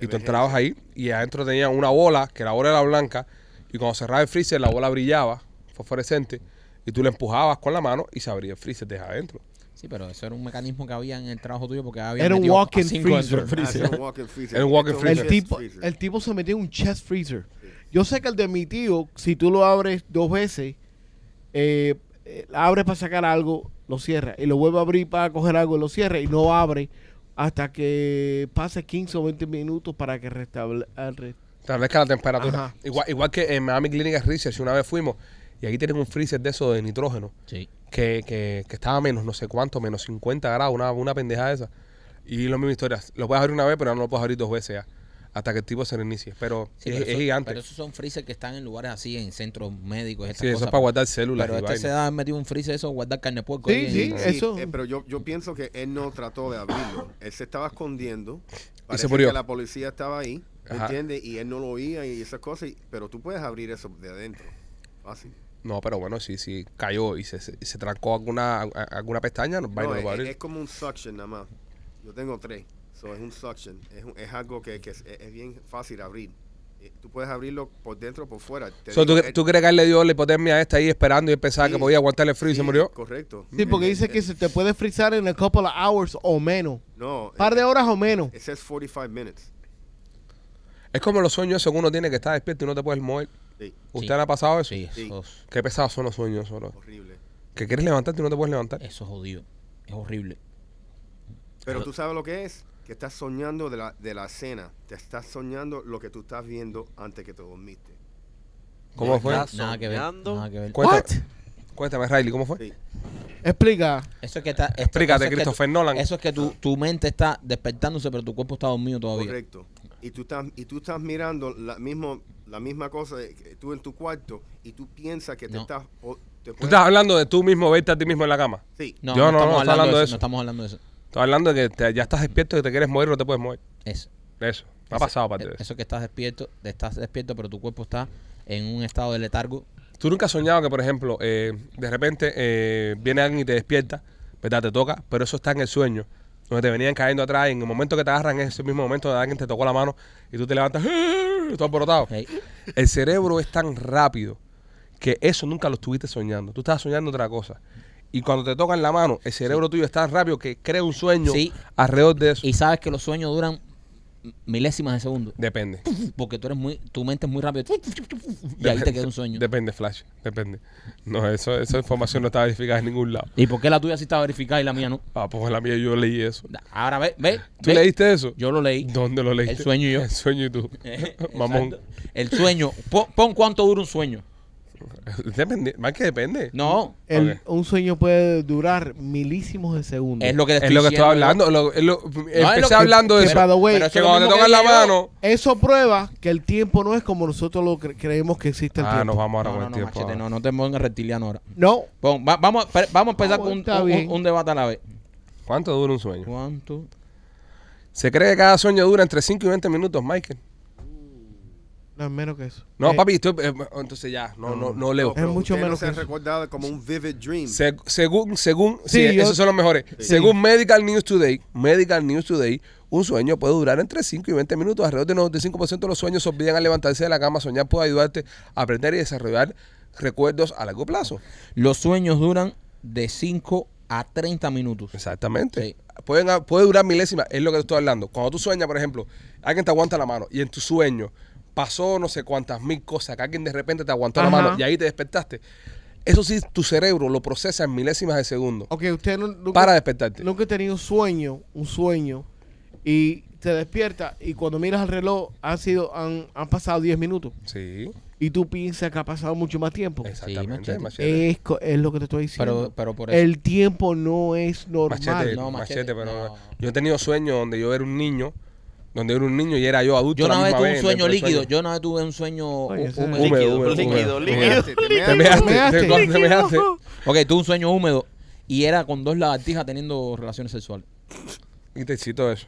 Speaker 3: y tú entrabas ahí, y adentro tenía una bola, que la bola era blanca, y cuando cerraba el freezer, la bola brillaba, fosforescente, y tú la empujabas con la mano y se abría el freezer desde adentro.
Speaker 4: Sí, pero eso era un mecanismo que había en el trabajo tuyo porque había.
Speaker 5: Era un
Speaker 4: metido a
Speaker 5: walk-in
Speaker 4: cinco dentro del
Speaker 5: freezer.
Speaker 6: Ah, sí, un walk-in freezer.
Speaker 3: Era un walk-in
Speaker 6: Esto es un
Speaker 5: El
Speaker 3: Freezer.
Speaker 6: chest
Speaker 5: tipo,
Speaker 6: freezer.
Speaker 5: el tipo se metió en un chest freezer. Yo sé que el de mi tío, si tú lo abres dos veces, eh, eh, abres para sacar algo, lo cierra. Y lo vuelve a abrir para coger algo, lo cierra. Y no abre hasta que pase 15 o 20 minutos para que restablezca.
Speaker 3: Establezca la temperatura.
Speaker 5: Ajá.
Speaker 3: Igual, igual que en Miami Clinic Research, una vez fuimos, y aquí tienen un freezer de eso de nitrógeno.
Speaker 4: Sí.
Speaker 3: que, que, que estaba a menos no sé cuánto, menos 50 grados, una, una pendejada esa. Y lo mismo historia, lo puedes abrir una vez, pero no lo puedes abrir dos veces ya, hasta que el tipo se reinicie. Pero,
Speaker 4: Sí,
Speaker 3: es,
Speaker 4: pero
Speaker 3: es
Speaker 4: eso-
Speaker 3: gigante.
Speaker 4: Pero esos son freezer que están en lugares así, en centros médicos. estas
Speaker 3: sí, eso
Speaker 4: cosas.
Speaker 3: es para guardar células.
Speaker 4: Pero
Speaker 3: y
Speaker 4: este se
Speaker 3: vainas.
Speaker 4: da metido un freezer eso, guardar carne de puerco.
Speaker 5: Sí,
Speaker 4: ahí en-
Speaker 5: sí.
Speaker 6: Sí,
Speaker 5: Eso-
Speaker 6: eh, pero yo, yo pienso que él no trató de abrirlo. Él se estaba escondiendo. Parece
Speaker 3: murió.
Speaker 6: Que la policía estaba ahí,
Speaker 3: Ajá.
Speaker 6: ¿entiendes? Y él no lo oía y esas cosas. y- pero tú puedes abrir eso de adentro. Fácil.
Speaker 3: No, pero bueno, si sí, sí, cayó y se, se, se trancó alguna, a- alguna pestaña, no, vaina
Speaker 6: No,
Speaker 3: lo
Speaker 6: es,
Speaker 3: puede
Speaker 6: es
Speaker 3: abrir.
Speaker 6: como un suction nada más. Yo tengo tres. So, es un suction. Es, un- es algo que, que es, es bien fácil abrir. Eh, Tú puedes abrirlo por dentro o por fuera. Te
Speaker 3: So, ¿tú,
Speaker 6: digo,
Speaker 3: cre-
Speaker 6: él-
Speaker 3: tú crees que él le dio la hipotermia a esta ahí esperando y él pensaba
Speaker 6: Sí.
Speaker 3: que podía aguantar el frío y se
Speaker 6: sí,
Speaker 3: murió?
Speaker 6: Correcto.
Speaker 5: Sí, porque
Speaker 6: Eh,
Speaker 5: dice
Speaker 6: eh,
Speaker 5: que se te puede frizar en a couple of hours o menos.
Speaker 6: No. eh,
Speaker 5: Par de horas o menos.
Speaker 6: Ese es 45 minutes.
Speaker 3: Es como los sueños esos que uno tiene que está despierto y no te puedes mover.
Speaker 6: Sí,
Speaker 3: ¿Usted le ha pasado eso?
Speaker 4: Sí, eso,
Speaker 6: Sí.
Speaker 4: es-
Speaker 3: Qué pesados son los sueños, solo.
Speaker 6: horrible.
Speaker 3: Que quieres levantarte y no te puedes levantar.
Speaker 4: eso es jodido. Es horrible.
Speaker 6: Pero tú sabes lo que es, que estás soñando de la, de la cena, te estás soñando lo que tú estás viendo antes que te dormiste.
Speaker 3: ¿Cómo fue?
Speaker 7: Estás
Speaker 4: Nada que ver.
Speaker 7: soñando.
Speaker 4: Nada que ver.
Speaker 3: Cuéntame, cuéntame, Riley, ¿cómo fue?
Speaker 6: Sí.
Speaker 5: Explica.
Speaker 4: Eso es que está. esto-
Speaker 3: Explícate,
Speaker 4: eso es que
Speaker 3: Christopher
Speaker 4: tu-
Speaker 3: Nolan.
Speaker 4: Eso es que
Speaker 5: Ah.
Speaker 4: tu, tu mente está despertándose, pero tu cuerpo está dormido todavía.
Speaker 6: Correcto. Y tú estás, y tú estás mirando la mismo la misma cosa de que tú en tu cuarto y tú piensas que te
Speaker 4: No.
Speaker 6: estás... o- te
Speaker 3: Tú
Speaker 6: puedes-
Speaker 3: estás hablando de tú mismo verte a ti mismo en la cama.
Speaker 6: Sí.
Speaker 4: No,
Speaker 3: Yo
Speaker 4: no, estamos hablando, de eso. No
Speaker 3: eso.
Speaker 4: estamos hablando de eso.
Speaker 3: Estás hablando de que te- ya estás despierto, que te quieres mover, no te puedes mover.
Speaker 4: Eso.
Speaker 3: Eso. Me ha
Speaker 4: Ese-
Speaker 3: pasado parte de
Speaker 4: eh,
Speaker 3: eso.
Speaker 4: Eso que estás despierto, de- estás despierto, pero tu cuerpo está en un estado de letargo.
Speaker 3: ¿Tú nunca has soñado que, por ejemplo, eh, de repente eh, viene alguien y te despierta, ¿verdad? Te toca, pero eso está en el sueño, donde te venían cayendo atrás y en el momento que te agarran es ese mismo momento donde alguien te tocó la mano y tú te levantas, ¡ah! todo alborotado.
Speaker 4: Hey,
Speaker 3: El cerebro es tan rápido que eso nunca lo estuviste soñando. Tú estabas soñando otra cosa. Y cuando te tocan la mano, el cerebro tuyo es tan rápido que crea un sueño
Speaker 4: Sí.
Speaker 3: alrededor de eso.
Speaker 4: Y sabes que los sueños duran milésimas de segundo.
Speaker 3: Depende.
Speaker 4: Porque tú eres muy, tu mente es muy rápida. Y ahí te queda un sueño.
Speaker 3: Depende, Flash. Depende. No, eso, esa información no está verificada en ningún lado.
Speaker 4: ¿Y por qué la tuya sí está verificada y la mía no?
Speaker 3: Ah, pues la mía yo leí eso.
Speaker 4: Ahora ve, ve.
Speaker 3: ¿Tú
Speaker 4: ve.
Speaker 3: leíste eso?
Speaker 4: Yo lo leí.
Speaker 3: ¿Dónde lo leíste?
Speaker 4: El sueño y yo.
Speaker 3: El sueño y tú.
Speaker 4: Exacto.
Speaker 3: Mamón.
Speaker 4: El sueño. Pon, pon cuánto dura un sueño.
Speaker 3: Depende. Más que depende.
Speaker 4: No.
Speaker 5: El-
Speaker 3: Ok.
Speaker 5: Un sueño puede durar milísimos de segundo.
Speaker 4: Es lo que te
Speaker 3: es lo que estoy
Speaker 4: diciendo,
Speaker 3: hablando. lo- es lo- empecé
Speaker 4: lo que-
Speaker 3: hablando de
Speaker 5: que,
Speaker 3: eso.
Speaker 5: by the way,
Speaker 3: Pero es que
Speaker 4: eso es lo
Speaker 3: cuando te
Speaker 4: mismo
Speaker 3: tocan
Speaker 4: que
Speaker 3: la
Speaker 4: leí yo.
Speaker 3: mano.
Speaker 5: Eso prueba que el tiempo no es como nosotros lo cre- creemos que existe el
Speaker 3: Ah, nos
Speaker 5: tiempo.
Speaker 3: vamos ahora
Speaker 4: No,
Speaker 3: con
Speaker 4: no,
Speaker 3: el
Speaker 4: no,
Speaker 3: tiempo. ah.
Speaker 4: machete,
Speaker 3: ahora.
Speaker 4: no, no te pongas reptiliano ahora.
Speaker 5: No,
Speaker 4: Pon, va- vamos, a, per- vamos a empezar
Speaker 5: Ah,
Speaker 4: con un,
Speaker 5: está
Speaker 4: un-
Speaker 5: bien.
Speaker 4: un debate a la vez.
Speaker 3: ¿Cuánto dura un sueño?
Speaker 4: ¿Cuánto?
Speaker 3: Se cree que cada sueño dura entre 5 y 20 minutos, Michael.
Speaker 5: no es menos que eso.
Speaker 3: No,
Speaker 5: Eh,
Speaker 3: papi, estoy, eh, entonces ya, no, no, no leo.
Speaker 5: Es mucho
Speaker 6: Ustedes
Speaker 5: menos que
Speaker 6: No se
Speaker 5: eso.
Speaker 6: ha recordado como un vivid dream.
Speaker 3: Se- según, según,
Speaker 5: Sí,
Speaker 3: sí,
Speaker 5: yo-
Speaker 3: esos son los mejores. Según Medical News Today, Medical News Today, un sueño puede durar entre 5 y 20 minutos. Alrededor del 95% de los sueños se olvidan al levantarse de la cama. Soñar puede ayudarte a aprender y desarrollar recuerdos a largo plazo.
Speaker 4: Los sueños duran de 5 a 30 minutos.
Speaker 3: Exactamente.
Speaker 4: Sí.
Speaker 3: Pueden, a- puede durar milésimas, es lo que te estoy hablando. Cuando tú sueñas, por ejemplo, alguien te aguanta la mano y en tu sueño pasó no sé cuántas mil cosas, que alguien de repente te aguantó la
Speaker 5: Ajá.
Speaker 3: mano y ahí te despertaste. Eso sí, tu cerebro lo procesa en milésimas de segundo
Speaker 5: Ok, usted no- nunca,
Speaker 3: para despertarte.
Speaker 5: nunca ha tenido un sueño, un sueño, y te despierta y cuando miras al reloj han, sido, han, han pasado 10 minutos
Speaker 3: Sí,
Speaker 5: y tú piensas que ha pasado mucho más tiempo.
Speaker 3: exactamente.
Speaker 4: machete.
Speaker 3: machete.
Speaker 5: Es, co- es lo que te estoy diciendo.
Speaker 4: Pero, pero por eso.
Speaker 5: el tiempo no es normal.
Speaker 3: Machete,
Speaker 4: no, machete,
Speaker 3: Eh, machete, pero
Speaker 4: no.
Speaker 3: yo he tenido sueños donde yo era un niño, donde era un niño y era yo adulto.
Speaker 4: yo
Speaker 3: la
Speaker 4: una vez
Speaker 3: misma
Speaker 4: tuve un
Speaker 3: vez,
Speaker 4: sueño
Speaker 3: dentro del
Speaker 4: líquido. Yo una vez tuve un sueño
Speaker 5: Oye,
Speaker 4: hú-
Speaker 5: ese-
Speaker 4: húmedo.
Speaker 3: Húmedo,
Speaker 7: Líquido,
Speaker 3: húmedo,
Speaker 7: líquido,
Speaker 3: húmedo.
Speaker 6: Te
Speaker 7: líquido.
Speaker 6: measte, te
Speaker 3: Te
Speaker 6: measte.
Speaker 3: measte,
Speaker 5: measte.
Speaker 3: te- cuando te measte.
Speaker 4: Ok, tuve un sueño húmedo y era con dos lagartijas teniendo relaciones sexuales.
Speaker 3: Y te chito eso.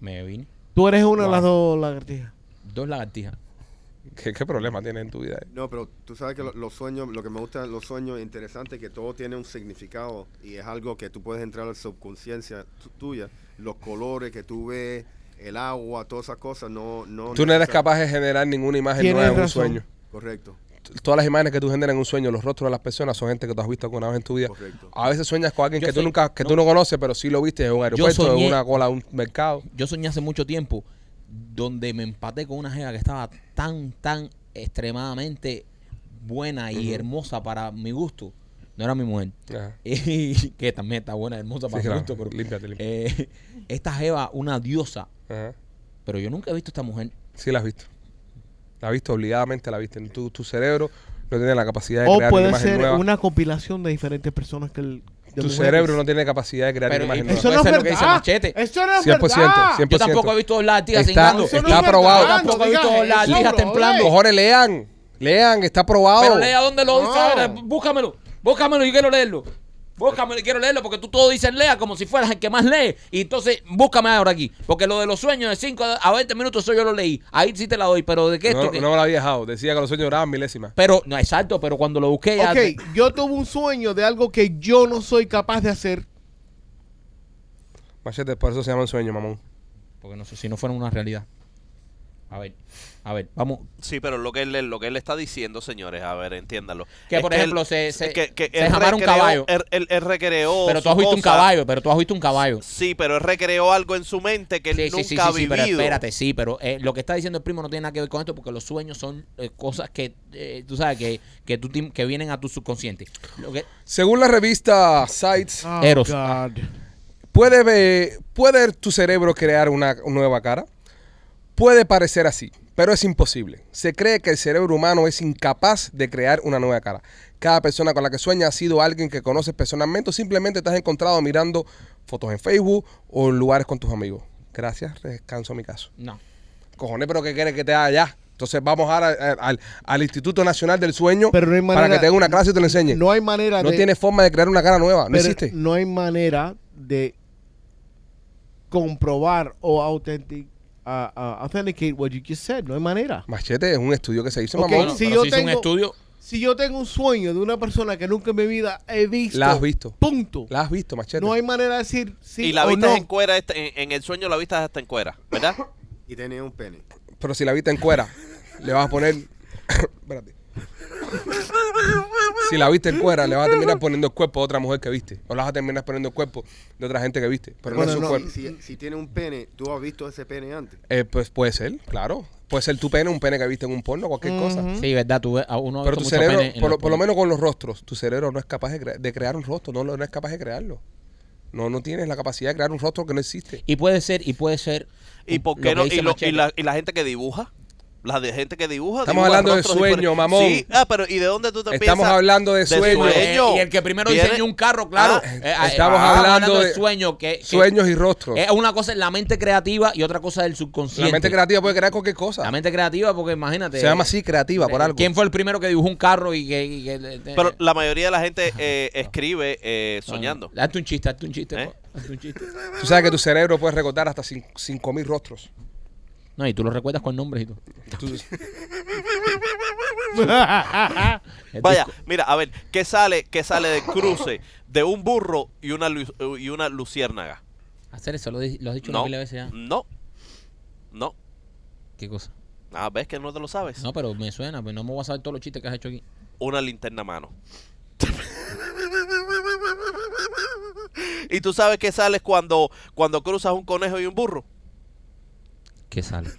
Speaker 4: Me vine.
Speaker 5: Tú eres una de las dos lagartijas.
Speaker 4: Dos lagartijas.
Speaker 3: ¿Qué, qué problema tienes en tu vida? eh?
Speaker 6: No, pero tú sabes que lo- los sueños, lo que me gustan los sueños interesantes es que todo tiene un significado y es algo que tú puedes entrar a la subconsciencia tu- tuya. Los colores que tú ves, el agua, todas esas cosas, no... no
Speaker 3: Tú no eres
Speaker 6: necesariamente-
Speaker 3: capaz de generar ninguna imagen
Speaker 5: Tienes
Speaker 3: nueva en un
Speaker 5: razón.
Speaker 3: sueño.
Speaker 6: Correcto.
Speaker 3: T- Todas las imágenes que tú generas en un sueño, los rostros de las personas son gente que tú has visto alguna vez en tu vida.
Speaker 6: Correcto.
Speaker 3: A veces sueñas con alguien
Speaker 4: Yo
Speaker 3: que tú
Speaker 4: soy-
Speaker 3: nunca, que tú no conoces, pero sí lo viste en un aeropuerto, en
Speaker 4: soñé-
Speaker 3: una cola, en un mercado.
Speaker 4: Yo soñé hace mucho tiempo donde me empaté con una jeva que estaba tan, tan extremadamente buena y hermosa para mi gusto. No era mi mujer.
Speaker 3: Ajá.
Speaker 4: Y que también está buena, hermosa
Speaker 3: Sí,
Speaker 4: para mi
Speaker 3: claro.
Speaker 4: gusto. Pero,
Speaker 3: Límpiate, límpiate.
Speaker 4: eh, esta jeva, una diosa.
Speaker 3: Ajá.
Speaker 4: Pero yo nunca he visto a esta mujer.
Speaker 3: Sí la has visto. La has visto obligadamente, la viste. Tu, tu cerebro no tiene la capacidad de
Speaker 5: O
Speaker 3: crear una
Speaker 5: puede
Speaker 3: imagen
Speaker 5: ser
Speaker 3: nueva.
Speaker 5: una compilación de diferentes personas que el, de
Speaker 3: tu
Speaker 5: mujeres.
Speaker 3: cerebro no tiene la capacidad de crear
Speaker 4: Pero,
Speaker 3: una imagen
Speaker 4: y-
Speaker 5: Eso
Speaker 3: nueva.
Speaker 5: no es
Speaker 4: Eso es
Speaker 5: verdad.
Speaker 4: lo que dice Machete.
Speaker 5: Eso no es
Speaker 3: 100%,
Speaker 5: verdad.
Speaker 3: 100%.
Speaker 4: Yo tampoco he visto dos lagartijas
Speaker 3: Está-
Speaker 4: temblando.
Speaker 5: Eso no
Speaker 3: Está
Speaker 5: es
Speaker 3: aprobado.
Speaker 5: verdad,
Speaker 4: Tampoco
Speaker 5: no
Speaker 4: he visto
Speaker 5: digas
Speaker 4: las
Speaker 5: eso,
Speaker 4: lijas
Speaker 5: brother.
Speaker 4: temblando.
Speaker 3: Cojones, lean. Lean, está aprobado.
Speaker 4: Pero lea dónde lo dice
Speaker 5: Oh. No.
Speaker 4: ahora. Búscamelo. Búscamelo, yo quiero leerlo. Búscamelo, yo quiero leerlo porque tú todo dices lea como si fueras el que más lee. Y entonces búscame ahora aquí. Porque lo de los sueños de 5 a 20 minutos, eso yo lo leí. Ahí sí te la doy. Pero de qué esto.
Speaker 3: no,
Speaker 4: que-
Speaker 3: no me la había dejado. Decía que los sueños duraban milésimas.
Speaker 4: Pero, no, exacto, pero cuando lo busqué ya. te-
Speaker 5: Ok, yo tuve un sueño de algo que yo no soy capaz de hacer.
Speaker 3: Machete, por eso se llama un sueño, mamón.
Speaker 4: Porque no sé si no fueron una realidad. A ver, a ver, vamos.
Speaker 7: Sí, pero lo que él, lo que él está diciendo, señores, a ver, entiéndanlo.
Speaker 4: Que,
Speaker 7: Es
Speaker 4: por ejemplo, se- se- se
Speaker 7: él
Speaker 4: jamaron un
Speaker 7: recreó-
Speaker 4: caballo.
Speaker 7: Él, él- él
Speaker 5: Oh,
Speaker 7: recreó
Speaker 4: Pero tú
Speaker 7: su
Speaker 4: has visto un
Speaker 7: cosa.
Speaker 4: caballo, pero tú has visto un caballo.
Speaker 7: Sí, pero él recreó algo en su mente que él
Speaker 4: Sí,
Speaker 7: nunca
Speaker 4: sí, sí,
Speaker 7: ha
Speaker 4: sí, sí, pero
Speaker 7: vivido.
Speaker 4: espérate, sí, pero eh, lo que está diciendo el primo no tiene nada que ver con esto porque los sueños son eh, cosas que eh, tú sabes que, que, tú te- que vienen a tu subconsciente. Lo que-
Speaker 3: Según la revista Sites,
Speaker 5: Oh,
Speaker 4: Eros.
Speaker 5: God.
Speaker 3: ¿puede, ve- ¿puede tu cerebro crear una nueva cara? Puede parecer así, pero es imposible. Se cree que el cerebro humano es incapaz de crear una nueva cara. Cada persona con la que sueñas ha sido alguien que conoces personalmente o simplemente te has encontrado mirando fotos en Facebook o en lugares con tus amigos. Gracias, descanso mi caso.
Speaker 4: no.
Speaker 3: Cojones, pero ¿qué quieres que te haga ya? Entonces vamos ahora eh, al, al Instituto Nacional del Sueño
Speaker 5: Pero no hay
Speaker 3: para
Speaker 5: manera-
Speaker 3: que tenga una clase y te lo enseñe. No,
Speaker 5: No hay manera de.
Speaker 3: tiene forma de crear una cara nueva, no
Speaker 5: pero
Speaker 3: existe.
Speaker 5: no hay manera de comprobar o authentic, ah, ah, authenticate what you just said. No hay manera.
Speaker 3: Machete es un estudio que se hizo,
Speaker 5: Ok,
Speaker 3: mamón.
Speaker 5: si
Speaker 4: pero
Speaker 5: yo
Speaker 4: se hizo un
Speaker 5: tengo-
Speaker 4: estudio,
Speaker 5: Si yo tengo un sueño de una persona que nunca en mi vida he visto.
Speaker 3: La has visto.
Speaker 5: Punto.
Speaker 3: La has visto, Machete.
Speaker 5: no hay manera de decir sí
Speaker 7: y la
Speaker 5: o
Speaker 7: vista
Speaker 5: no.
Speaker 7: en cuera, esta- en, en el sueño la vista hasta en cuera, ¿verdad?
Speaker 6: Y tenía un pene.
Speaker 3: Pero si la viste en cuera, le vas a poner. Espérate. Si la viste en cuera, le vas a terminar poniendo el cuerpo de otra mujer que viste. O le vas a terminar poniendo el cuerpo de otra gente que viste. Pero
Speaker 5: Bueno,
Speaker 3: no es su
Speaker 5: no,
Speaker 3: cuerpo.
Speaker 6: Si, si tiene un pene, tú has visto ese pene antes.
Speaker 3: Eh, pues puede ser, claro. Puede ser tu pene, un pene que viste en un porno, cualquier cosa.
Speaker 4: sí, verdad, tú ves a uno ha
Speaker 3: ¿Mm? Pero
Speaker 4: visto
Speaker 3: tu
Speaker 4: mucho
Speaker 3: cerebro,
Speaker 4: pene en
Speaker 3: por, lo-
Speaker 4: los
Speaker 3: por lo
Speaker 4: pornos.
Speaker 3: menos con los rostros, tu cerebro no es capaz de, crea- de crear un rostro, no, lo- no es capaz de crearlo. No, no tienes la capacidad de crear un rostro que no existe.
Speaker 4: Y puede ser, y puede ser.
Speaker 7: ¿Y
Speaker 4: un-
Speaker 7: por
Speaker 4: lo
Speaker 7: qué
Speaker 4: que
Speaker 7: no?
Speaker 4: dice
Speaker 7: Y, lo-
Speaker 4: Machete.
Speaker 7: y la, y la gente que dibuja. La de gente que dibuja.
Speaker 3: Estamos
Speaker 7: dibuja
Speaker 3: hablando de
Speaker 7: rostros
Speaker 3: sueño,
Speaker 7: diferentes.
Speaker 3: mamón.
Speaker 7: Sí, ah, pero ¿y de dónde tú te piensas?
Speaker 3: Estamos hablando de sueño.
Speaker 4: Eh, y el que primero
Speaker 7: Viene-
Speaker 4: diseñó un carro, claro.
Speaker 7: Ah,
Speaker 4: eh, eh,
Speaker 3: estamos hablando de-
Speaker 4: sueños. Que, que-
Speaker 3: Sueños y rostros.
Speaker 4: eh, Es una cosa es la mente creativa y otra cosa es el subconsciente.
Speaker 3: la mente creativa puede crear cualquier cosa.
Speaker 4: La mente creativa, porque imagínate.
Speaker 3: Se llama así creativa por
Speaker 4: eh,
Speaker 3: algo.
Speaker 4: ¿Quién fue el primero que dibujó un carro y que. y que- eh,
Speaker 7: Pero
Speaker 4: eh, Ah,
Speaker 7: la mayoría de la gente eh, escribe eh, soñando.
Speaker 4: Hazte un chiste, hazte un chiste.
Speaker 7: ¿Eh?
Speaker 4: po, hazte un chiste.
Speaker 3: Tú sabes que tu cerebro puede recordar hasta 5.000 rostros.
Speaker 4: No, y tú lo recuerdas con nombres y todo.
Speaker 3: Tú-
Speaker 4: El
Speaker 7: Vaya,
Speaker 4: disco.
Speaker 7: mira, a ver, ¿qué sale, qué sale del cruce de un burro y una, lu- y una luciérnaga?
Speaker 4: Hacer eso, lo, di- lo has dicho una
Speaker 7: No, Mm.
Speaker 4: pila de veces ya.
Speaker 7: no, no.
Speaker 4: ¿Qué cosa?
Speaker 7: Ah, ves que no te lo sabes.
Speaker 4: No, pero me suena, pues no me voy a saber todos los chistes que has hecho aquí.
Speaker 7: Una linterna a mano. ¿Y tú sabes qué sales cuando, cuando cruzas un conejo y un burro?
Speaker 4: ¿Qué sale?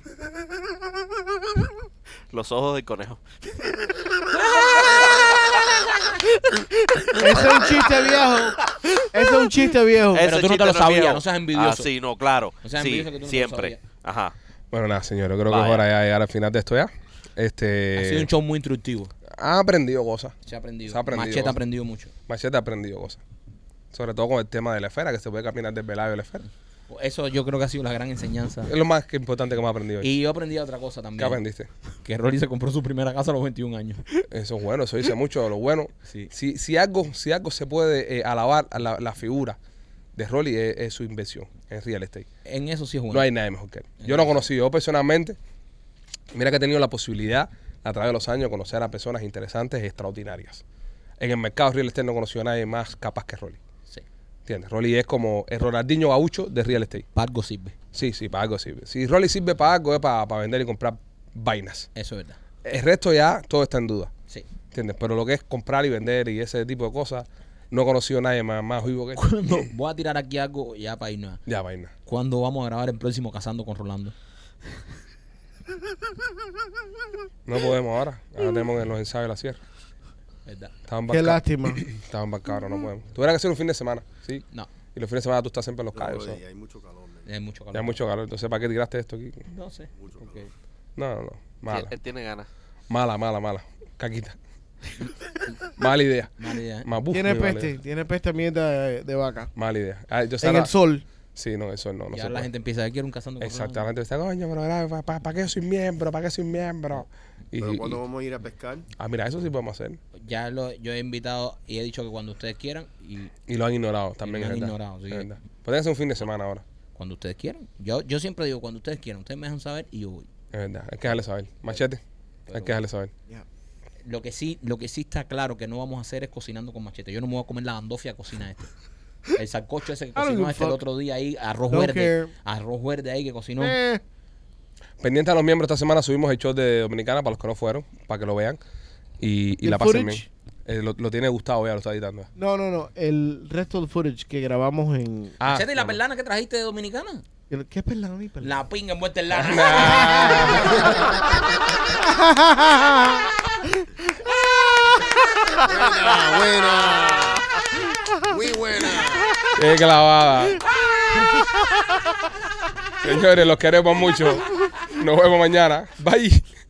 Speaker 7: Los ojos del conejo.
Speaker 5: Ese es un chiste viejo. Ese es un chiste viejo.
Speaker 4: Pero tú no
Speaker 7: Ese
Speaker 4: te
Speaker 7: chiste
Speaker 4: lo
Speaker 7: es
Speaker 4: sabías,
Speaker 7: viejo.
Speaker 4: no seas envidioso.
Speaker 7: Ah, sí, no, claro.
Speaker 4: No seas
Speaker 7: sí,
Speaker 4: envidioso que tú no te lo
Speaker 7: siempre.
Speaker 4: sabías.
Speaker 7: Ajá.
Speaker 3: Bueno, nada, señores, creo que
Speaker 7: Vaya.
Speaker 3: es hora ya de llegar al final de esto ya. Este,
Speaker 4: Ha sido un show muy instructivo.
Speaker 3: Ha aprendido cosas.
Speaker 4: Se ha aprendido.
Speaker 3: Se ha aprendido
Speaker 4: Machete
Speaker 3: cosas.
Speaker 4: ha aprendido mucho.
Speaker 3: Machete ha aprendido cosas. Sobre todo con el tema de la esfera, que se puede caminar desvelado de la esfera.
Speaker 4: Eso yo creo que ha sido la gran enseñanza.
Speaker 3: Es lo más que importante que hemos aprendido hoy.
Speaker 4: Y yo aprendí otra cosa
Speaker 3: ¿Qué
Speaker 4: también.
Speaker 3: aprendiste?
Speaker 4: Que Rolly se compró su primera casa a los 21 años.
Speaker 3: Eso es bueno, eso dice mucho de lo bueno.
Speaker 4: Sí.
Speaker 3: Si, si, algo, si algo se puede eh, alabar a la, la figura de Rolly es, es su inversión en real estate.
Speaker 4: En eso sí es bueno.
Speaker 3: No hay nadie mejor que él. Yo no conocí, yo personalmente, mira que he tenido la posibilidad a través de los años de conocer a personas interesantes y extraordinarias. En el mercado real estate no conocí a nadie más capaz que Rolly.
Speaker 4: Sí.
Speaker 3: ¿Entiendes? Rolly es como el Ronaldinho Gaucho de real estate.
Speaker 4: Para algo sirve.
Speaker 3: Sí, sí, para algo sirve. Si Rolly sirve para algo es para, para vender y comprar vainas.
Speaker 4: Eso es verdad.
Speaker 3: El resto ya todo está en duda.
Speaker 4: Sí.
Speaker 3: ¿Entiendes? Pero lo que es comprar y vender y ese tipo de cosas, no he conocido a nadie más, más vivo que él.
Speaker 4: Cuando voy a tirar aquí algo ya para irnos.
Speaker 3: Ya, vaina.
Speaker 4: ¿Cuándo vamos a grabar el próximo Cazando con Rolando?
Speaker 3: No podemos ahora. Ahora tenemos en los ensayos de la sierra.
Speaker 4: ¿Verdad?
Speaker 3: Estaban
Speaker 5: Qué
Speaker 3: barca-
Speaker 5: lástima.
Speaker 3: Estaban embarcados, no podemos. Tuvieran que hacer un fin de semana, ¿sí?
Speaker 4: No.
Speaker 3: Y los fines de semana tú estás siempre en los
Speaker 6: No,
Speaker 3: callos.
Speaker 6: oye,
Speaker 3: ¿no?
Speaker 6: hay mucho calor, man.
Speaker 4: Es mucho calor.
Speaker 3: Ya hay mucho calor, entonces ¿para qué tiraste esto aquí?
Speaker 4: No sé. Ok.
Speaker 3: No, no, no.
Speaker 7: Sí,
Speaker 3: Mala,
Speaker 4: eh.
Speaker 7: él tiene ganas.
Speaker 3: mala, mala, mala. Caquita. Mala idea.
Speaker 4: Mala idea, ¿eh?
Speaker 3: Ma- uf,
Speaker 5: Tiene
Speaker 3: muy mala
Speaker 5: peste.
Speaker 3: idea.
Speaker 5: Tiene peste mierda de, de vaca.
Speaker 3: Mala idea. Ah, yo
Speaker 5: En
Speaker 3: Sara-
Speaker 5: el sol.
Speaker 3: Sí, no, eso no. no
Speaker 4: y
Speaker 3: se
Speaker 4: ahora la
Speaker 3: puede.
Speaker 4: gente empieza a quiero un Cazando con Rolando.
Speaker 3: Exactamente. Está, coño, pero ¿para qué yo soy miembro? ¿Para qué soy miembro? Y-
Speaker 6: Pero
Speaker 3: y-
Speaker 6: cuando
Speaker 3: y-
Speaker 6: vamos a ir a pescar,
Speaker 3: ah, mira, eso sí podemos hacer.
Speaker 4: Ya lo, yo he invitado y he dicho que cuando ustedes quieran y
Speaker 3: Y lo han ignorado también.
Speaker 4: lo
Speaker 3: es
Speaker 4: han
Speaker 3: verdad.
Speaker 4: ignorado, sí.
Speaker 3: Es verdad. Podrían hacer un fin de semana ahora.
Speaker 4: cuando ustedes quieran. Yo yo siempre digo cuando ustedes quieran, ustedes me dejan saber y yo voy.
Speaker 3: Es verdad. Hay que dejarle saber. Machete. Hay que dejarle saber.
Speaker 4: Lo que sí, lo que sí está claro que no vamos a hacer es cocinando con machete. Yo no me voy a comer la gandofia cocina este. El sancocho ese que
Speaker 5: don't give
Speaker 4: cocinó
Speaker 5: a
Speaker 4: este el
Speaker 5: fuck.
Speaker 4: otro día ahí, arroz
Speaker 5: Don't
Speaker 4: verde.
Speaker 5: care.
Speaker 4: Arroz verde ahí que cocinó.
Speaker 5: Eh,
Speaker 3: Pendiente a los miembros, esta semana subimos el show de Dominicana para los que no fueron, para que lo vean. Y, y
Speaker 5: ¿El
Speaker 3: la pasen bien.
Speaker 5: footage?
Speaker 3: Eh, lo, lo tiene Gustavo, ya lo está editando.
Speaker 5: no, no, no. El resto del footage que grabamos en.
Speaker 3: Ah,
Speaker 4: machete, ¿y la
Speaker 3: bueno.
Speaker 4: perlana que trajiste de Dominicana?
Speaker 5: ¿Qué es pelado ni pelado?
Speaker 4: La pinga envuelta en lana.
Speaker 6: Buena, buena. Muy buena.
Speaker 3: ¡Qué clavada! Señores, los queremos mucho. Nos vemos mañana. Bye.